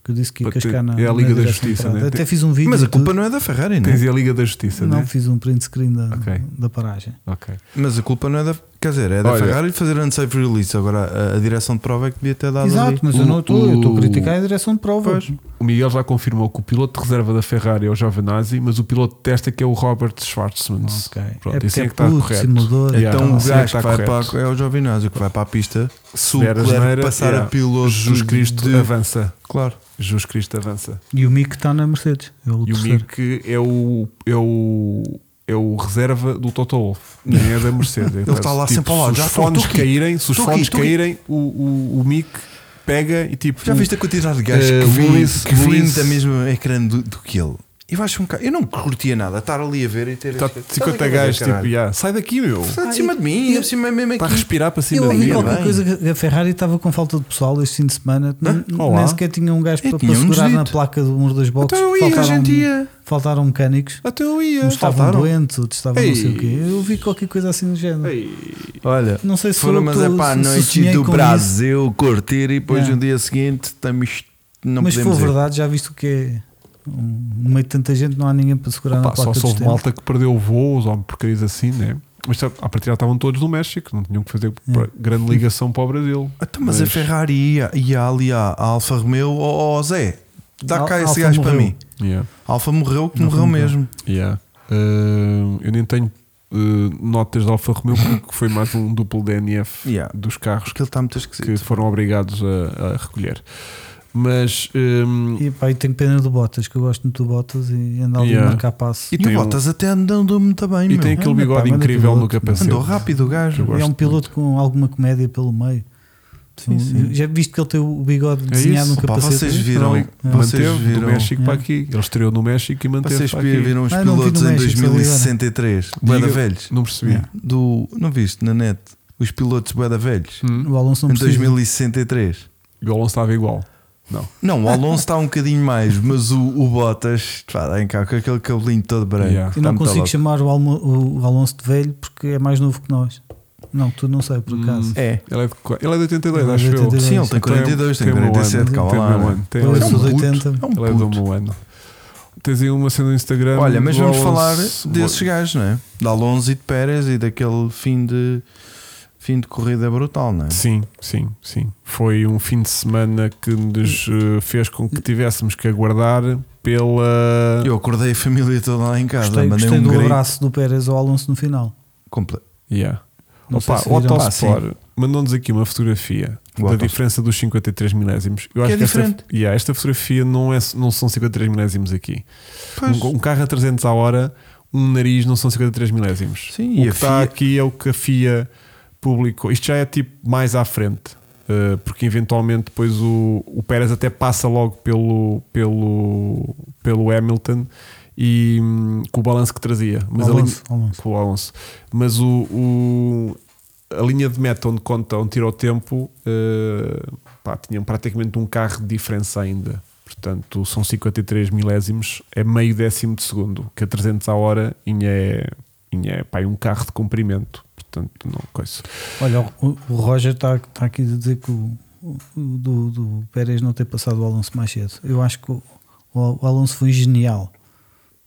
[SPEAKER 3] que eu disse que ia
[SPEAKER 2] Para ter-
[SPEAKER 3] cascar na.
[SPEAKER 2] é a
[SPEAKER 3] na
[SPEAKER 2] Liga da
[SPEAKER 3] direção
[SPEAKER 2] Justiça,
[SPEAKER 3] entrada.
[SPEAKER 2] né?
[SPEAKER 3] Até
[SPEAKER 2] Tem-
[SPEAKER 3] fiz um vídeo.
[SPEAKER 1] Mas a
[SPEAKER 3] e tudo.
[SPEAKER 1] culpa não é da Ferrari, não é?
[SPEAKER 2] Tens a Liga da Justiça,
[SPEAKER 3] não
[SPEAKER 2] não né?
[SPEAKER 3] fiz um print screen da,
[SPEAKER 2] Ok.
[SPEAKER 3] da paragem.
[SPEAKER 2] Ok.
[SPEAKER 1] Mas a culpa não é da. Quer dizer, é da
[SPEAKER 2] Olha.
[SPEAKER 1] Ferrari de fazer unsafe release. Agora a, a direção de prova é que devia ter dado
[SPEAKER 3] Exato,
[SPEAKER 1] ali.
[SPEAKER 3] mas eu não estou, eu estou
[SPEAKER 2] o-
[SPEAKER 3] a criticar a direção de prova.
[SPEAKER 2] O Miguel já confirmou que o piloto de reserva da Ferrari é o Giovinazzi, mas o piloto de testa que é o Robert Schwarzman. Pronto,
[SPEAKER 3] Ok. é
[SPEAKER 2] isso é
[SPEAKER 3] porque é
[SPEAKER 2] que está
[SPEAKER 3] puto,
[SPEAKER 2] correto.
[SPEAKER 3] simulador,
[SPEAKER 2] Yeah.
[SPEAKER 1] Então
[SPEAKER 2] tá.
[SPEAKER 1] o
[SPEAKER 2] Sim,
[SPEAKER 1] gajo
[SPEAKER 2] está
[SPEAKER 1] que vai
[SPEAKER 2] correto.
[SPEAKER 1] para, é o Giovinazzi que vai para a pista. Se o
[SPEAKER 2] Der a
[SPEAKER 1] Leclerc
[SPEAKER 2] geneira,
[SPEAKER 1] passar
[SPEAKER 2] yeah.
[SPEAKER 1] a piloto.
[SPEAKER 2] Jesus Cristo é
[SPEAKER 1] de-
[SPEAKER 2] avança.
[SPEAKER 1] Claro.
[SPEAKER 2] Jesus Cristo avança.
[SPEAKER 3] E o Mick está na Mercedes. É o
[SPEAKER 2] E o
[SPEAKER 3] terceiro.
[SPEAKER 2] Mick é o, é o é o reserva do Toto Wolff, nem é da Mercedes. Ele
[SPEAKER 1] está tá lá sempre ao lado,
[SPEAKER 2] Se
[SPEAKER 1] já
[SPEAKER 2] os
[SPEAKER 1] estou,
[SPEAKER 2] fones
[SPEAKER 1] estou aqui,
[SPEAKER 2] caírem, se os
[SPEAKER 1] estou aqui,
[SPEAKER 2] fones
[SPEAKER 1] estou aqui.
[SPEAKER 2] caírem, o, o, o Mick pega e tipo
[SPEAKER 1] Já viste a quantidade de gajos
[SPEAKER 2] Eh,
[SPEAKER 1] que vêm
[SPEAKER 2] Luís-
[SPEAKER 1] que vêm
[SPEAKER 2] Luís-
[SPEAKER 1] da mesma ecrã do, do que ele? Eu acho um bocado. Eu não curtia nada estar ali a ver e ter.
[SPEAKER 2] Tá
[SPEAKER 1] este-
[SPEAKER 2] 50
[SPEAKER 1] Estás a
[SPEAKER 2] gajos,
[SPEAKER 1] caralho?
[SPEAKER 2] tipo, yeah, sai daqui, meu.
[SPEAKER 1] é, Está de cima de mim, ainda por cima é mesmo
[SPEAKER 2] Está a
[SPEAKER 1] aqui.
[SPEAKER 2] respirar para cima
[SPEAKER 3] Eu
[SPEAKER 2] de mim. né?
[SPEAKER 3] ouvi
[SPEAKER 1] Ainda
[SPEAKER 3] qualquer
[SPEAKER 1] bem.
[SPEAKER 3] coisa que a Ferrari estava com falta de pessoal este fim de semana. N-
[SPEAKER 2] Olá. É,
[SPEAKER 3] Nem sequer tinha um gajo
[SPEAKER 1] Eu
[SPEAKER 3] para,
[SPEAKER 1] tinha
[SPEAKER 3] para
[SPEAKER 1] um
[SPEAKER 3] segurar na
[SPEAKER 1] desdito.
[SPEAKER 3] placa de um dos boxes.
[SPEAKER 2] Então eu ia,
[SPEAKER 3] faltaram,
[SPEAKER 2] a gente
[SPEAKER 1] ia.
[SPEAKER 3] faltaram mecânicos.
[SPEAKER 2] Até eu ia.
[SPEAKER 3] Uns estavam
[SPEAKER 1] Faltaram?
[SPEAKER 3] doentes, outros estavam não sei
[SPEAKER 2] Ah, Ei.
[SPEAKER 3] o quê. Eu ouvi qualquer coisa assim do género.
[SPEAKER 2] Ei,
[SPEAKER 1] Olha,
[SPEAKER 3] Não sei se
[SPEAKER 1] foram,
[SPEAKER 3] eu
[SPEAKER 1] mas
[SPEAKER 3] tô-
[SPEAKER 1] é pá, a
[SPEAKER 3] se- se
[SPEAKER 1] noite
[SPEAKER 3] sonhei
[SPEAKER 1] do
[SPEAKER 3] com isso,
[SPEAKER 1] Brasil, curtir e depois
[SPEAKER 3] É.
[SPEAKER 1] no dia seguinte estamos. Não
[SPEAKER 3] mas se for
[SPEAKER 1] podemos ir.
[SPEAKER 3] verdade, já viste o que é. Um- No meio de tanta gente, não há ninguém para segurar
[SPEAKER 2] Pá,
[SPEAKER 3] na
[SPEAKER 2] só
[SPEAKER 3] placa
[SPEAKER 2] se
[SPEAKER 3] do
[SPEAKER 2] houve
[SPEAKER 3] sistema.
[SPEAKER 2] malta que perdeu voos ou porcarias assim, né? Mas a partir estavam todos no México, não tinham que fazer pra- grande ligação para o Brasil.
[SPEAKER 1] Hum. Então, mas, a Ferrari e a, e a ali a a Alfa Romeo, ó ó, Zé, dá
[SPEAKER 3] Al-
[SPEAKER 1] cá esse
[SPEAKER 3] Alfa
[SPEAKER 1] gajo para
[SPEAKER 3] morreu.
[SPEAKER 1] mim.
[SPEAKER 2] Yeah.
[SPEAKER 1] Alfa morreu que
[SPEAKER 3] Não
[SPEAKER 1] morreu
[SPEAKER 3] morreu.
[SPEAKER 1] mesmo.
[SPEAKER 2] Yeah. Uh, eu nem tenho uh, notas de Alfa Romeo porque foi mais um duplo DNF
[SPEAKER 1] Yeah.
[SPEAKER 2] dos carros
[SPEAKER 1] Aquilo está muito
[SPEAKER 2] que
[SPEAKER 1] esquisito.
[SPEAKER 2] foram obrigados a, a recolher. Mas um,
[SPEAKER 3] E pá, e tenho pena do Bottas, que eu gosto muito do Bottas e andava ali a
[SPEAKER 2] Yeah.
[SPEAKER 3] marcar passo.
[SPEAKER 2] E
[SPEAKER 1] E,
[SPEAKER 2] tem
[SPEAKER 1] o
[SPEAKER 2] um-
[SPEAKER 1] Bottas até andando muito bem,
[SPEAKER 2] e
[SPEAKER 1] meu.
[SPEAKER 2] tem aquele
[SPEAKER 3] anda, pá,
[SPEAKER 2] bigode
[SPEAKER 3] manda
[SPEAKER 2] incrível no
[SPEAKER 3] piloto, mano.
[SPEAKER 2] capacete.
[SPEAKER 1] Andou rápido o
[SPEAKER 2] Que eu
[SPEAKER 1] gajo.
[SPEAKER 2] gosto
[SPEAKER 3] E é um
[SPEAKER 2] muito.
[SPEAKER 3] piloto com alguma comédia pelo meio.
[SPEAKER 1] Sim,
[SPEAKER 3] Um,
[SPEAKER 1] sim.
[SPEAKER 3] Já viste que ele tem o bigode
[SPEAKER 2] É
[SPEAKER 3] desenhado
[SPEAKER 2] isso.
[SPEAKER 3] no
[SPEAKER 1] Opa,
[SPEAKER 3] capacete?
[SPEAKER 1] vocês
[SPEAKER 2] Não,
[SPEAKER 1] viram, vocês
[SPEAKER 2] manteve do
[SPEAKER 1] viram,
[SPEAKER 2] México para
[SPEAKER 3] Yeah.
[SPEAKER 2] aqui. Ele estreou no México e manteve
[SPEAKER 1] vocês
[SPEAKER 2] para aqui.
[SPEAKER 1] viram os
[SPEAKER 3] Ah, não vi
[SPEAKER 1] pilotos
[SPEAKER 3] no
[SPEAKER 1] em
[SPEAKER 3] México,
[SPEAKER 1] 2063, Boeda
[SPEAKER 2] Diga-
[SPEAKER 1] Velhos.
[SPEAKER 2] Não percebi.
[SPEAKER 3] Yeah.
[SPEAKER 1] Do, não viste na net? Os pilotos Boeda Velhos
[SPEAKER 2] Hum.
[SPEAKER 3] O Alonso não
[SPEAKER 1] em
[SPEAKER 3] precisa.
[SPEAKER 1] 2063.
[SPEAKER 2] E o Alonso estava igual.
[SPEAKER 1] Não, o Alonso está um bocadinho mais, mas o, o Bottas, pá, dá em cá com aquele cabelinho todo branco.
[SPEAKER 2] Yeah.
[SPEAKER 3] Eu
[SPEAKER 1] Está
[SPEAKER 3] não
[SPEAKER 1] muito
[SPEAKER 3] consigo
[SPEAKER 1] louco.
[SPEAKER 3] chamar o, Almo- o Alonso de velho porque é mais novo que nós. Não, tu não sei, por
[SPEAKER 2] Hum.
[SPEAKER 3] acaso.
[SPEAKER 1] É,
[SPEAKER 2] Ele é de, qu- ele é de 82,
[SPEAKER 3] Ele é
[SPEAKER 2] acho
[SPEAKER 3] de 82.
[SPEAKER 2] eu.
[SPEAKER 1] sim, ele tem
[SPEAKER 2] Então é-
[SPEAKER 1] 42, tem
[SPEAKER 2] o meu
[SPEAKER 1] 47,
[SPEAKER 2] ano.
[SPEAKER 1] calma
[SPEAKER 2] Tem o
[SPEAKER 1] lá.
[SPEAKER 2] meu
[SPEAKER 1] né?
[SPEAKER 2] ano. Tem o
[SPEAKER 3] Eu
[SPEAKER 1] Ele é
[SPEAKER 3] sou
[SPEAKER 1] um
[SPEAKER 3] de
[SPEAKER 1] puto.
[SPEAKER 3] 80.
[SPEAKER 1] É um
[SPEAKER 2] Ele é do
[SPEAKER 1] puto.
[SPEAKER 2] meu ano. Tens aí uma cena no Instagram.
[SPEAKER 1] Olha, mas
[SPEAKER 2] do
[SPEAKER 1] vamos falar
[SPEAKER 2] Alonso.
[SPEAKER 1] desses gajos, não é? De Alonso e de Pérez e daquele fim de fim de corrida brutal, não é?
[SPEAKER 2] Sim, sim, sim. Foi um fim de semana que nos eh, fez com que tivéssemos que aguardar pela.
[SPEAKER 1] Eu acordei a família toda lá em casa,
[SPEAKER 3] Gostei,
[SPEAKER 1] mandei
[SPEAKER 3] gostei
[SPEAKER 1] um
[SPEAKER 3] do
[SPEAKER 1] grito
[SPEAKER 3] abraço do Pérez ao Alonso no final.
[SPEAKER 1] completo.
[SPEAKER 2] Yeah.
[SPEAKER 3] Não
[SPEAKER 2] Opa,
[SPEAKER 3] sei se
[SPEAKER 2] o
[SPEAKER 3] viram.
[SPEAKER 2] Autosport mandou-nos aqui uma
[SPEAKER 1] O
[SPEAKER 2] fotografia da
[SPEAKER 1] Autosport.
[SPEAKER 2] diferença dos 53 milésimos. Eu
[SPEAKER 1] Que
[SPEAKER 2] acho
[SPEAKER 1] é
[SPEAKER 2] que
[SPEAKER 1] diferente.
[SPEAKER 2] Esta, yeah, esta fotografia não, é, não são 53 milésimos aqui.
[SPEAKER 1] Pois,
[SPEAKER 2] Um, um carro a 300 à hora, um nariz não são 53 milésimos.
[SPEAKER 1] Sim,
[SPEAKER 2] o
[SPEAKER 1] e
[SPEAKER 2] que
[SPEAKER 1] a
[SPEAKER 2] está
[SPEAKER 1] FIA-
[SPEAKER 2] aqui é o que a FIA publicou. Isto já é tipo mais à frente, eh, porque eventualmente depois o, o Pérez até passa logo pelo, pelo, pelo Hamilton e hum, com o balanço que trazia. Mas a linha-
[SPEAKER 3] Alonso, Alonso.
[SPEAKER 2] com o Alonso. um Mas o, o- a linha de meta onde conta, onde tira o tempo, eh, pá, tinham praticamente um carro de diferença ainda. Portanto, são 53 milésimos, é meio décimo de segundo, que a 300 à hora inha é, inha é pá, é um carro de comprimento. Portanto, não coisa.
[SPEAKER 3] Olha, o, o Roger está está aqui a dizer que o, o- o do, do Pérez não ter passado o Alonso mais cedo. Eu acho que o, o Alonso foi genial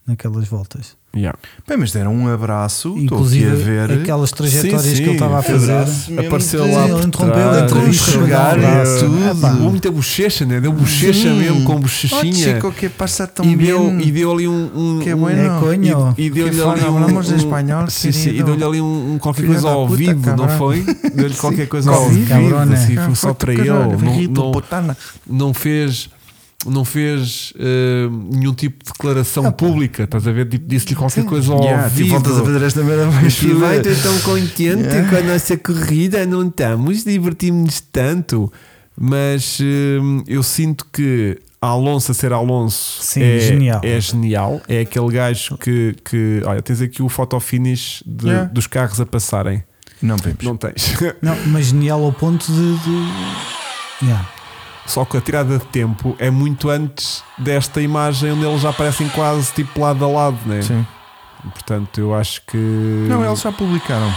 [SPEAKER 3] naquelas voltas.
[SPEAKER 2] Yeah.
[SPEAKER 1] Bem, mas deram um abraço, estou aqui
[SPEAKER 3] Inclusive
[SPEAKER 1] a ver.
[SPEAKER 3] aquelas trajetórias
[SPEAKER 2] Sim, sim,
[SPEAKER 3] que ele estava a
[SPEAKER 2] que
[SPEAKER 3] fazer.
[SPEAKER 1] abraço mesmo
[SPEAKER 2] Apareceu
[SPEAKER 1] de-
[SPEAKER 2] lá
[SPEAKER 3] Sim,
[SPEAKER 2] por
[SPEAKER 3] ele interrompeu,
[SPEAKER 2] trás,
[SPEAKER 3] entrou e
[SPEAKER 2] escorregar,
[SPEAKER 3] chegou a dar um
[SPEAKER 1] abraço.
[SPEAKER 2] eh, ah, pá,
[SPEAKER 1] Tudo.
[SPEAKER 2] Muita bochecha, né? Deu bochecha
[SPEAKER 1] Sim.
[SPEAKER 2] mesmo, com
[SPEAKER 1] Oh,
[SPEAKER 2] bochechinha.
[SPEAKER 1] chico, que passa tão
[SPEAKER 2] e,
[SPEAKER 1] bem.
[SPEAKER 2] deu, e deu ali um. um
[SPEAKER 1] Que
[SPEAKER 2] um-
[SPEAKER 1] bueno.
[SPEAKER 3] É coño.
[SPEAKER 2] E, e deu-lhe
[SPEAKER 1] Que
[SPEAKER 2] ali
[SPEAKER 1] fala,
[SPEAKER 2] um,
[SPEAKER 1] hablamos
[SPEAKER 2] um-
[SPEAKER 1] espanhol,
[SPEAKER 2] sim, sim,
[SPEAKER 1] querido.
[SPEAKER 2] e deu-lhe ali um, um qualquer
[SPEAKER 1] Filho
[SPEAKER 2] coisa
[SPEAKER 1] da
[SPEAKER 2] ao
[SPEAKER 1] puta,
[SPEAKER 2] vivo, não
[SPEAKER 1] cabrão.
[SPEAKER 2] foi? Deu-lhe
[SPEAKER 1] Sim,
[SPEAKER 2] qualquer coisa ao
[SPEAKER 1] Covid,
[SPEAKER 2] vivo,
[SPEAKER 3] cabrona.
[SPEAKER 2] assim, foi só
[SPEAKER 1] Foto,
[SPEAKER 2] para ele.
[SPEAKER 1] Ah, caralho,
[SPEAKER 2] Não,
[SPEAKER 1] rito,
[SPEAKER 2] não,
[SPEAKER 1] putana.
[SPEAKER 2] não fez, não fez eh, nenhum tipo de declaração pública, estás a ver? Tipo, Disse-lhe qualquer coisa ao
[SPEAKER 1] Yeah, tipo,
[SPEAKER 2] vivo.
[SPEAKER 1] voltas a fazer esta merda mais
[SPEAKER 2] Piloto, eu tão contente com a nossa corrida, não estamos? Divertimos-nos tanto. Mas hum, eu sinto que Alonso a ser Alonso
[SPEAKER 3] Sim,
[SPEAKER 2] é,
[SPEAKER 3] genial.
[SPEAKER 2] é genial. É aquele gajo que, que olha, tens aqui o photo finish de-
[SPEAKER 1] Yeah.
[SPEAKER 2] dos carros a passarem.
[SPEAKER 1] Não vimos.
[SPEAKER 2] Não tens.
[SPEAKER 3] Não, mas genial ao ponto de. de... Yeah.
[SPEAKER 2] Só que a tirada de tempo é muito antes desta imagem onde eles já aparecem quase tipo lado a lado, né?
[SPEAKER 1] Sim.
[SPEAKER 2] Portanto, eu acho que.
[SPEAKER 1] Não, eles já publicaram.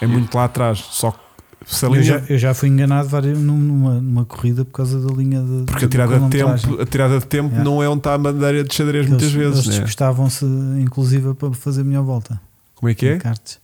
[SPEAKER 2] É muito lá atrás. Só que se a
[SPEAKER 3] Eu,
[SPEAKER 2] linha-
[SPEAKER 3] já, eu já fui enganado várias- numa, numa corrida por causa da linha de.
[SPEAKER 2] Porque a
[SPEAKER 3] de
[SPEAKER 2] tirada de
[SPEAKER 3] quilometragem.
[SPEAKER 2] tempo, a tirada de tempo
[SPEAKER 3] Yeah.
[SPEAKER 2] não é onde está a bandeira de xadrez
[SPEAKER 3] Eles-
[SPEAKER 2] muitas
[SPEAKER 3] Eles
[SPEAKER 2] vezes, né?
[SPEAKER 3] desgostavam-se, inclusive, para fazer a melhor volta.
[SPEAKER 2] Como é que é?
[SPEAKER 3] Em karts.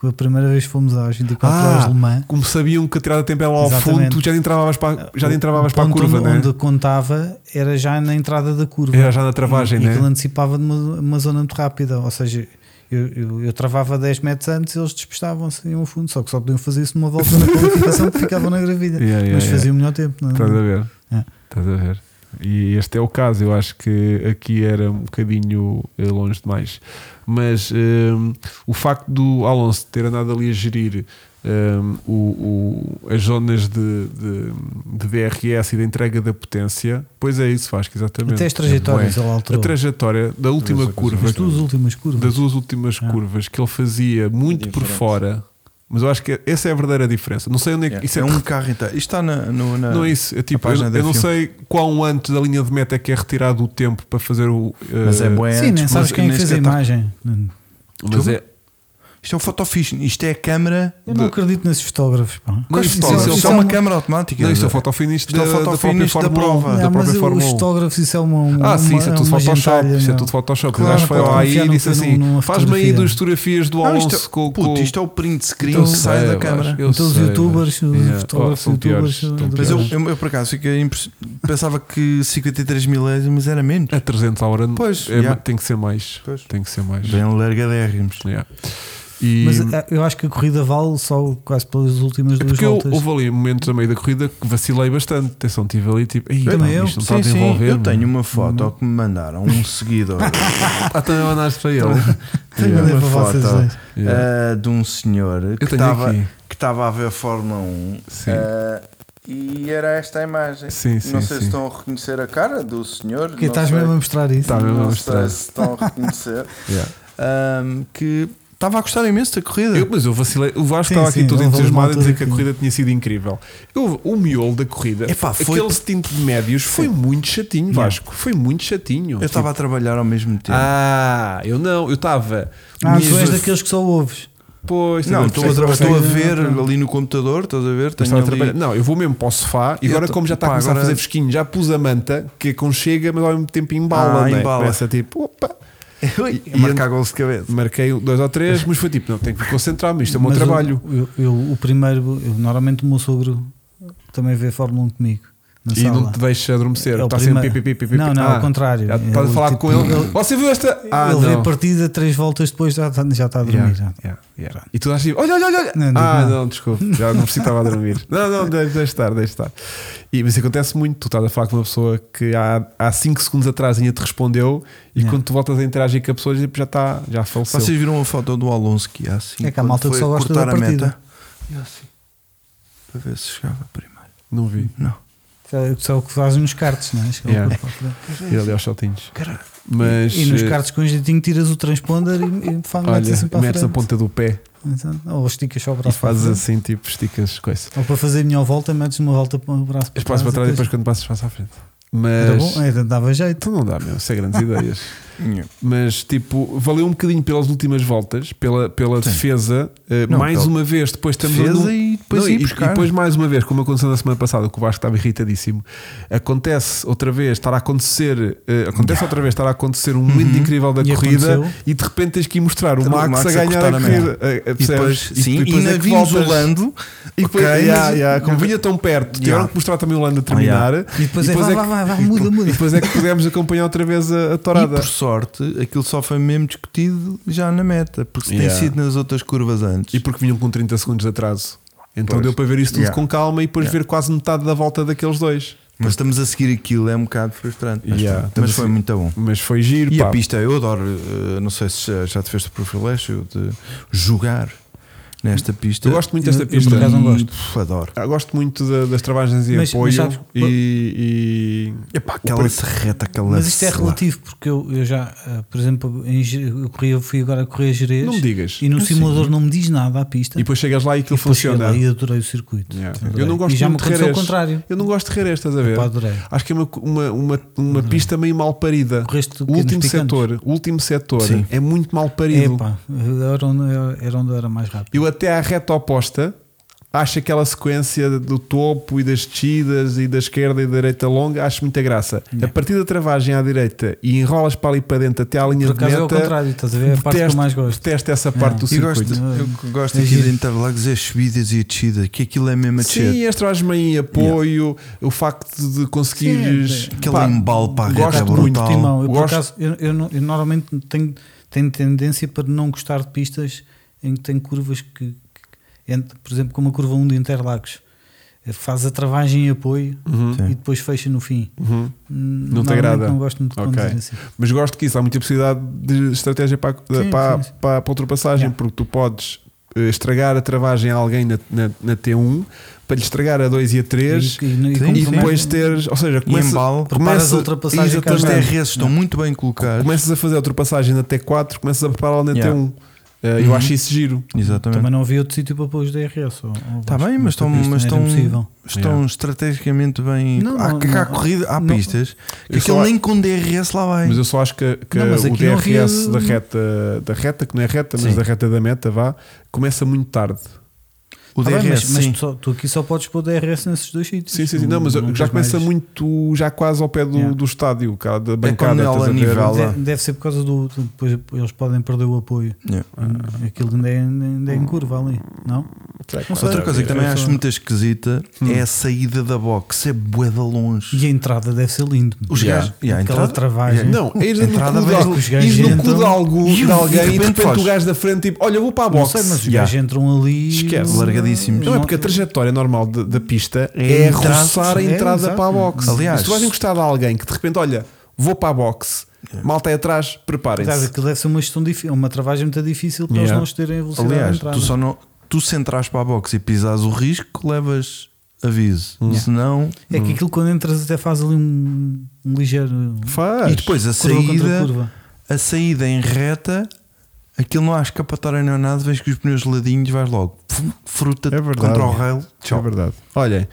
[SPEAKER 3] Que A primeira vez que fomos às 24
[SPEAKER 2] Ah,
[SPEAKER 3] horas de Le Mans.
[SPEAKER 2] Como sabiam que a tirada de tempo era lá ao fundo,
[SPEAKER 3] Exatamente.
[SPEAKER 2] tu já nem travavas para, já nem travavas
[SPEAKER 3] Ah, O
[SPEAKER 2] para a
[SPEAKER 3] ponto
[SPEAKER 2] curva,
[SPEAKER 3] onde,
[SPEAKER 2] né?
[SPEAKER 3] onde contava era já na entrada da curva.
[SPEAKER 2] Era já na travagem,
[SPEAKER 3] e,
[SPEAKER 2] né?
[SPEAKER 3] E aquilo é antecipava de uma, uma zona muito rápida. Ou seja, eu, eu, eu travava 10 metros antes e eles despestavam-se e iam ao fundo. Só que só podiam fazer isso numa volta na qualificação que ficavam na gravilha.
[SPEAKER 2] Yeah, yeah,
[SPEAKER 3] Mas
[SPEAKER 2] yeah.
[SPEAKER 3] faziam o melhor tempo. Não? é?
[SPEAKER 2] Estás a ver?
[SPEAKER 3] É.
[SPEAKER 2] Estás a ver? E este é o caso, eu acho que aqui era um bocadinho eh, longe demais. Mas hum, o facto do Alonso ter andado ali a gerir hum, o- o- as zonas de, de- de DRS e da entrega da potência, pois é isso, faz que exatamente. É.
[SPEAKER 3] Até as trajetórias ele
[SPEAKER 2] A
[SPEAKER 3] alterou.
[SPEAKER 2] trajetória da última curva
[SPEAKER 3] As duas últimas curvas.
[SPEAKER 2] das duas últimas
[SPEAKER 3] Ah.
[SPEAKER 2] curvas que ele fazia muito por fora, mas eu acho que essa é a verdadeira diferença. Não sei onde é que
[SPEAKER 1] Yeah.
[SPEAKER 2] isso é,
[SPEAKER 1] é um carro então. Isto está na, no- na-
[SPEAKER 2] não é isso, é tipo,
[SPEAKER 1] a
[SPEAKER 2] eu,
[SPEAKER 1] página da
[SPEAKER 2] eu não
[SPEAKER 1] F1.
[SPEAKER 2] sei quão antes da linha de meta é que é retirado o tempo para fazer o. eh,
[SPEAKER 1] Mas é bué
[SPEAKER 3] Sim, nem
[SPEAKER 1] antes,
[SPEAKER 3] sabes
[SPEAKER 2] tá-
[SPEAKER 1] mas
[SPEAKER 3] quem é que
[SPEAKER 1] nem
[SPEAKER 3] fez a
[SPEAKER 1] sequer tá-
[SPEAKER 3] imagem.
[SPEAKER 2] Mas é,
[SPEAKER 1] Isto é o photofish, isto é a câmara.
[SPEAKER 3] Eu não
[SPEAKER 2] De-
[SPEAKER 3] acredito nesses fotógrafos, pá.
[SPEAKER 2] Mas
[SPEAKER 1] Quais
[SPEAKER 2] isto é-
[SPEAKER 1] fotógrafos?
[SPEAKER 2] isto é
[SPEAKER 1] Isto é uma
[SPEAKER 3] uma-
[SPEAKER 1] câmara automática.
[SPEAKER 2] Não, isto é o fotofinish
[SPEAKER 1] Isto é o
[SPEAKER 2] da, da própria
[SPEAKER 1] fotofinish da
[SPEAKER 2] Fórmula
[SPEAKER 1] prova.
[SPEAKER 2] um,
[SPEAKER 1] da
[SPEAKER 3] Não, mas
[SPEAKER 2] própria
[SPEAKER 3] os
[SPEAKER 2] Fórmula um.
[SPEAKER 3] fotógrafos, isso é uma. uma
[SPEAKER 2] Ah, sim, isso é
[SPEAKER 3] uma-
[SPEAKER 2] tudo
[SPEAKER 3] uma
[SPEAKER 2] Photoshop.
[SPEAKER 3] gentalha,
[SPEAKER 2] Isso é
[SPEAKER 3] não.
[SPEAKER 2] tudo Photoshop.
[SPEAKER 1] Claro,
[SPEAKER 2] o gajo foi
[SPEAKER 1] pode
[SPEAKER 2] ao AI
[SPEAKER 3] confiar
[SPEAKER 2] e
[SPEAKER 3] num-
[SPEAKER 2] disse assim:
[SPEAKER 3] num- um numa
[SPEAKER 2] faz-me aí
[SPEAKER 3] fotografia.
[SPEAKER 2] duas fotografias do
[SPEAKER 1] Não, isto,
[SPEAKER 2] Alonso
[SPEAKER 1] é,
[SPEAKER 2] com.
[SPEAKER 1] puto,
[SPEAKER 2] com-
[SPEAKER 1] isto é o print screen
[SPEAKER 2] Eu
[SPEAKER 1] que sai
[SPEAKER 2] sei,
[SPEAKER 1] da
[SPEAKER 2] eu
[SPEAKER 1] câmara.
[SPEAKER 2] acho, eu
[SPEAKER 3] Então os
[SPEAKER 2] sei,
[SPEAKER 3] youtubers,
[SPEAKER 2] mas-
[SPEAKER 3] os
[SPEAKER 2] Yeah. oh,
[SPEAKER 3] fotógrafos
[SPEAKER 2] são piores,
[SPEAKER 3] youtubers,
[SPEAKER 2] são
[SPEAKER 3] do
[SPEAKER 1] Mas eu,
[SPEAKER 2] piores.
[SPEAKER 1] eu, eu, por acaso fiquei impress- pensava que 53 milésimos era menos.
[SPEAKER 2] A 300 a hora
[SPEAKER 1] Pois,
[SPEAKER 2] é-
[SPEAKER 1] yeah.
[SPEAKER 2] tem que ser mais.
[SPEAKER 1] Pois.
[SPEAKER 2] Tem que ser mais.
[SPEAKER 1] Bem largadérrimos.
[SPEAKER 2] Yeah. E
[SPEAKER 3] Mas eh, eu acho que a corrida vale só quase pelas últimas
[SPEAKER 2] é
[SPEAKER 3] duas
[SPEAKER 2] porque eu,
[SPEAKER 3] voltas.
[SPEAKER 2] houve ali momentos a meio da corrida que vacilei bastante. Atenção, estive ali tipo, Ei,
[SPEAKER 3] Também
[SPEAKER 2] pá,
[SPEAKER 3] eu.
[SPEAKER 2] isto não está a
[SPEAKER 1] Sim, sim,
[SPEAKER 2] desenvolver.
[SPEAKER 1] eu tenho um- uma foto que me mandaram um seguidor.
[SPEAKER 2] Ah, também mandaste para ele.
[SPEAKER 3] Eu mandei
[SPEAKER 1] uma
[SPEAKER 3] para vocês
[SPEAKER 1] foto.
[SPEAKER 3] dois.
[SPEAKER 2] Yeah.
[SPEAKER 1] ah, de um senhor que
[SPEAKER 2] eu tenho
[SPEAKER 1] estava
[SPEAKER 2] aqui.
[SPEAKER 1] que estava a ver a Fórmula 1
[SPEAKER 2] Sim.
[SPEAKER 1] ah, e era esta a imagem.
[SPEAKER 2] Sim, sim,
[SPEAKER 1] não sei
[SPEAKER 2] sim.
[SPEAKER 1] se estão a reconhecer a cara do senhor.
[SPEAKER 3] Porque
[SPEAKER 1] não
[SPEAKER 3] estás
[SPEAKER 1] sei,
[SPEAKER 3] mesmo a mostrar isso.
[SPEAKER 2] Tá. mesmo a
[SPEAKER 1] não
[SPEAKER 2] mostrar.
[SPEAKER 1] sei se estão a reconhecer.
[SPEAKER 2] Yeah.
[SPEAKER 1] Ahm, que estava a gostar imenso da corrida.
[SPEAKER 2] Eu- mas eu vacilei. O Vasco
[SPEAKER 3] Sim,
[SPEAKER 2] estava aqui
[SPEAKER 3] sim,
[SPEAKER 2] todo
[SPEAKER 3] houve uma
[SPEAKER 2] entusiasmado a dizer
[SPEAKER 3] altura
[SPEAKER 2] que a
[SPEAKER 3] que-
[SPEAKER 2] corrida tinha sido incrível. Eu- o miolo da corrida,
[SPEAKER 1] Epá, foi-
[SPEAKER 2] aquele stint de médios, foi muito chatinho, Vasco. Foi muito chatinho.
[SPEAKER 1] Eu estava a trabalhar ao mesmo tempo.
[SPEAKER 2] Ah, eu não, eu estava.
[SPEAKER 3] Ah,
[SPEAKER 2] Minhas
[SPEAKER 3] tu és
[SPEAKER 2] vac-
[SPEAKER 3] daqueles que só ouves.
[SPEAKER 2] Pois,
[SPEAKER 1] não,
[SPEAKER 2] estava-
[SPEAKER 1] estou a,
[SPEAKER 2] estava-
[SPEAKER 1] tra- estou a ver
[SPEAKER 3] Não, não.
[SPEAKER 1] ali no computador, estás a ver? Tenho
[SPEAKER 2] estava a
[SPEAKER 1] ali-
[SPEAKER 2] trabalhar. Não, eu vou mesmo para o sofá e
[SPEAKER 1] Eu
[SPEAKER 2] agora,
[SPEAKER 1] tô-
[SPEAKER 2] como já está a
[SPEAKER 1] pá,
[SPEAKER 2] começar a
[SPEAKER 1] agora-
[SPEAKER 2] fazer fresquinho, já pus a manta que aconchega, mas ao mesmo tempo
[SPEAKER 1] Ah,
[SPEAKER 2] embala. né?
[SPEAKER 1] embala.
[SPEAKER 2] Parece tipo, opa.
[SPEAKER 1] Ui,
[SPEAKER 2] E-
[SPEAKER 1] marcar gols de cabeça.
[SPEAKER 2] Marquei um, dois ou três, mas foi tipo, não, tenho que me concentrar, mas isto é o meu
[SPEAKER 3] Mas eu-
[SPEAKER 2] trabalho.
[SPEAKER 3] Eu, eu- o primeiro, eu- normalmente o meu sogro também vê Fórmula 1 comigo. Na
[SPEAKER 2] E
[SPEAKER 3] sala.
[SPEAKER 2] não te deixa adormecer,
[SPEAKER 3] É o
[SPEAKER 2] está sempre
[SPEAKER 3] primeiro.
[SPEAKER 2] pipi, pipi, pipi.
[SPEAKER 3] Não, não, ao contrário.
[SPEAKER 2] já Estás a
[SPEAKER 3] Ele,
[SPEAKER 2] falar
[SPEAKER 3] tipo,
[SPEAKER 2] com ele.
[SPEAKER 3] ele-
[SPEAKER 2] Você viu esta? Ah,
[SPEAKER 3] Ele vê
[SPEAKER 2] não.
[SPEAKER 3] a partida três voltas depois, já, está- já está a dormir.
[SPEAKER 2] Yeah,
[SPEAKER 3] já.
[SPEAKER 2] yeah, yeah. E tu estás tipo, olha, olha, olha, olha.
[SPEAKER 3] Não, digo
[SPEAKER 2] ah,
[SPEAKER 3] nada.
[SPEAKER 2] não, desculpa, já não precisava dormir. Não, não, deixa, deixa estar, deixa estar. E, mas isso acontece muito, tu estás a falar com uma pessoa que há, há cinco segundos atrás ainda te respondeu e
[SPEAKER 3] Yeah.
[SPEAKER 2] quando tu voltas a interagir com a pessoa tipo, já está, já faleceu.
[SPEAKER 1] Vocês viram a foto do Alonso que há assim?
[SPEAKER 3] É que há
[SPEAKER 1] quando
[SPEAKER 3] malta que
[SPEAKER 1] foi
[SPEAKER 3] só gosta
[SPEAKER 1] cortar
[SPEAKER 3] da
[SPEAKER 1] a
[SPEAKER 3] partida.
[SPEAKER 1] meta? E assim, para ver se chegava primeiro.
[SPEAKER 2] Não vi.
[SPEAKER 1] Não.
[SPEAKER 3] É o que- é o que fazem nos cartos, não é? Chega
[SPEAKER 2] Yeah.
[SPEAKER 3] ao corpo.
[SPEAKER 2] E ali aos saltinhos.
[SPEAKER 1] Caralho.
[SPEAKER 2] Mas.
[SPEAKER 3] é E nos
[SPEAKER 2] eh,
[SPEAKER 3] cartos com um jeitinho tiras o transponder e, e faz- metes
[SPEAKER 2] Olha,
[SPEAKER 3] assim para a
[SPEAKER 2] metes a
[SPEAKER 3] frente.
[SPEAKER 2] ponta do pé
[SPEAKER 3] Então, ou esticas só o
[SPEAKER 2] e
[SPEAKER 3] braço para a
[SPEAKER 2] fazes
[SPEAKER 3] frente.
[SPEAKER 2] assim, tipo, esticas coisa.
[SPEAKER 3] Ou para fazer a melhor volta, metes uma volta para o braço para
[SPEAKER 2] Espaço para trás e depois
[SPEAKER 3] depois-
[SPEAKER 2] quando passas, passa à frente.
[SPEAKER 3] Era
[SPEAKER 2] Mas.
[SPEAKER 3] bom, é, dava jeito.
[SPEAKER 2] Então não dá, meu, sem grandes ideias. Mas, tipo, valeu um bocadinho pelas últimas voltas, pela, pela
[SPEAKER 1] Sim.
[SPEAKER 2] defesa. Eh,
[SPEAKER 1] Não,
[SPEAKER 2] mais
[SPEAKER 1] pela
[SPEAKER 2] uma vez, depois estamos
[SPEAKER 1] Defesa
[SPEAKER 2] num-
[SPEAKER 1] um e depois
[SPEAKER 2] Não,
[SPEAKER 1] ir
[SPEAKER 2] e,
[SPEAKER 1] buscar.
[SPEAKER 2] e depois, mais uma vez, como aconteceu na semana passada, que o Vasco estava irritadíssimo, acontece outra vez, estar a acontecer, eh, acontece outra vez, estar a acontecer
[SPEAKER 1] Uhum.
[SPEAKER 2] um momento incrível da
[SPEAKER 3] E
[SPEAKER 2] corrida
[SPEAKER 3] aconteceu.
[SPEAKER 2] e de repente tens que ir mostrar o
[SPEAKER 1] Então, O
[SPEAKER 2] Max,
[SPEAKER 1] Max
[SPEAKER 2] a
[SPEAKER 1] a
[SPEAKER 2] ganhar a,
[SPEAKER 1] cortar a
[SPEAKER 2] corrida. Eh, eh,
[SPEAKER 1] E
[SPEAKER 2] percebes?
[SPEAKER 1] depois, sim, e
[SPEAKER 2] depois é
[SPEAKER 1] ainda
[SPEAKER 2] que
[SPEAKER 1] vimos o
[SPEAKER 2] voltas.
[SPEAKER 1] Lando.
[SPEAKER 2] E depois,
[SPEAKER 1] Ok,
[SPEAKER 2] yeah,
[SPEAKER 1] mas-
[SPEAKER 2] yeah, como vinha tão perto, tiveram que mostrar também o Lando a terminar.
[SPEAKER 1] Yeah.
[SPEAKER 3] E depois,
[SPEAKER 2] E depois
[SPEAKER 3] é,
[SPEAKER 2] é
[SPEAKER 3] vai,
[SPEAKER 2] que-
[SPEAKER 3] vai, vai, vai, muda,
[SPEAKER 2] E
[SPEAKER 3] muda.
[SPEAKER 2] depois é que pudemos acompanhar outra vez a, a
[SPEAKER 1] E
[SPEAKER 2] torada.
[SPEAKER 1] por sorte, aquilo só foi mesmo discutido já na meta, porque se
[SPEAKER 2] Yeah.
[SPEAKER 1] tem sido nas outras curvas antes.
[SPEAKER 2] E porque vinham com 30 segundos de atraso. Então
[SPEAKER 1] Pois.
[SPEAKER 2] deu para ver isso tudo
[SPEAKER 1] Yeah.
[SPEAKER 2] com calma e depois
[SPEAKER 1] Yeah.
[SPEAKER 2] ver quase metade da volta daqueles dois.
[SPEAKER 1] Mas estamos a seguir aquilo, é um bocado frustrante. Mas,
[SPEAKER 2] Yeah,
[SPEAKER 1] pronto,
[SPEAKER 2] estamos
[SPEAKER 1] mas foi
[SPEAKER 2] a-
[SPEAKER 1] muito bom.
[SPEAKER 2] Mas foi giro.
[SPEAKER 1] E
[SPEAKER 2] pá.
[SPEAKER 1] a pista, eu adoro, eh, não sei se já- já te fez o privilégio de jogar nesta pista.
[SPEAKER 2] Eu gosto muito desta
[SPEAKER 3] Eu- eu
[SPEAKER 2] pista.
[SPEAKER 3] por acaso não
[SPEAKER 1] E,
[SPEAKER 3] gosto.
[SPEAKER 1] pff, Adoro.
[SPEAKER 2] Ah, gosto muito da- das travagens e
[SPEAKER 3] Mas- mas
[SPEAKER 2] apoio.
[SPEAKER 3] sabes-
[SPEAKER 2] e, e-
[SPEAKER 1] Epá,
[SPEAKER 2] O
[SPEAKER 1] aquela
[SPEAKER 2] pre-
[SPEAKER 1] serreta, aquela.
[SPEAKER 3] Mas isto é
[SPEAKER 1] sei lá.
[SPEAKER 3] relativo, porque eu, eu já, ah, por exemplo, em Ge- eu, corri, eu fui agora a correr a Jerez
[SPEAKER 2] Não me digas.
[SPEAKER 3] e no
[SPEAKER 1] Sim.
[SPEAKER 3] simulador não me diz nada a pista.
[SPEAKER 2] E depois chegas lá e aquilo
[SPEAKER 3] depois cheguei
[SPEAKER 2] funciona.
[SPEAKER 3] lá E adorei o circuito.
[SPEAKER 2] Yeah.
[SPEAKER 3] Adorei.
[SPEAKER 2] Eu não gosto
[SPEAKER 3] e já me
[SPEAKER 2] muito de
[SPEAKER 3] aconteceu o
[SPEAKER 2] Jerez.
[SPEAKER 3] contrário.
[SPEAKER 2] Eu não gosto de Jerez, estás a ver?
[SPEAKER 3] Pá, adorei.
[SPEAKER 2] Acho que é uma, uma, uma, uma
[SPEAKER 3] Uhum.
[SPEAKER 2] pista meio mal parida.
[SPEAKER 3] Correste
[SPEAKER 2] O último setor, o último setor
[SPEAKER 1] Sim.
[SPEAKER 2] é muito mal
[SPEAKER 3] É
[SPEAKER 2] parido.
[SPEAKER 3] pá, era onde, era onde eu era mais rápido.
[SPEAKER 2] Eu até à reta oposta acho aquela sequência do topo e das descidas e da esquerda e da direita longa, acho muita graça.
[SPEAKER 3] É.
[SPEAKER 2] A partir da travagem à direita e enrolas para ali para dentro até à linha
[SPEAKER 3] Por
[SPEAKER 2] de
[SPEAKER 3] acaso é o
[SPEAKER 2] meta,
[SPEAKER 3] contrário, estás a ver? É a parte que eu
[SPEAKER 2] detesto-
[SPEAKER 3] mais gosto.
[SPEAKER 2] detesto essa parte do
[SPEAKER 1] Eu
[SPEAKER 2] circuito.
[SPEAKER 1] gosto, eu gosto
[SPEAKER 3] É
[SPEAKER 1] aqui de
[SPEAKER 3] giro.
[SPEAKER 1] Interlagos, é as subidas e a descida, que aquilo é mesmo a descer.
[SPEAKER 2] Sim, as travagens em apoio, o facto de conseguires
[SPEAKER 3] Sim,
[SPEAKER 1] Aquele
[SPEAKER 2] pá,
[SPEAKER 1] embalo para a reta
[SPEAKER 2] gosto
[SPEAKER 1] é
[SPEAKER 2] muito,
[SPEAKER 1] brutal.
[SPEAKER 3] Timão, eu, por
[SPEAKER 2] Gosto-
[SPEAKER 3] acaso, eu, eu não- eu normalmente tenho, tenho tendência para não gostar de pistas em que tem curvas que, que- entre- por exemplo, como a curva 1 de Interlagos, Eh, faz a travagem e apoio
[SPEAKER 1] Sim.
[SPEAKER 3] e depois fecha no fim.
[SPEAKER 2] Uhum.
[SPEAKER 3] Hum,
[SPEAKER 2] Não te
[SPEAKER 3] normalmente
[SPEAKER 2] agrada?
[SPEAKER 3] Não gosto muito de
[SPEAKER 2] Ok.
[SPEAKER 3] conduzir assim.
[SPEAKER 2] Mas gosto que isso há muita possibilidade de estratégia para,
[SPEAKER 3] Sim,
[SPEAKER 2] para,
[SPEAKER 3] sim, sim.
[SPEAKER 2] para- para ultrapassagem,
[SPEAKER 3] Yeah.
[SPEAKER 2] porque tu podes eh, estragar a travagem a alguém na, na- na T1 para lhe estragar a 2 e a 3
[SPEAKER 3] E- e- e
[SPEAKER 2] e,
[SPEAKER 3] como
[SPEAKER 2] depois
[SPEAKER 3] começa-
[SPEAKER 2] teres, ou seja,
[SPEAKER 1] E
[SPEAKER 2] começa,
[SPEAKER 1] embalo,
[SPEAKER 3] preparas a ultrapassagem
[SPEAKER 1] Os
[SPEAKER 2] exatamente.
[SPEAKER 3] cá é
[SPEAKER 1] TRS estão muito bem colocados.
[SPEAKER 2] começas a fazer a ultrapassagem na T4, começas a preparar la na
[SPEAKER 1] Yeah.
[SPEAKER 2] T1 Eh, Eu
[SPEAKER 1] Uhum.
[SPEAKER 2] acho isso giro.
[SPEAKER 1] Exatamente.
[SPEAKER 3] Também não havia outro sítio para pôr os DRS.
[SPEAKER 1] Está Tá bem, mas estão, mas estão, estão estrategicamente bem.
[SPEAKER 3] é Não,
[SPEAKER 1] há,
[SPEAKER 3] não,
[SPEAKER 1] que há
[SPEAKER 3] não.
[SPEAKER 1] corrida, há
[SPEAKER 3] Não.
[SPEAKER 1] pistas que
[SPEAKER 2] Eu só
[SPEAKER 1] aquele
[SPEAKER 2] a-
[SPEAKER 1] nem com DRS lá vai.
[SPEAKER 2] Mas eu só acho que, que
[SPEAKER 3] Não, mas é um
[SPEAKER 2] o
[SPEAKER 3] aqui não havia-
[SPEAKER 2] DRS da, reta, da reta, que não é reta, mas
[SPEAKER 1] Sim.
[SPEAKER 2] da reta da meta, vá, começa muito tarde.
[SPEAKER 1] o DRS,
[SPEAKER 3] Ah, mas, mas
[SPEAKER 1] sim.
[SPEAKER 3] tu, só- tu aqui só podes pôr DRS nesses dois sítios.
[SPEAKER 2] Sim, sim, sim. Não, mas já
[SPEAKER 3] tens
[SPEAKER 2] começa
[SPEAKER 3] mais.
[SPEAKER 2] muito, já quase ao pé do,
[SPEAKER 3] Yeah.
[SPEAKER 2] do estádio, cara, da bancada.
[SPEAKER 1] quando ela
[SPEAKER 2] estás a ver?
[SPEAKER 1] nivela.
[SPEAKER 3] De- é, Deve, ser por causa do. do- Depois eles podem perder o apoio.
[SPEAKER 1] Yeah.
[SPEAKER 2] Ah.
[SPEAKER 3] Aquilo ainda é, ainda é em curva ali, não?
[SPEAKER 2] Será que
[SPEAKER 3] Não
[SPEAKER 2] faz?
[SPEAKER 3] sei.
[SPEAKER 1] Outra coisa que
[SPEAKER 3] eu Hum.
[SPEAKER 1] também
[SPEAKER 3] só-
[SPEAKER 1] acho muito esquisita é a saída da box, é boeda longe.
[SPEAKER 3] E a entrada deve ser lindo.
[SPEAKER 1] Os
[SPEAKER 2] Yeah.
[SPEAKER 1] gajos, yeah, a
[SPEAKER 3] Aquela
[SPEAKER 1] entrada-
[SPEAKER 3] travagem.
[SPEAKER 1] yeah.
[SPEAKER 2] Não, é ires
[SPEAKER 3] Entrada
[SPEAKER 2] no cu de,
[SPEAKER 3] vai-
[SPEAKER 2] al-
[SPEAKER 3] os gajos
[SPEAKER 2] ires no cu de,
[SPEAKER 3] entram-
[SPEAKER 2] algo,
[SPEAKER 1] E
[SPEAKER 2] de
[SPEAKER 1] de
[SPEAKER 2] alguém e de
[SPEAKER 1] repente
[SPEAKER 2] repente
[SPEAKER 1] faz.
[SPEAKER 2] o gajo da frente, tipo, olha, vou para a
[SPEAKER 3] Não
[SPEAKER 2] boxe.
[SPEAKER 3] sei, mas os
[SPEAKER 1] Yeah.
[SPEAKER 3] gajos entram ali.
[SPEAKER 2] Esquece.
[SPEAKER 1] Largadíssimos.
[SPEAKER 2] Não, é porque a trajetória normal de- da pista é,
[SPEAKER 1] É entrada-
[SPEAKER 2] roçar a
[SPEAKER 3] é,
[SPEAKER 2] entrada
[SPEAKER 3] exato.
[SPEAKER 2] para a boxe.
[SPEAKER 1] Aliás-
[SPEAKER 2] se tu vais encostar a alguém que de repente, olha, vou para a boxe, malta aí atrás,
[SPEAKER 3] Sabe,
[SPEAKER 2] preparem-se.
[SPEAKER 3] aquilo deve ser uma gestão difícil, uma travagem muito difícil para
[SPEAKER 2] Yeah.
[SPEAKER 3] eles não terem a velocidade de
[SPEAKER 1] Aliás,
[SPEAKER 3] entrada.
[SPEAKER 1] tu só não. Tu se entras para a box e pisares o risco, levas aviso. Se não.
[SPEAKER 3] É
[SPEAKER 2] Hum.
[SPEAKER 3] que aquilo quando entras até faz ali um, um ligeiro
[SPEAKER 2] Faz.
[SPEAKER 1] E depois a
[SPEAKER 3] curva contra
[SPEAKER 1] saída,
[SPEAKER 3] curva.
[SPEAKER 1] a saída em reta, aquilo não há escapatória nem há nada, vês que os pneus geladinhos, vais logo. Pum, Fruta
[SPEAKER 2] É verdade.
[SPEAKER 1] contra o rail. Tchau.
[SPEAKER 2] É verdade. Olhem,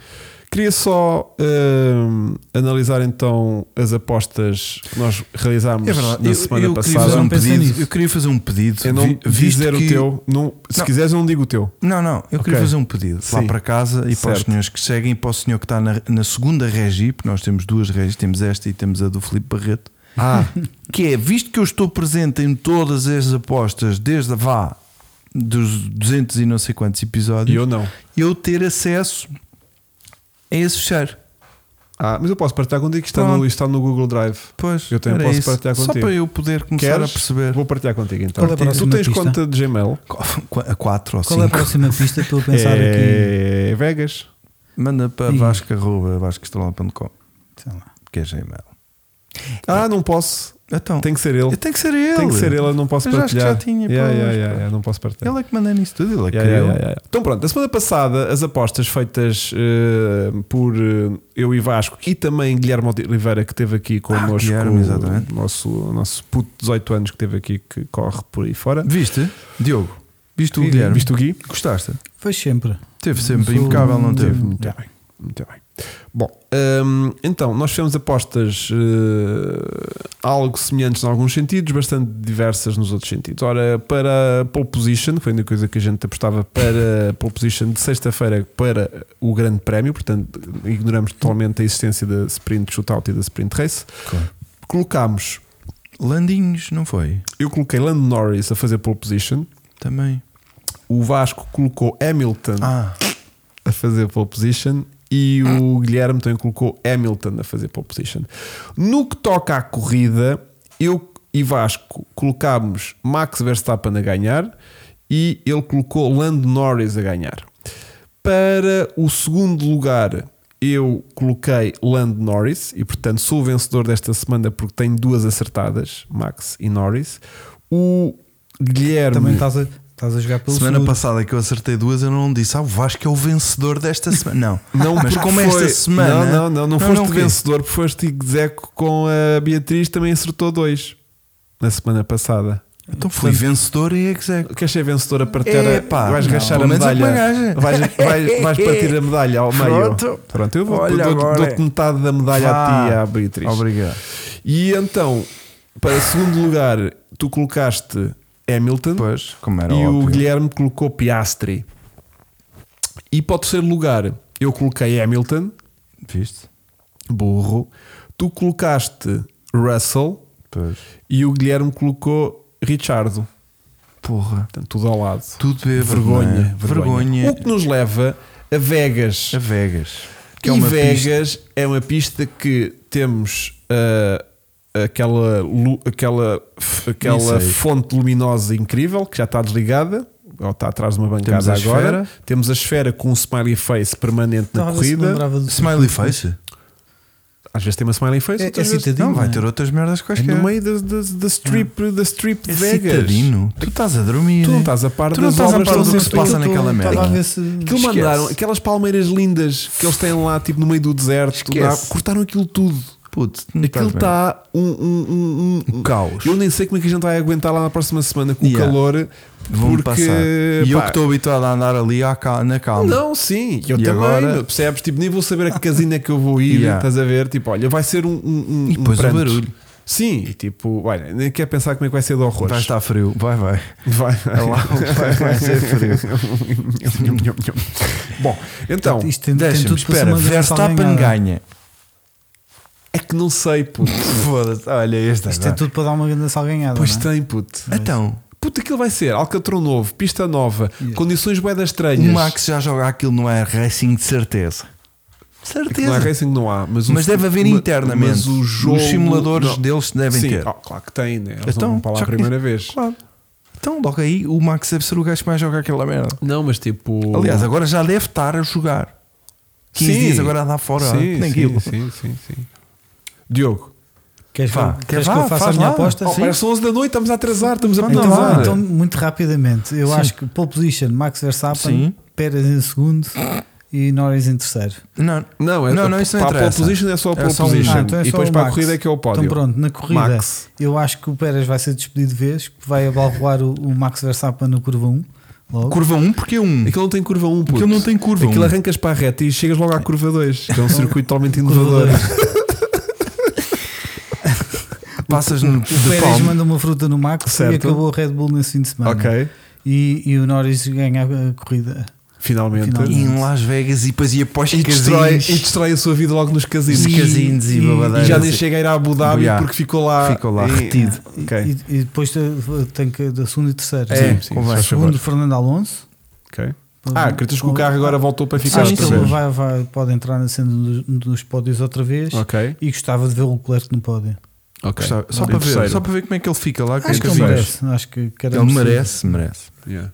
[SPEAKER 2] queria só hum, analisar então as apostas que nós realizámos
[SPEAKER 1] É verdade.
[SPEAKER 2] na
[SPEAKER 1] eu,
[SPEAKER 2] semana
[SPEAKER 1] eu queria
[SPEAKER 2] passada.
[SPEAKER 1] fazer um
[SPEAKER 3] Não pensei
[SPEAKER 1] pedido.
[SPEAKER 3] nisso.
[SPEAKER 1] Eu queria fazer um pedido.
[SPEAKER 2] Eu não
[SPEAKER 1] vi- visto
[SPEAKER 2] dizer
[SPEAKER 1] que-
[SPEAKER 2] o teu. não- se
[SPEAKER 1] Não.
[SPEAKER 2] quiseres, eu não digo o teu.
[SPEAKER 1] Não, não. Eu
[SPEAKER 2] Ok.
[SPEAKER 1] queria fazer um pedido lá
[SPEAKER 2] Sim.
[SPEAKER 1] para casa e para os
[SPEAKER 2] Certo.
[SPEAKER 1] senhores que seguem, e para o senhor que está na, na segunda regi, porque nós temos duas regis, temos esta e temos a do Filipe Barreto.
[SPEAKER 2] Ah,
[SPEAKER 1] que é, visto que eu estou presente em todas as apostas, desde a vá dos 200 e não sei quantos
[SPEAKER 2] e
[SPEAKER 1] episódios,
[SPEAKER 2] eu não.
[SPEAKER 1] eu ter acesso a esse fecheiro.
[SPEAKER 2] Ah, mas eu posso partilhar contigo que está,
[SPEAKER 1] Pronto.
[SPEAKER 2] no, está no Google Drive.
[SPEAKER 1] Pois,
[SPEAKER 2] Eu também
[SPEAKER 1] era
[SPEAKER 2] posso
[SPEAKER 1] isso.
[SPEAKER 2] partilhar
[SPEAKER 1] Só
[SPEAKER 2] contigo.
[SPEAKER 1] para eu poder começar
[SPEAKER 2] Queres?
[SPEAKER 1] a perceber.
[SPEAKER 2] Vou partilhar contigo então.
[SPEAKER 3] Qual é a
[SPEAKER 2] tu
[SPEAKER 3] próxima
[SPEAKER 2] tens
[SPEAKER 3] pista?
[SPEAKER 2] conta de Gmail?
[SPEAKER 1] A 4 ou
[SPEAKER 3] Qual é a
[SPEAKER 1] 5.
[SPEAKER 3] próxima pista? Estou a pensar aqui.
[SPEAKER 2] é Vegas.
[SPEAKER 1] Manda para
[SPEAKER 3] Ih.
[SPEAKER 1] vasca.vascastrolão.com
[SPEAKER 3] Sei lá.
[SPEAKER 1] que é Gmail.
[SPEAKER 2] Ah, não posso.
[SPEAKER 1] Então,
[SPEAKER 2] Tem que ser ele.
[SPEAKER 1] tem que ser ele.
[SPEAKER 2] Tem que ser ele, eu não posso
[SPEAKER 1] Mas acho que
[SPEAKER 2] partilhar.
[SPEAKER 1] já tinha,
[SPEAKER 2] Yeah,
[SPEAKER 1] pô,
[SPEAKER 2] yeah,
[SPEAKER 1] mas
[SPEAKER 2] yeah,
[SPEAKER 1] pô.
[SPEAKER 2] yeah, não posso partilhar.
[SPEAKER 1] Ele é que manda nisso tudo. Ele é que
[SPEAKER 2] Yeah, yeah,
[SPEAKER 1] criou.
[SPEAKER 2] yeah, yeah. Então pronto, a semana passada as apostas feitas eh, por eh, eu e Vasco e também Guilherme Oliveira que esteve aqui connosco,
[SPEAKER 1] Ah, Guilherme, exatamente.
[SPEAKER 2] o nosso, o nosso puto de 18 anos que esteve aqui que corre por aí fora.
[SPEAKER 1] Viste, Diogo? Viste o
[SPEAKER 2] Gui-
[SPEAKER 1] Guilherme?
[SPEAKER 2] Viste o Gui?
[SPEAKER 1] Gostaste? Hum,
[SPEAKER 3] Faz sempre.
[SPEAKER 1] Teve sempre
[SPEAKER 3] Sou-
[SPEAKER 1] impecável, não teve?
[SPEAKER 2] Teve, muito bem. Muito bem. Bom, hum, então, nós fizemos apostas eh, algo semelhantes em alguns sentidos, bastante diversas nos outros sentidos. Ora, para a pole position, que foi a única coisa que a gente apostava para a pole position de sexta-feira para o Grande Prémio, portanto, ignoramos totalmente a existência da Sprint Shootout e da Sprint Race.
[SPEAKER 1] Claro.
[SPEAKER 2] Colocámos,
[SPEAKER 1] Landinhos, não foi?
[SPEAKER 2] eu coloquei Lando Norris a fazer pole position,
[SPEAKER 1] Também.
[SPEAKER 2] o Vasco colocou Hamilton
[SPEAKER 1] Ah,
[SPEAKER 2] a fazer pole position e o Guilherme também colocou Hamilton a fazer pole position. No que toca à corrida, eu e Vasco colocámos Max Verstappen a ganhar e ele colocou Lando Norris a ganhar. Para o segundo lugar, eu coloquei Lando Norris e, portanto, sou o vencedor desta semana porque tenho duas acertadas, Max e Norris. O Guilherme.
[SPEAKER 3] Também tá estás a, estás a jogar pelo
[SPEAKER 1] semana
[SPEAKER 3] seguro.
[SPEAKER 1] passada que eu acertei duas, eu não disse, ah, o Vasco é o vencedor desta semana. Não,
[SPEAKER 2] Não,
[SPEAKER 1] mas
[SPEAKER 2] porque
[SPEAKER 1] como
[SPEAKER 2] foi-
[SPEAKER 1] esta semana.
[SPEAKER 2] Não, não, não, não, foste
[SPEAKER 1] o quê?
[SPEAKER 2] vencedor, porque foste execo com a Beatriz, também acertou dois na semana passada.
[SPEAKER 1] Então fui vencedor e execo.
[SPEAKER 2] Queres ser vencedor a partir a-
[SPEAKER 1] Epá,
[SPEAKER 2] vais
[SPEAKER 1] não,
[SPEAKER 2] rachar a
[SPEAKER 1] pelo menos é uma
[SPEAKER 2] medalha.
[SPEAKER 1] gaja.
[SPEAKER 2] Vais, vais, vais partir a medalha ao meio.
[SPEAKER 1] Pronto.
[SPEAKER 2] Pronto, eu vou
[SPEAKER 1] Olha
[SPEAKER 2] dou-
[SPEAKER 1] agora. é.
[SPEAKER 2] dou-te metade da medalha a ti e
[SPEAKER 1] Vá.
[SPEAKER 2] à Beatriz.
[SPEAKER 1] Obrigado.
[SPEAKER 2] E então, para segundo lugar, tu colocaste Hamilton
[SPEAKER 1] Pois, como era
[SPEAKER 2] e o
[SPEAKER 1] óbvio.
[SPEAKER 2] Guilherme colocou Piastri. E para o terceiro lugar, eu coloquei Hamilton.
[SPEAKER 1] Viste?
[SPEAKER 2] burro. Tu colocaste Russell
[SPEAKER 1] Pois.
[SPEAKER 2] e o Guilherme colocou Richardo.
[SPEAKER 1] Porra.
[SPEAKER 2] Portanto, tudo ao lado.
[SPEAKER 1] Tudo bem, vergonha.
[SPEAKER 2] vergonha,
[SPEAKER 1] Vergonha.
[SPEAKER 2] O que nos leva a Vegas.
[SPEAKER 1] A Vegas. Que
[SPEAKER 2] e
[SPEAKER 1] é uma pista.
[SPEAKER 2] Vegas é uma pista que temos ah, aquela, lu- aquela, f- aquela
[SPEAKER 1] sei.
[SPEAKER 2] fonte luminosa incrível que já está desligada. Ou está atrás de uma bancada
[SPEAKER 1] Temos a
[SPEAKER 2] agora.
[SPEAKER 1] esfera.
[SPEAKER 2] Temos a esfera com um smiley face permanente na
[SPEAKER 3] Estava a ver se me
[SPEAKER 2] corrida.
[SPEAKER 3] lembrava do-
[SPEAKER 1] Smiley Face?
[SPEAKER 2] Às vezes tem uma smiley face,
[SPEAKER 3] É, é
[SPEAKER 2] outras vezes
[SPEAKER 3] citadino.
[SPEAKER 1] Não, vai
[SPEAKER 3] é?
[SPEAKER 1] ter outras merdas
[SPEAKER 2] É
[SPEAKER 1] quaisquer.
[SPEAKER 2] no meio da, da, da strip, da strip de
[SPEAKER 1] É
[SPEAKER 2] Vegas.
[SPEAKER 1] citadino. Tu estás a dormir. né?
[SPEAKER 2] Tu não
[SPEAKER 1] hein?
[SPEAKER 2] estás a par
[SPEAKER 1] Tu não
[SPEAKER 2] das
[SPEAKER 1] estás a
[SPEAKER 2] obras
[SPEAKER 1] par do
[SPEAKER 2] todas
[SPEAKER 1] que
[SPEAKER 2] em
[SPEAKER 1] se
[SPEAKER 2] Portugal.
[SPEAKER 1] passa
[SPEAKER 3] Estou-
[SPEAKER 1] naquela merda.
[SPEAKER 3] Estava a ver se.
[SPEAKER 2] Aquilo
[SPEAKER 1] Esquece.
[SPEAKER 2] mandaram, aquelas palmeiras lindas que eles têm lá, tipo no meio do deserto,
[SPEAKER 1] Esquece.
[SPEAKER 2] lá, cortaram aquilo tudo.
[SPEAKER 1] Puto, não estás
[SPEAKER 2] Aquilo
[SPEAKER 1] bem.
[SPEAKER 2] está um, um- um- um-
[SPEAKER 1] Um tá caos.
[SPEAKER 2] Eu nem sei como é que a gente vai aguentar lá na próxima semana com
[SPEAKER 1] Yeah.
[SPEAKER 2] o calor.
[SPEAKER 1] Vão
[SPEAKER 2] porque,
[SPEAKER 1] passar. E eu
[SPEAKER 2] pá,
[SPEAKER 1] que estou habituado a andar ali à cal- na calma.
[SPEAKER 2] Não, sim, eu
[SPEAKER 1] E
[SPEAKER 2] também,
[SPEAKER 1] agora?
[SPEAKER 2] meu, percebes? Tipo, nem vou saber a que casina é que eu vou ir,
[SPEAKER 1] Yeah.
[SPEAKER 2] estás a ver? Tipo, olha, vai ser um, um, um,
[SPEAKER 1] E depois
[SPEAKER 2] um
[SPEAKER 1] o
[SPEAKER 2] pranto.
[SPEAKER 1] barulho.
[SPEAKER 2] Sim, e tipo, olha, nem quero pensar como é que vai ser de horror.
[SPEAKER 1] Vai estar frio, vai, vai.
[SPEAKER 2] Vai, vai.
[SPEAKER 1] É lá, vai, vai ser frio.
[SPEAKER 2] Bom, então,
[SPEAKER 3] Portanto, isto tem- tem
[SPEAKER 2] deixa-me,
[SPEAKER 3] tudo para ser
[SPEAKER 2] espera.
[SPEAKER 3] uma grande
[SPEAKER 1] Verstappen
[SPEAKER 3] salganhada.
[SPEAKER 1] ganha.
[SPEAKER 2] É que não sei, puto.
[SPEAKER 1] Foda-se, olha este.
[SPEAKER 3] Isto é tudo para dar uma grande salganhada.
[SPEAKER 2] Pois
[SPEAKER 3] não é?
[SPEAKER 1] tá.
[SPEAKER 2] tem, puto.
[SPEAKER 1] Então,
[SPEAKER 2] Puto, aquilo vai ser Alcatrão novo, pista nova,
[SPEAKER 3] Yeah.
[SPEAKER 2] condições boedas
[SPEAKER 1] o
[SPEAKER 2] estranhas.
[SPEAKER 1] Max já joga aquilo no Air Racing de certeza.
[SPEAKER 2] É que não é
[SPEAKER 1] Certeza.
[SPEAKER 2] racing não há, mas, o-
[SPEAKER 1] Mas deve haver
[SPEAKER 2] ma-
[SPEAKER 1] internamente.
[SPEAKER 2] mas o jogo-
[SPEAKER 1] Os simuladores
[SPEAKER 2] não.
[SPEAKER 1] deles devem
[SPEAKER 2] Sim,
[SPEAKER 1] ter.
[SPEAKER 2] oh, claro que tem, né? Eles
[SPEAKER 1] Então,
[SPEAKER 2] não vão para lá
[SPEAKER 1] já
[SPEAKER 2] a
[SPEAKER 1] que-
[SPEAKER 2] primeira vez.
[SPEAKER 1] Claro. Então, logo aí, o Max deve ser o gajo que mais joga aquela merda.
[SPEAKER 2] Não, mas tipo.
[SPEAKER 1] Aliás, agora já deve estar a jogar. 15
[SPEAKER 2] Sim.
[SPEAKER 1] dias agora a dar fora.
[SPEAKER 2] sim,
[SPEAKER 1] nem
[SPEAKER 2] sim,
[SPEAKER 1] aquilo.
[SPEAKER 2] sim, sim, sim. Diogo.
[SPEAKER 3] Queres, que
[SPEAKER 1] Vá,
[SPEAKER 3] eu- queres
[SPEAKER 1] vá,
[SPEAKER 3] que eu faça a
[SPEAKER 1] faz
[SPEAKER 3] minha
[SPEAKER 1] lá.
[SPEAKER 3] aposta?
[SPEAKER 1] Oh,
[SPEAKER 3] Sim.
[SPEAKER 1] pera,
[SPEAKER 2] são 11 da noite, estamos a atrasar, estamos a
[SPEAKER 1] Manda
[SPEAKER 3] Então,
[SPEAKER 1] lá.
[SPEAKER 3] vá, então, muito rapidamente, eu acho que pole position, Max Verstappen,
[SPEAKER 1] Sim.
[SPEAKER 3] Pérez em segundo e Norris em terceiro.
[SPEAKER 1] Não,
[SPEAKER 2] Não, é,
[SPEAKER 1] Não, não, isso não
[SPEAKER 2] para a
[SPEAKER 1] interessa.
[SPEAKER 2] pole position é só a
[SPEAKER 1] É
[SPEAKER 2] pole
[SPEAKER 1] só um-
[SPEAKER 2] position.
[SPEAKER 1] Ah,
[SPEAKER 3] então é
[SPEAKER 2] e
[SPEAKER 3] só
[SPEAKER 2] depois
[SPEAKER 3] o
[SPEAKER 2] para a
[SPEAKER 3] Max.
[SPEAKER 2] corrida é que é o pódio.
[SPEAKER 3] Então pronto, na corrida
[SPEAKER 2] Max.
[SPEAKER 3] eu acho que o Pérez vai ser despedido de vez, que vai abalroar o, o Max Verstappen no curva 1 logo.
[SPEAKER 1] Curva 1 porque é 1.
[SPEAKER 2] Aquilo não tem curva 1, puto.
[SPEAKER 1] Aquilo não tem curva
[SPEAKER 2] Aquilo
[SPEAKER 1] um.
[SPEAKER 2] arrancas para a reta e chegas logo à curva 2, que é um circuito totalmente
[SPEAKER 3] Curva
[SPEAKER 2] inovador.
[SPEAKER 3] dois.
[SPEAKER 1] Passas no
[SPEAKER 3] O
[SPEAKER 1] de
[SPEAKER 3] Pérez
[SPEAKER 1] palmo.
[SPEAKER 3] manda uma fruta no Max
[SPEAKER 2] Certo.
[SPEAKER 3] e acabou a Red Bull nesse fim de semana.
[SPEAKER 2] ok,
[SPEAKER 3] E, e o Norris ganha a corrida.
[SPEAKER 2] finalmente.
[SPEAKER 3] Finalmente.
[SPEAKER 1] em Las Vegas e depois ia para os
[SPEAKER 2] E destrói, e
[SPEAKER 1] casinos.
[SPEAKER 2] destrói a sua vida logo nos casinos.
[SPEAKER 1] Os casinos e
[SPEAKER 2] E
[SPEAKER 1] babadeiras.
[SPEAKER 2] já nem chega a ir a Abu Dhabi
[SPEAKER 1] Yeah.
[SPEAKER 2] porque ficou lá.
[SPEAKER 1] Ficou lá
[SPEAKER 2] e-
[SPEAKER 1] retido.
[SPEAKER 3] E-
[SPEAKER 2] Ok.
[SPEAKER 3] E, e depois te- tem que da segunda e terceira.
[SPEAKER 2] É,
[SPEAKER 3] Sim.
[SPEAKER 2] sim,
[SPEAKER 1] convém.
[SPEAKER 2] faz favor.
[SPEAKER 3] Segundo, Fernando Alonso.
[SPEAKER 2] Ok. Ah, acreditas que o carro agora voltou para ficar
[SPEAKER 3] Acho
[SPEAKER 2] outra
[SPEAKER 3] que ele
[SPEAKER 2] vez?
[SPEAKER 3] vai, vai- pode entrar na cena dos, dos pódios outra vez
[SPEAKER 2] Ok,
[SPEAKER 3] e gostava de ver o Leclerc no pódio.
[SPEAKER 2] ok.
[SPEAKER 1] Só, só
[SPEAKER 2] Em
[SPEAKER 1] para ver,
[SPEAKER 2] terceiro.
[SPEAKER 1] só para ver como é que ele fica lá. com
[SPEAKER 3] Acho que ele
[SPEAKER 1] aqueles gajos.
[SPEAKER 3] merece. Acho que, que era
[SPEAKER 1] Ele
[SPEAKER 3] merecido.
[SPEAKER 1] merece, merece.
[SPEAKER 2] Yeah.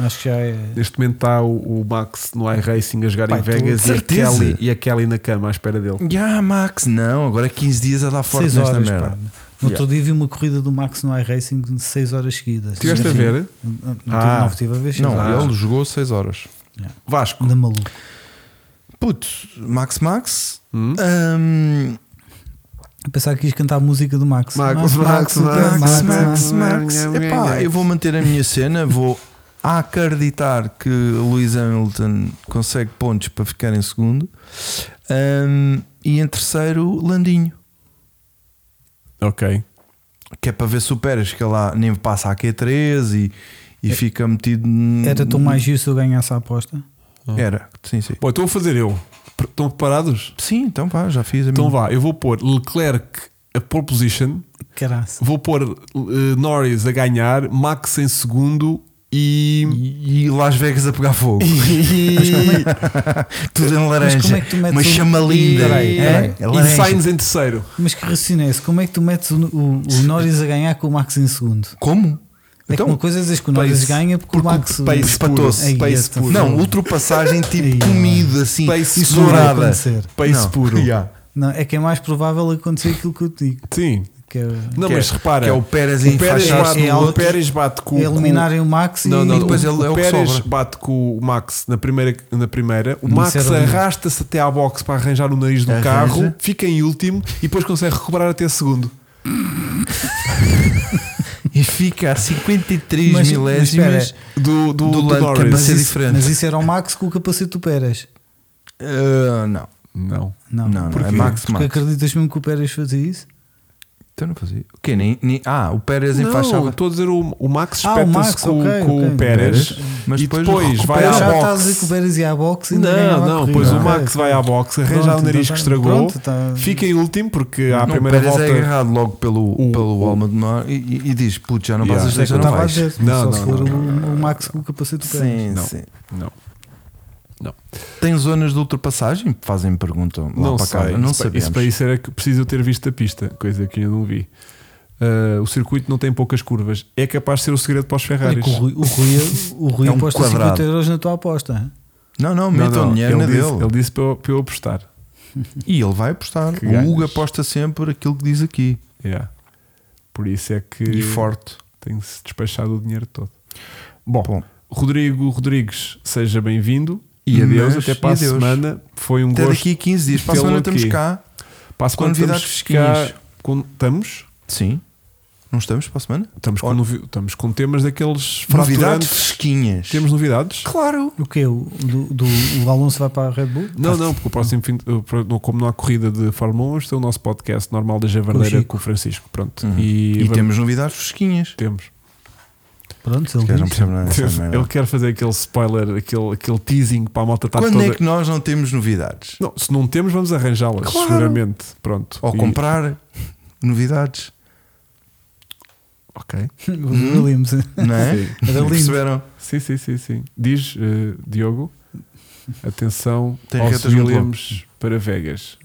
[SPEAKER 3] Acho que já é.
[SPEAKER 2] Neste momento está o, o Max no iRacing a jogar
[SPEAKER 3] Pai,
[SPEAKER 2] em
[SPEAKER 3] tu-
[SPEAKER 2] Vegas e a,
[SPEAKER 1] certeza.
[SPEAKER 2] Kelly, e a Kelly na cama à espera dele.
[SPEAKER 1] Já, Max, não, agora é 15 dias a dar forte
[SPEAKER 3] 6
[SPEAKER 1] nesta
[SPEAKER 3] horas.
[SPEAKER 1] merda.
[SPEAKER 3] pá. No outro dia vi uma corrida do Max no iRacing de 6 horas seguidas.
[SPEAKER 2] Estiveste a
[SPEAKER 3] Sim.
[SPEAKER 2] ver?
[SPEAKER 3] Não, não,
[SPEAKER 2] Ah.
[SPEAKER 3] não estive a ver. seis
[SPEAKER 1] Não,
[SPEAKER 3] horas.
[SPEAKER 2] Ah.
[SPEAKER 1] ele jogou 6 horas.
[SPEAKER 2] Vasco.
[SPEAKER 3] Anda maluco.
[SPEAKER 1] Puto, Max Max.
[SPEAKER 2] Hum?
[SPEAKER 1] hum,
[SPEAKER 3] Eu pensava que ias cantar a música do Max.
[SPEAKER 2] Max, Max,
[SPEAKER 1] Max, Max, Max,
[SPEAKER 2] Max, Max.
[SPEAKER 1] Epá, eu vou manter a minha cena, vou acreditar que Lewis Hamilton consegue pontos para ficar em segundo. Hum, e em terceiro, Landinho.
[SPEAKER 2] Ok.
[SPEAKER 1] Que é para ver se o Pérez, que lá nem passa a Q3 e, e fica metido. n-
[SPEAKER 3] É Era tão mais giro se eu ganhasse a aposta.
[SPEAKER 1] Era, sim, sim.
[SPEAKER 2] Bom, então vou fazer eu. Pr- Estão preparados?
[SPEAKER 1] Sim, então vá, já fiz a
[SPEAKER 2] Então
[SPEAKER 1] minha.
[SPEAKER 2] vá, eu vou pôr Leclerc a pole position,
[SPEAKER 3] Caraca.
[SPEAKER 2] vou pôr eh, Norris a ganhar, Max em segundo e.
[SPEAKER 1] E, e Las Vegas a pegar fogo. Tudo em laranja.
[SPEAKER 3] como é que tu metes
[SPEAKER 1] Uma
[SPEAKER 3] um-
[SPEAKER 1] chama linda.
[SPEAKER 3] Peraí, peraí.
[SPEAKER 1] é? É
[SPEAKER 2] E
[SPEAKER 1] laranja.
[SPEAKER 2] Sainz em terceiro.
[SPEAKER 3] Mas que raciocínio é esse? Como é que tu metes o, o- o Norris a ganhar com o Max em segundo?
[SPEAKER 1] Como?
[SPEAKER 3] É
[SPEAKER 1] Então,
[SPEAKER 3] que uma coisa é dizer que o
[SPEAKER 2] pace.
[SPEAKER 3] Norris ganha porque,
[SPEAKER 2] Porque
[SPEAKER 3] o Max é
[SPEAKER 2] o pace
[SPEAKER 1] espatou-se.
[SPEAKER 3] Ei,
[SPEAKER 2] Pace
[SPEAKER 3] esta
[SPEAKER 2] puro.
[SPEAKER 1] Não,
[SPEAKER 3] foda.
[SPEAKER 1] ultrapassagem
[SPEAKER 3] Ei,
[SPEAKER 1] tipo comida assim,
[SPEAKER 2] Pace
[SPEAKER 3] Isso não vai
[SPEAKER 1] tesourada.
[SPEAKER 3] acontecer.
[SPEAKER 2] Pace
[SPEAKER 1] Não.
[SPEAKER 2] puro.
[SPEAKER 1] Yeah.
[SPEAKER 3] Não, é que é mais provável acontecer aquilo que eu te digo.
[SPEAKER 2] Sim.
[SPEAKER 3] Que é,
[SPEAKER 2] Não,
[SPEAKER 1] Que é-
[SPEAKER 2] mas repara.
[SPEAKER 1] que é o Pérez
[SPEAKER 2] o Pérez
[SPEAKER 1] enfaixar-se
[SPEAKER 2] bate,
[SPEAKER 3] no
[SPEAKER 2] o
[SPEAKER 3] outro.
[SPEAKER 2] Pérez bate com
[SPEAKER 3] é eliminarem o Max
[SPEAKER 2] Não,
[SPEAKER 3] e,
[SPEAKER 2] não,
[SPEAKER 1] E depois
[SPEAKER 2] o,
[SPEAKER 1] ele é
[SPEAKER 2] o
[SPEAKER 1] o que
[SPEAKER 2] Pérez
[SPEAKER 1] sobra.
[SPEAKER 2] bate com o Max na primeira, na primeira. o Max
[SPEAKER 3] era lindo.
[SPEAKER 2] arrasta-se até à box para arranjar o nariz do
[SPEAKER 1] Arranja.
[SPEAKER 2] carro, fica em último e depois consegue recuperar até segundo.
[SPEAKER 1] E fica a 53
[SPEAKER 3] Mas- mas
[SPEAKER 1] milésimas
[SPEAKER 3] espera.
[SPEAKER 2] Do, do,
[SPEAKER 1] do
[SPEAKER 2] do
[SPEAKER 1] Lando, que é para
[SPEAKER 2] Norris.
[SPEAKER 1] ser
[SPEAKER 3] isso-
[SPEAKER 1] diferente.
[SPEAKER 3] mas isso era o Max com o capacete do Pérez.
[SPEAKER 1] Ah, não.
[SPEAKER 2] Não.
[SPEAKER 3] Não,
[SPEAKER 1] Não, não, é
[SPEAKER 2] Porquê?
[SPEAKER 1] Max
[SPEAKER 3] Porque
[SPEAKER 1] Max.
[SPEAKER 3] acreditas mesmo que o Pérez fazia isso?
[SPEAKER 1] Então não fazia. O quê? Nem, nem- ah, o Pérez
[SPEAKER 2] Não,
[SPEAKER 1] enfaixava.
[SPEAKER 2] estou a dizer o, o Max
[SPEAKER 3] Ah, o
[SPEAKER 2] espeta-se
[SPEAKER 3] Max,
[SPEAKER 2] com,
[SPEAKER 3] ok,
[SPEAKER 2] com
[SPEAKER 3] ok.
[SPEAKER 2] o Pérez,
[SPEAKER 1] Mas
[SPEAKER 2] e
[SPEAKER 1] depois
[SPEAKER 2] depois,
[SPEAKER 3] Pá,
[SPEAKER 2] vai
[SPEAKER 3] eu
[SPEAKER 2] à
[SPEAKER 3] já estás a dizer
[SPEAKER 2] box.
[SPEAKER 3] que o Pérez ia à boxe e ainda
[SPEAKER 2] Não,
[SPEAKER 3] ganhava a
[SPEAKER 2] não,
[SPEAKER 3] corrida.
[SPEAKER 2] pois o
[SPEAKER 3] Ok.
[SPEAKER 2] Max vai à box, arranja
[SPEAKER 3] Pronto,
[SPEAKER 2] o nariz
[SPEAKER 3] então
[SPEAKER 2] que
[SPEAKER 3] tá-
[SPEAKER 2] estragou,
[SPEAKER 3] pronto, tá-
[SPEAKER 2] fica em último porque à
[SPEAKER 1] Não, o
[SPEAKER 2] primeira
[SPEAKER 1] Pérez
[SPEAKER 2] volta.
[SPEAKER 1] é agarrado logo pelo,
[SPEAKER 2] O-
[SPEAKER 1] pelo
[SPEAKER 2] o-
[SPEAKER 1] alma de mar e, e- e diz: Putz, já não
[SPEAKER 2] Yeah.
[SPEAKER 1] passas,
[SPEAKER 3] Isso é que
[SPEAKER 1] já
[SPEAKER 3] eu
[SPEAKER 1] não
[SPEAKER 3] estava a
[SPEAKER 1] vais.
[SPEAKER 3] dizer.
[SPEAKER 2] Não,
[SPEAKER 3] Só
[SPEAKER 2] não,
[SPEAKER 3] se for
[SPEAKER 2] não,
[SPEAKER 3] o- o Max com o capacete do Pérez.
[SPEAKER 1] Sim,
[SPEAKER 2] Não.
[SPEAKER 1] sim.
[SPEAKER 2] Não. Não.
[SPEAKER 1] Tem zonas de ultrapassagem? Fazem pergunta lá
[SPEAKER 2] não
[SPEAKER 1] para
[SPEAKER 2] sei.
[SPEAKER 1] cá. Não
[SPEAKER 2] isso, para- isso
[SPEAKER 1] sabemos.
[SPEAKER 2] para isso era que preciso eu ter visto a pista, coisa que eu não vi. Ah, o circuito não tem poucas curvas. É capaz de ser o segredo para os
[SPEAKER 3] Olha
[SPEAKER 2] Ferraris.
[SPEAKER 3] É que o Rui, o Rui, o Rui
[SPEAKER 1] É um
[SPEAKER 3] aposta
[SPEAKER 1] quadrado.
[SPEAKER 3] 50 euros na tua aposta.
[SPEAKER 1] Não, não,
[SPEAKER 2] Não,
[SPEAKER 1] metam
[SPEAKER 2] não,
[SPEAKER 1] dinheiro na
[SPEAKER 2] ele, disse,
[SPEAKER 1] dele.
[SPEAKER 2] ele disse para eu, para eu apostar.
[SPEAKER 1] E ele vai apostar.
[SPEAKER 2] Que
[SPEAKER 1] o Hugo
[SPEAKER 2] ganhas.
[SPEAKER 1] aposta sempre aquilo que diz aqui.
[SPEAKER 2] Yeah. Por isso é que
[SPEAKER 1] E forte.
[SPEAKER 2] tem-se despachado o dinheiro todo. Bom, um
[SPEAKER 1] Bom.
[SPEAKER 2] Rodrigo Rodrigues, seja bem-vindo. E
[SPEAKER 1] Mas-
[SPEAKER 2] adeus, até para
[SPEAKER 1] e
[SPEAKER 2] a
[SPEAKER 1] adeus.
[SPEAKER 2] semana. Foi um
[SPEAKER 1] Até
[SPEAKER 2] gosto.
[SPEAKER 1] daqui a 15 dias. Para a
[SPEAKER 2] Pelo
[SPEAKER 1] semana estamos
[SPEAKER 2] aqui.
[SPEAKER 1] cá.
[SPEAKER 2] Para a semana
[SPEAKER 1] Quando
[SPEAKER 2] estamos
[SPEAKER 1] novidades
[SPEAKER 2] cá.
[SPEAKER 1] fresquinhas.
[SPEAKER 2] Com, estamos?
[SPEAKER 1] Sim. Não estamos para a semana?
[SPEAKER 2] Estamos com,
[SPEAKER 1] Ora.
[SPEAKER 2] novi- estamos com temas daqueles
[SPEAKER 1] Novidades
[SPEAKER 2] fraturantes.
[SPEAKER 1] fresquinhas.
[SPEAKER 2] Temos novidades?
[SPEAKER 1] Claro.
[SPEAKER 3] O que? O, do, do- o Alonso vai para a Red Bull?
[SPEAKER 2] Não, não, porque o próximo fim, de- pro- não- como não há corrida de Fórmula 1, este é o nosso podcast normal da Javardeira
[SPEAKER 3] Chico.
[SPEAKER 2] com o Francisco. Pronto.
[SPEAKER 1] Uhum.
[SPEAKER 2] E,
[SPEAKER 1] E,
[SPEAKER 2] vamos-
[SPEAKER 1] temos novidades fresquinhas. um
[SPEAKER 2] temos.
[SPEAKER 3] Pronto,
[SPEAKER 1] Os
[SPEAKER 3] ele
[SPEAKER 1] gajos não
[SPEAKER 3] diz.
[SPEAKER 1] percebem nada dessa merda.
[SPEAKER 2] Ele quer fazer aquele spoiler, aquele, aquele teasing para a malta estar
[SPEAKER 1] Quando
[SPEAKER 2] toda.
[SPEAKER 1] é que nós não temos novidades?
[SPEAKER 2] Não, se não temos, vamos arranjá-las,
[SPEAKER 1] Claro.
[SPEAKER 2] seguramente. Pronto.
[SPEAKER 1] Ou
[SPEAKER 2] E-
[SPEAKER 1] comprar novidades,
[SPEAKER 2] Ok.
[SPEAKER 3] O Williams.
[SPEAKER 2] Hum.
[SPEAKER 1] não é?
[SPEAKER 2] Sim.
[SPEAKER 3] Era lindo.
[SPEAKER 1] Perceberam?
[SPEAKER 2] Sim, sim, sim, sim. Diz, eh, Diogo, atenção
[SPEAKER 1] Tem
[SPEAKER 2] aos
[SPEAKER 1] retas no
[SPEAKER 2] Williams para Vegas.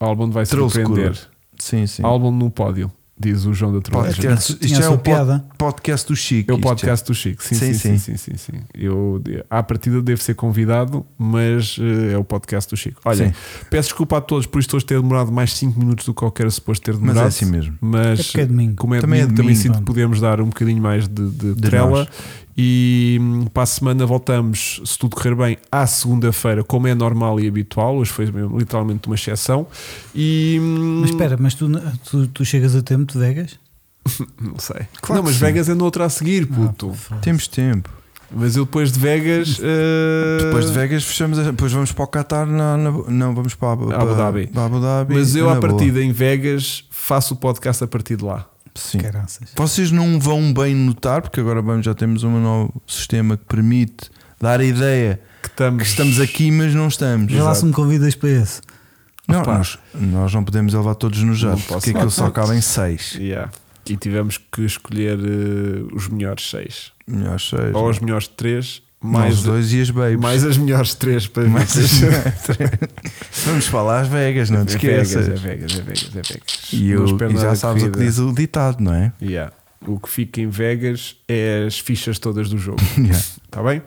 [SPEAKER 2] Álbum vai
[SPEAKER 1] Trouxe
[SPEAKER 2] surpreender.
[SPEAKER 1] Sim, sim.
[SPEAKER 2] Álbum no pódio, diz o João da Troia.
[SPEAKER 1] Pode
[SPEAKER 3] Tinha,
[SPEAKER 1] ter-
[SPEAKER 3] tinha
[SPEAKER 1] isto
[SPEAKER 3] a
[SPEAKER 1] é
[SPEAKER 3] sua
[SPEAKER 1] o pod-
[SPEAKER 3] piada.
[SPEAKER 1] Podcast do Chico.
[SPEAKER 2] É o
[SPEAKER 1] isto
[SPEAKER 2] podcast do Chico, sim sim
[SPEAKER 1] Sim,
[SPEAKER 2] sim, sim, sim, sim. Eu, à partida, devo ser convidado, mas eh, é o podcast do Chico. Olhem,
[SPEAKER 1] Sim.
[SPEAKER 2] peço desculpa a todos por isto hoje ter demorado mais 5 minutos do que eu quero suposto ter
[SPEAKER 1] Mas
[SPEAKER 2] demorado.
[SPEAKER 1] é assim mesmo.
[SPEAKER 2] Mas
[SPEAKER 3] É porque é domingo.
[SPEAKER 2] como é
[SPEAKER 1] Também é
[SPEAKER 2] domingo, também
[SPEAKER 1] domingo,
[SPEAKER 2] sinto que
[SPEAKER 3] pronto.
[SPEAKER 2] podemos dar um bocadinho mais de, de
[SPEAKER 1] De
[SPEAKER 2] trela.
[SPEAKER 1] nós.
[SPEAKER 2] E hum, para a semana voltamos, se tudo correr bem, à segunda-feira, como é normal e habitual. Hoje foi mesmo, literalmente uma exceção. E. hum,
[SPEAKER 3] Mas espera, mas tu, tu, tu chegas a tempo de Vegas?
[SPEAKER 2] Não sei.
[SPEAKER 1] Claro
[SPEAKER 2] não,
[SPEAKER 1] que
[SPEAKER 2] mas
[SPEAKER 1] sim. Ah.
[SPEAKER 2] Vegas é no outro a seguir,
[SPEAKER 3] Ah,
[SPEAKER 2] puto.
[SPEAKER 1] Temos tempo.
[SPEAKER 2] mas eu depois de Vegas. eh,
[SPEAKER 1] Depois de Vegas fechamos. a- Depois vamos para o Qatar. na- na- não, vamos para Abu,
[SPEAKER 2] Abu Dhabi.
[SPEAKER 1] para Abu Dhabi é
[SPEAKER 2] Mas eu,
[SPEAKER 1] na
[SPEAKER 2] à
[SPEAKER 1] boa.
[SPEAKER 2] partida em Vegas, faço o podcast a partir de lá.
[SPEAKER 1] Sim.
[SPEAKER 3] Caraças.
[SPEAKER 1] Vocês não vão bem notar, porque agora vamos, já temos um novo sistema que permite dar a ideia
[SPEAKER 2] Que estamos,
[SPEAKER 1] que estamos aqui, mas não estamos.
[SPEAKER 3] Vê lá se me convidas para esse.
[SPEAKER 1] Não,
[SPEAKER 2] Repara.
[SPEAKER 1] nós, nós não podemos levar todos no jato,
[SPEAKER 2] Não posso.
[SPEAKER 1] porque aquilo só cabem seis.
[SPEAKER 2] Yeah. E tivemos que escolher eh, os melhores seis.
[SPEAKER 1] Melhor seis.
[SPEAKER 2] Ou os melhores três,
[SPEAKER 1] mais
[SPEAKER 2] mais,
[SPEAKER 1] é. dois e as babies.
[SPEAKER 2] mais as melhores três para
[SPEAKER 1] Mais
[SPEAKER 2] vocês.
[SPEAKER 1] as- Vamos falar às Vegas, não te
[SPEAKER 2] É Vegas,
[SPEAKER 1] esqueças.
[SPEAKER 2] é Vegas, é Vegas, é Vegas.
[SPEAKER 1] E,
[SPEAKER 2] Não
[SPEAKER 1] eu-
[SPEAKER 2] espero
[SPEAKER 1] e já
[SPEAKER 2] nada de
[SPEAKER 1] sabes o que
[SPEAKER 2] corrida.
[SPEAKER 1] diz o ditado, não é?
[SPEAKER 2] Yeah. O que fica em Vegas é as fichas todas do jogo.
[SPEAKER 1] Yeah.
[SPEAKER 2] Está bem?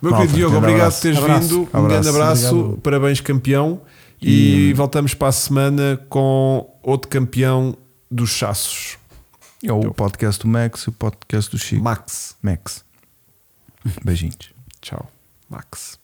[SPEAKER 2] Meu
[SPEAKER 1] Malta,
[SPEAKER 2] querido Diogo,
[SPEAKER 1] grande
[SPEAKER 2] obrigado
[SPEAKER 1] abraço.
[SPEAKER 2] por teres
[SPEAKER 1] Abraço.
[SPEAKER 2] vindo. Um
[SPEAKER 1] Abraço.
[SPEAKER 2] grande abraço,
[SPEAKER 3] Obrigado.
[SPEAKER 2] parabéns, campeão. E, voltamos para a semana com outro campeão dos chassos,
[SPEAKER 1] É o podcast do Max e o podcast do Chico.
[SPEAKER 2] Max.
[SPEAKER 1] Max. Beijinhos.
[SPEAKER 2] Tchau, Max.